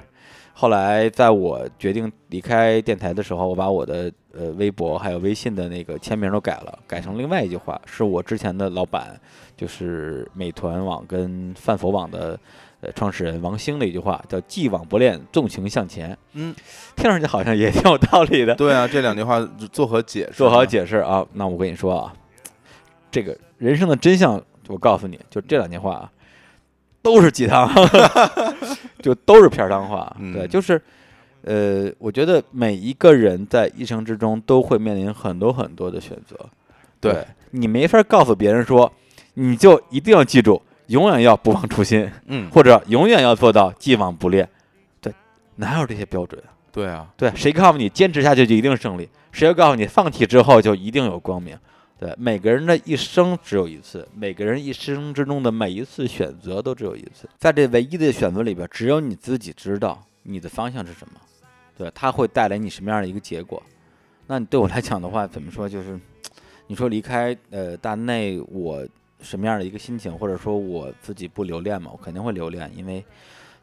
S1: 后来在我决定离开电台的时候，我把我的呃微博还有微信的那个签名都改了，改成另外一句话，是我之前的老板，就是美团网跟饭否网的。呃，创始人王兴的一句话叫“既往不恋，纵情向前”。
S2: 嗯，
S1: 听上去好像也挺有道理的。
S2: 对啊，这两句话做何解释？
S1: 做好，解释啊。那我跟你说啊，这个人生的真相，我告诉你，就这两句话啊，都是鸡汤， [LAUGHS] 就都是片儿汤话。
S2: 嗯
S1: 对，就是呃，我觉得每一个人在一生之中都会面临很多很多的选择。
S2: 对
S1: 你没法告诉别人说，你就一定要记住，永远要不忘初心，
S2: 嗯，
S1: 或者永远要做到既往不恋。对，哪有这些标准啊？
S2: 对啊，
S1: 对，谁告诉你坚持下去就一定胜利？谁又告诉你放弃之后就一定有光明？对，每个人的一生只有一次，每个人一生之中的每一次选择都只有一次，在这唯一的选择里边，只有你自己知道你的方向是什么，对，它会带来你什么样的一个结果。那你对我来讲的话，怎么说？就是你说离开呃大内，我什么样的一个心情，或者说我自己不留恋吗？我肯定会留恋，因为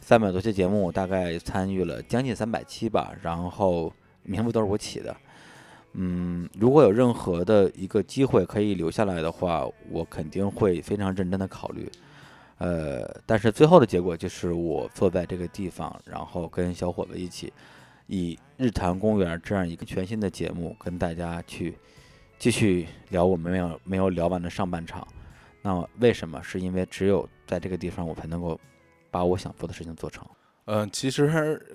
S1: 三百多期节目，我大概参与了将近三百期吧，然后名字都是我起的。嗯，如果有任何的一个机会可以留下来的话，我肯定会非常认真的考虑。呃，但是最后的结果就是我坐在这个地方，然后跟小伙子一起，以日坛公园这样一个全新的节目跟大家去继续聊我们没有没有聊完的上半场。那么为什么？是因为只有在这个地方，我才能够把我想做的事情做成。
S2: 嗯、其实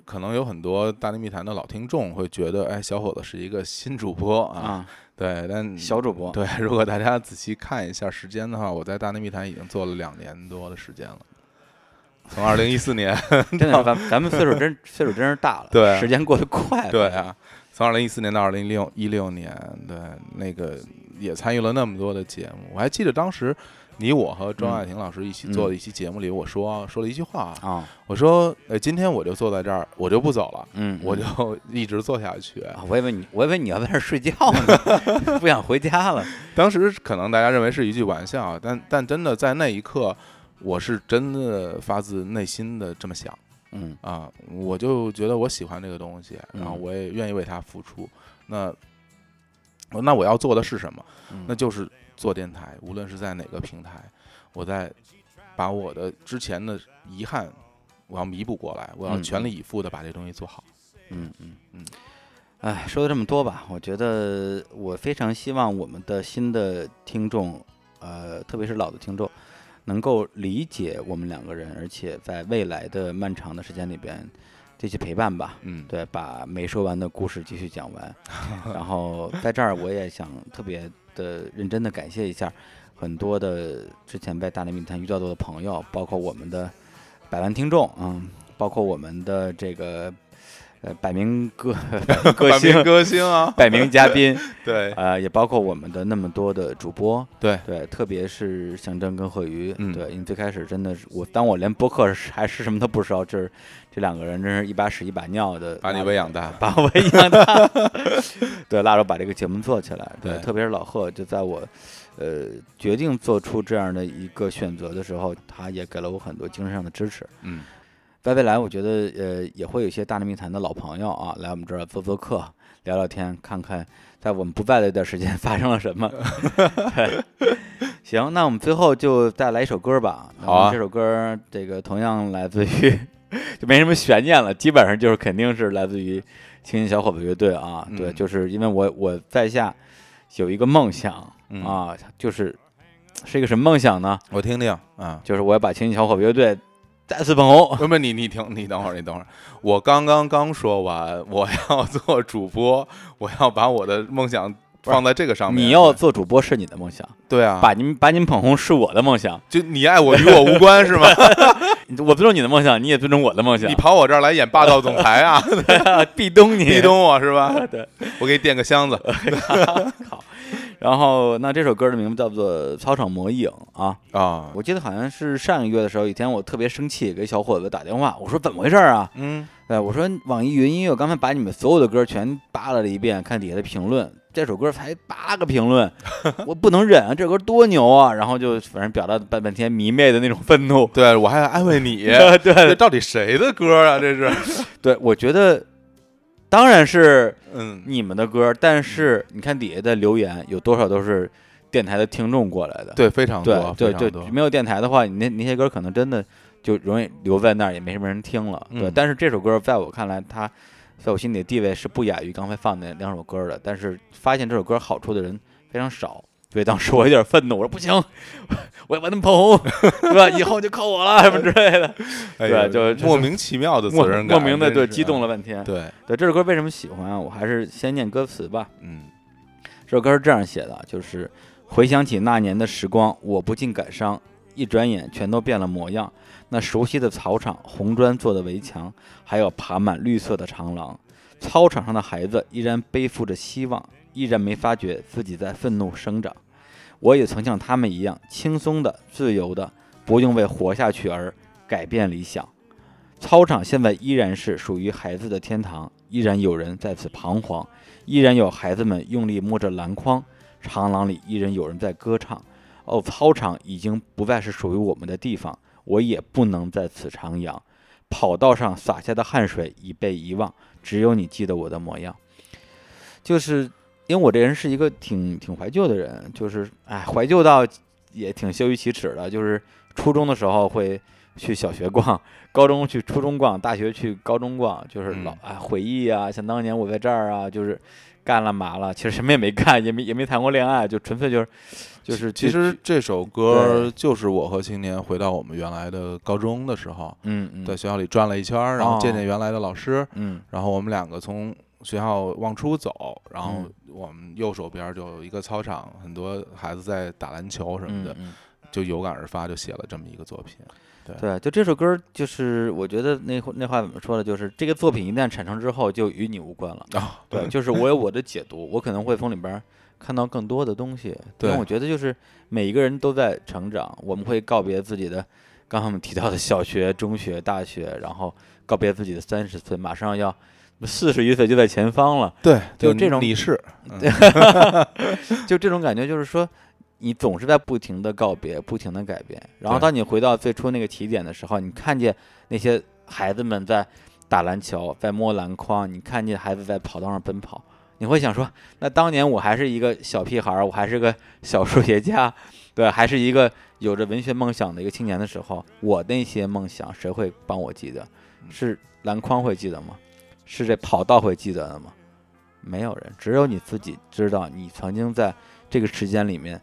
S2: 可能有很多大内密谈的老听众会觉得，哎，小伙子是一个新主播啊，
S1: 啊，
S2: 对，但
S1: 小主播，
S2: 对，如果大家仔细看一下时间的话，我在大内密谈已经做了两年多的时间了，从二零一四年，
S1: 真 [LAUGHS] 的，咱咱们岁数真岁数真是大了，
S2: 对啊
S1: 时间过得快，
S2: 对，啊，从二零一四年到二零六一六年，对，那个也参与了那么多的节目，我还记得当时你我和周爱婷老师一起做的一期节目里，我说说了一句话，
S1: 啊，
S2: 我说，呃，今天我就坐在这儿，我就不走了，
S1: 嗯，
S2: 我就一直坐下去。
S1: 啊我以为你，我以为你要在那儿睡觉 [LAUGHS] 呢，不想回家了，
S2: 当时可能大家认为是一句玩笑，啊但但真的在那一刻，我是真的发自内心的这么想
S1: 嗯
S2: 啊，我就觉得我喜欢这个东西，
S1: 嗯
S2: 然后我也愿意为它付出。那那我要做的是什么？
S1: 嗯
S2: 那就是做电台，无论是在哪个平台，我在把我的之前的遗憾，我要弥补过来，我要
S1: 嗯
S2: 全力以赴的把这东西做好。
S1: 嗯嗯
S2: 嗯。
S1: 哎，说了这么多吧，我觉得我非常希望我们的新的听众，呃，特别是老的听众，能够理解我们两个人，而且在未来的漫长的时间里边，继续陪伴吧。
S2: 嗯，
S1: 对，把没说完的故事继续讲完。
S2: [LAUGHS]
S1: 然后在这儿，我也想特别的认真的感谢一下很多的之前在大内密谈遇到过的朋友，包括我们的百万听众，嗯，包括我们的这个呃百名
S2: [LAUGHS]
S1: 歌百名歌
S2: 百名
S1: 星、
S2: 歌星啊， [LAUGHS]
S1: 百名嘉宾，
S2: 对
S1: 呃，也包括我们的那么多的主播，
S2: [LAUGHS] 对
S1: 对，特别是象征跟贺宇，
S2: 嗯
S1: 对，因为最开始真的是我，当我连播客是还是什么都不知道，就是这两个人真是一把屎一把尿的，
S2: 把你喂养大。
S1: 把我一样大， [LAUGHS] 对，拉着把这个节目做起来。
S2: 对
S1: 特别是老贺，就在我呃决定做出这样的一个选择的时候，他也给了我很多精神上的支持。
S2: 嗯，
S1: 在未来，我觉得呃也会有一些大内密谈的老朋友啊，来我们这儿做做客、聊聊天，看看在我们不在的一段时间 [LAUGHS] 发生了什么。对行，那我们最后就再来一首歌吧。那
S2: 好啊
S1: 我们这首歌这个同样来自于， [LAUGHS] 就没什么悬念了，基本上就是肯定是来自于青年小伙子乐队啊。对，
S2: 嗯
S1: 就是因为我我在下有一个梦想、
S2: 嗯
S1: 啊，就是是一个什么梦想呢？
S2: 我听听啊。
S1: 就是我要把青年小伙子乐队再次捧红。
S2: [LAUGHS] 要不你你听你等会儿你等会儿，我刚刚刚说完，我要做主播，我要把我的梦想放在这个上面。
S1: 你要做主播是你的梦想，
S2: 对啊，
S1: 把您把您捧红是我的梦想。
S2: 就你爱我与我无关
S1: [LAUGHS]
S2: 是吗？
S1: 我尊重你的梦想，你也尊重我的梦想
S2: 你。跑我这儿来演霸道总裁啊，
S1: 壁 [LAUGHS] 咚你，
S2: [LAUGHS] 壁。咚我是吧？
S1: 对，
S2: 我给你垫个箱子。
S1: [LAUGHS] 然后，那这首歌的名字叫做《操场魔影》啊。
S2: 啊，
S1: 我记得好像是上个月的时候，有一天我特别生气，给小伙子打电话，我说怎么回事儿啊？
S2: 嗯，
S1: 哎，我说网易云音乐刚才把你们所有的歌全扒拉了一遍，看底下的评论，这首歌才八个评
S2: [LAUGHS]
S1: 论，我不能忍啊，这歌多牛啊！然后就反正表达半半天迷妹的那种愤怒。，
S2: 对我还安慰
S1: [LAUGHS]
S2: 你
S1: 对
S2: 这
S1: 对
S2: 到底谁的歌啊？
S1: [LAUGHS]
S2: 这是，
S1: 对，我觉得当然是
S2: 嗯，
S1: 你们的歌，但是你看底下的留言有多少都是电台的听众过来的。
S2: 对，非常多，
S1: 对
S2: 非常
S1: 对
S2: 多
S1: 对，没有电台的话，你那那些歌可能真的就容易留在那儿，也没什么人听了。对，
S2: 嗯
S1: 但是这首歌在我看来，它在我心里的地位是不亚于刚才放的那两首歌的。但是发现这首歌好处的人非常少，所以当时我有点愤怒，我说不行，我要把他们捧红， [LAUGHS] 对吧？以后就靠我了什么之类的，
S2: 哎
S1: 对
S2: 呦
S1: 就就是
S2: 莫名其妙的责
S1: 莫
S2: 任感，
S1: 莫名的对
S2: 真是啊
S1: 激动了，半天。
S2: 对，
S1: 对这首歌为什么喜欢啊？我还是先念歌词吧。
S2: 嗯
S1: 这首歌是这样写的，就是回想起那年的时光，我不禁感伤，一转眼全都变了模样。那熟悉的草场，红砖做的围墙，还有爬满绿色的长廊，操场上的孩子依然背负着希望，依然没发觉自己在愤怒生长。我也曾像他们一样，轻松的、自由的，不用为活下去而改变理想。操场现在依然是属于孩子的天堂，依然有人在此彷徨。依然有孩子们用力摸着篮筐，长廊里依然有人在歌唱。哦，操场已经不再是属于我们的地方，我也不能在此徜徉。跑道上洒下的汗水已被遗忘，只有你记得我的模样。就是因为我这人是一个挺挺怀旧的人，就是哎，怀旧到也挺羞于启齿的。就是初中的时候会去小学逛，高中去初中逛，大学去高中逛，就是老
S2: 嗯
S1: 哎回忆啊，想当年我在这儿啊，就是干了嘛了，其实什么也没干，也没也没谈过恋爱，就纯粹就是就是
S2: 其
S1: 去
S2: 实这首歌
S1: 对
S2: 就是我和青年回到我们原来的高中的时候，
S1: 嗯嗯
S2: 在学校里转了一圈儿，然后见
S1: 哦
S2: 见原来的老师，
S1: 嗯
S2: 然后我们两个从学校往出走，然后
S1: 嗯
S2: 我们右手边就有一个操场，很多孩子在打篮球什么
S1: 嗯
S2: 的，
S1: 嗯
S2: 就有感而发，就写了这么一个作品。
S1: 对，就这首歌，就是我觉得那会那话怎么说呢？就是这个作品一旦产生之后，就与你无关了。
S2: 啊，
S1: 哦对，就是我有我的解读，我可能会从里边儿看到更多的东西。
S2: 对
S1: 但我觉得就是每一个人都在成长，我们会告别自己的刚才我们提到的小学、中学、大学，然后告别自己的三十岁，马上要四十一岁就在前方了。
S2: 对，
S1: 就这种
S2: 你是，嗯
S1: 就这种感觉，就是说，你总是在不停的告别，不停的改变。然后当你回到最初那个起点的时候，你看见那些孩子们在打篮球，在摸篮筐，你看见孩子在跑道上奔跑，你会想说，那当年我还是一个小屁孩儿，我还是个小数学家，对，还是一个有着文学梦想的一个青年的时候，我那些梦想谁会帮我记得？是篮筐会记得吗？是这跑道会记得的吗？没有人，只有你自己知道你曾经在这个时间里面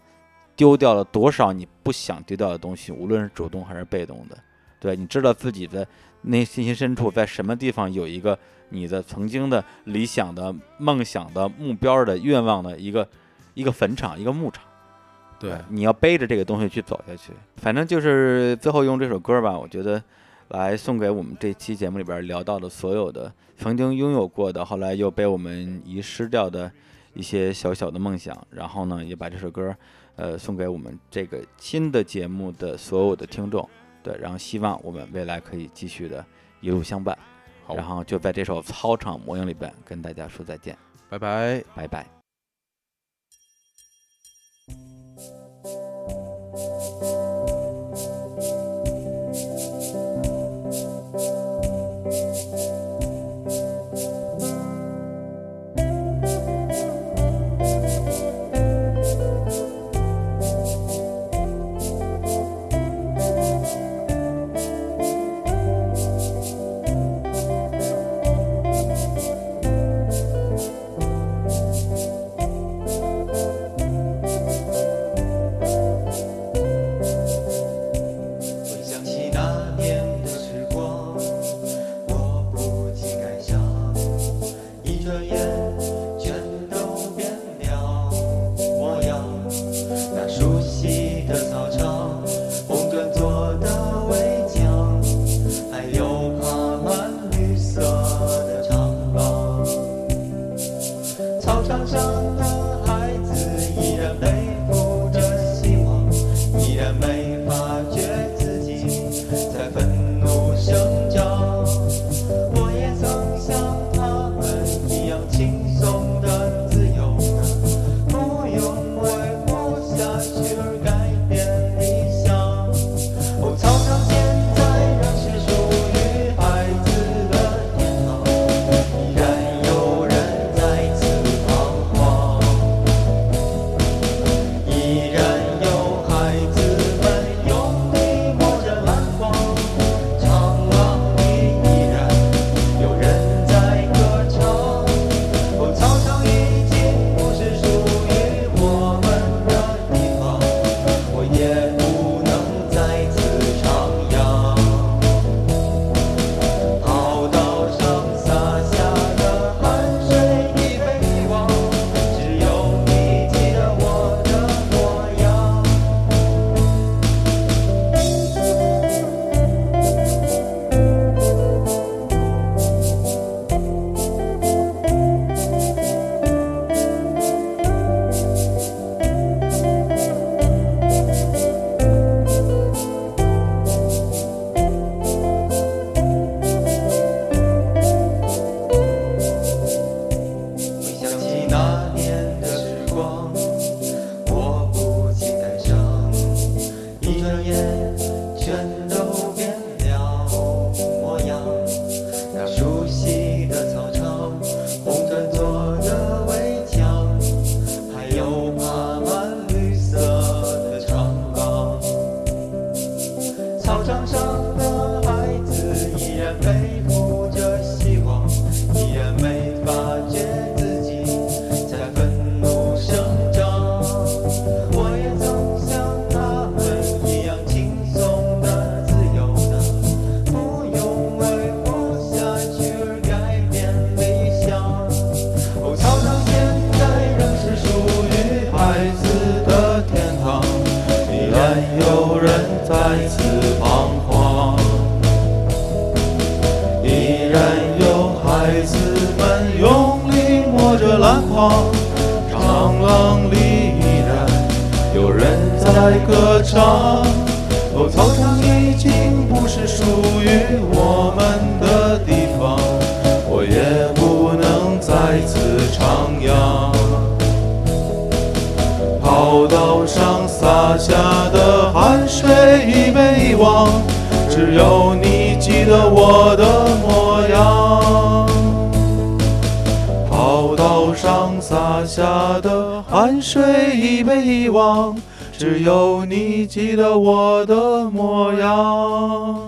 S1: 丢掉了多少你不想丢掉的东西，无论是主动还是被动的。对，你知道自己的内心深处在什么地方有一个你的曾经的理想的、梦想的、目标的、愿望的一个一个坟场、一个牧场。
S2: 对，
S1: 呃你要背着这个东西去走下去。反正就是最后用这首歌吧，我觉得来送给我们这期节目里边聊到的所有的曾经拥有过的，后来又被我们遗失掉的一些小小的梦想。然后呢，也把这首歌呃送给我们这个新的节目的所有的听众。对，然后希望我们未来可以继续的一路相伴。
S2: 好
S1: 然后就在这首《操场魔影》里边跟大家说再见，
S2: 拜拜。
S1: 拜拜。
S3: 回想起那年的时光，我不禁感伤，一转眼全都变了模样。那熟悉的操场，红砖做的围墙，还有爬满绿色的长廊。操场上的孩子依然背负着希望，依然没发觉自己在愤怒生长。我也曾像他们一样轻松的、自由的，哦我，长廊里依然有人在歌唱。哦，操场已经不是属于我们的地方，我也不能再次徜徉。跑道上洒下的汗水已被遗忘，只有你记得我的模样。跑道上洒下的汗水已被遗忘，只有你记得我的模样。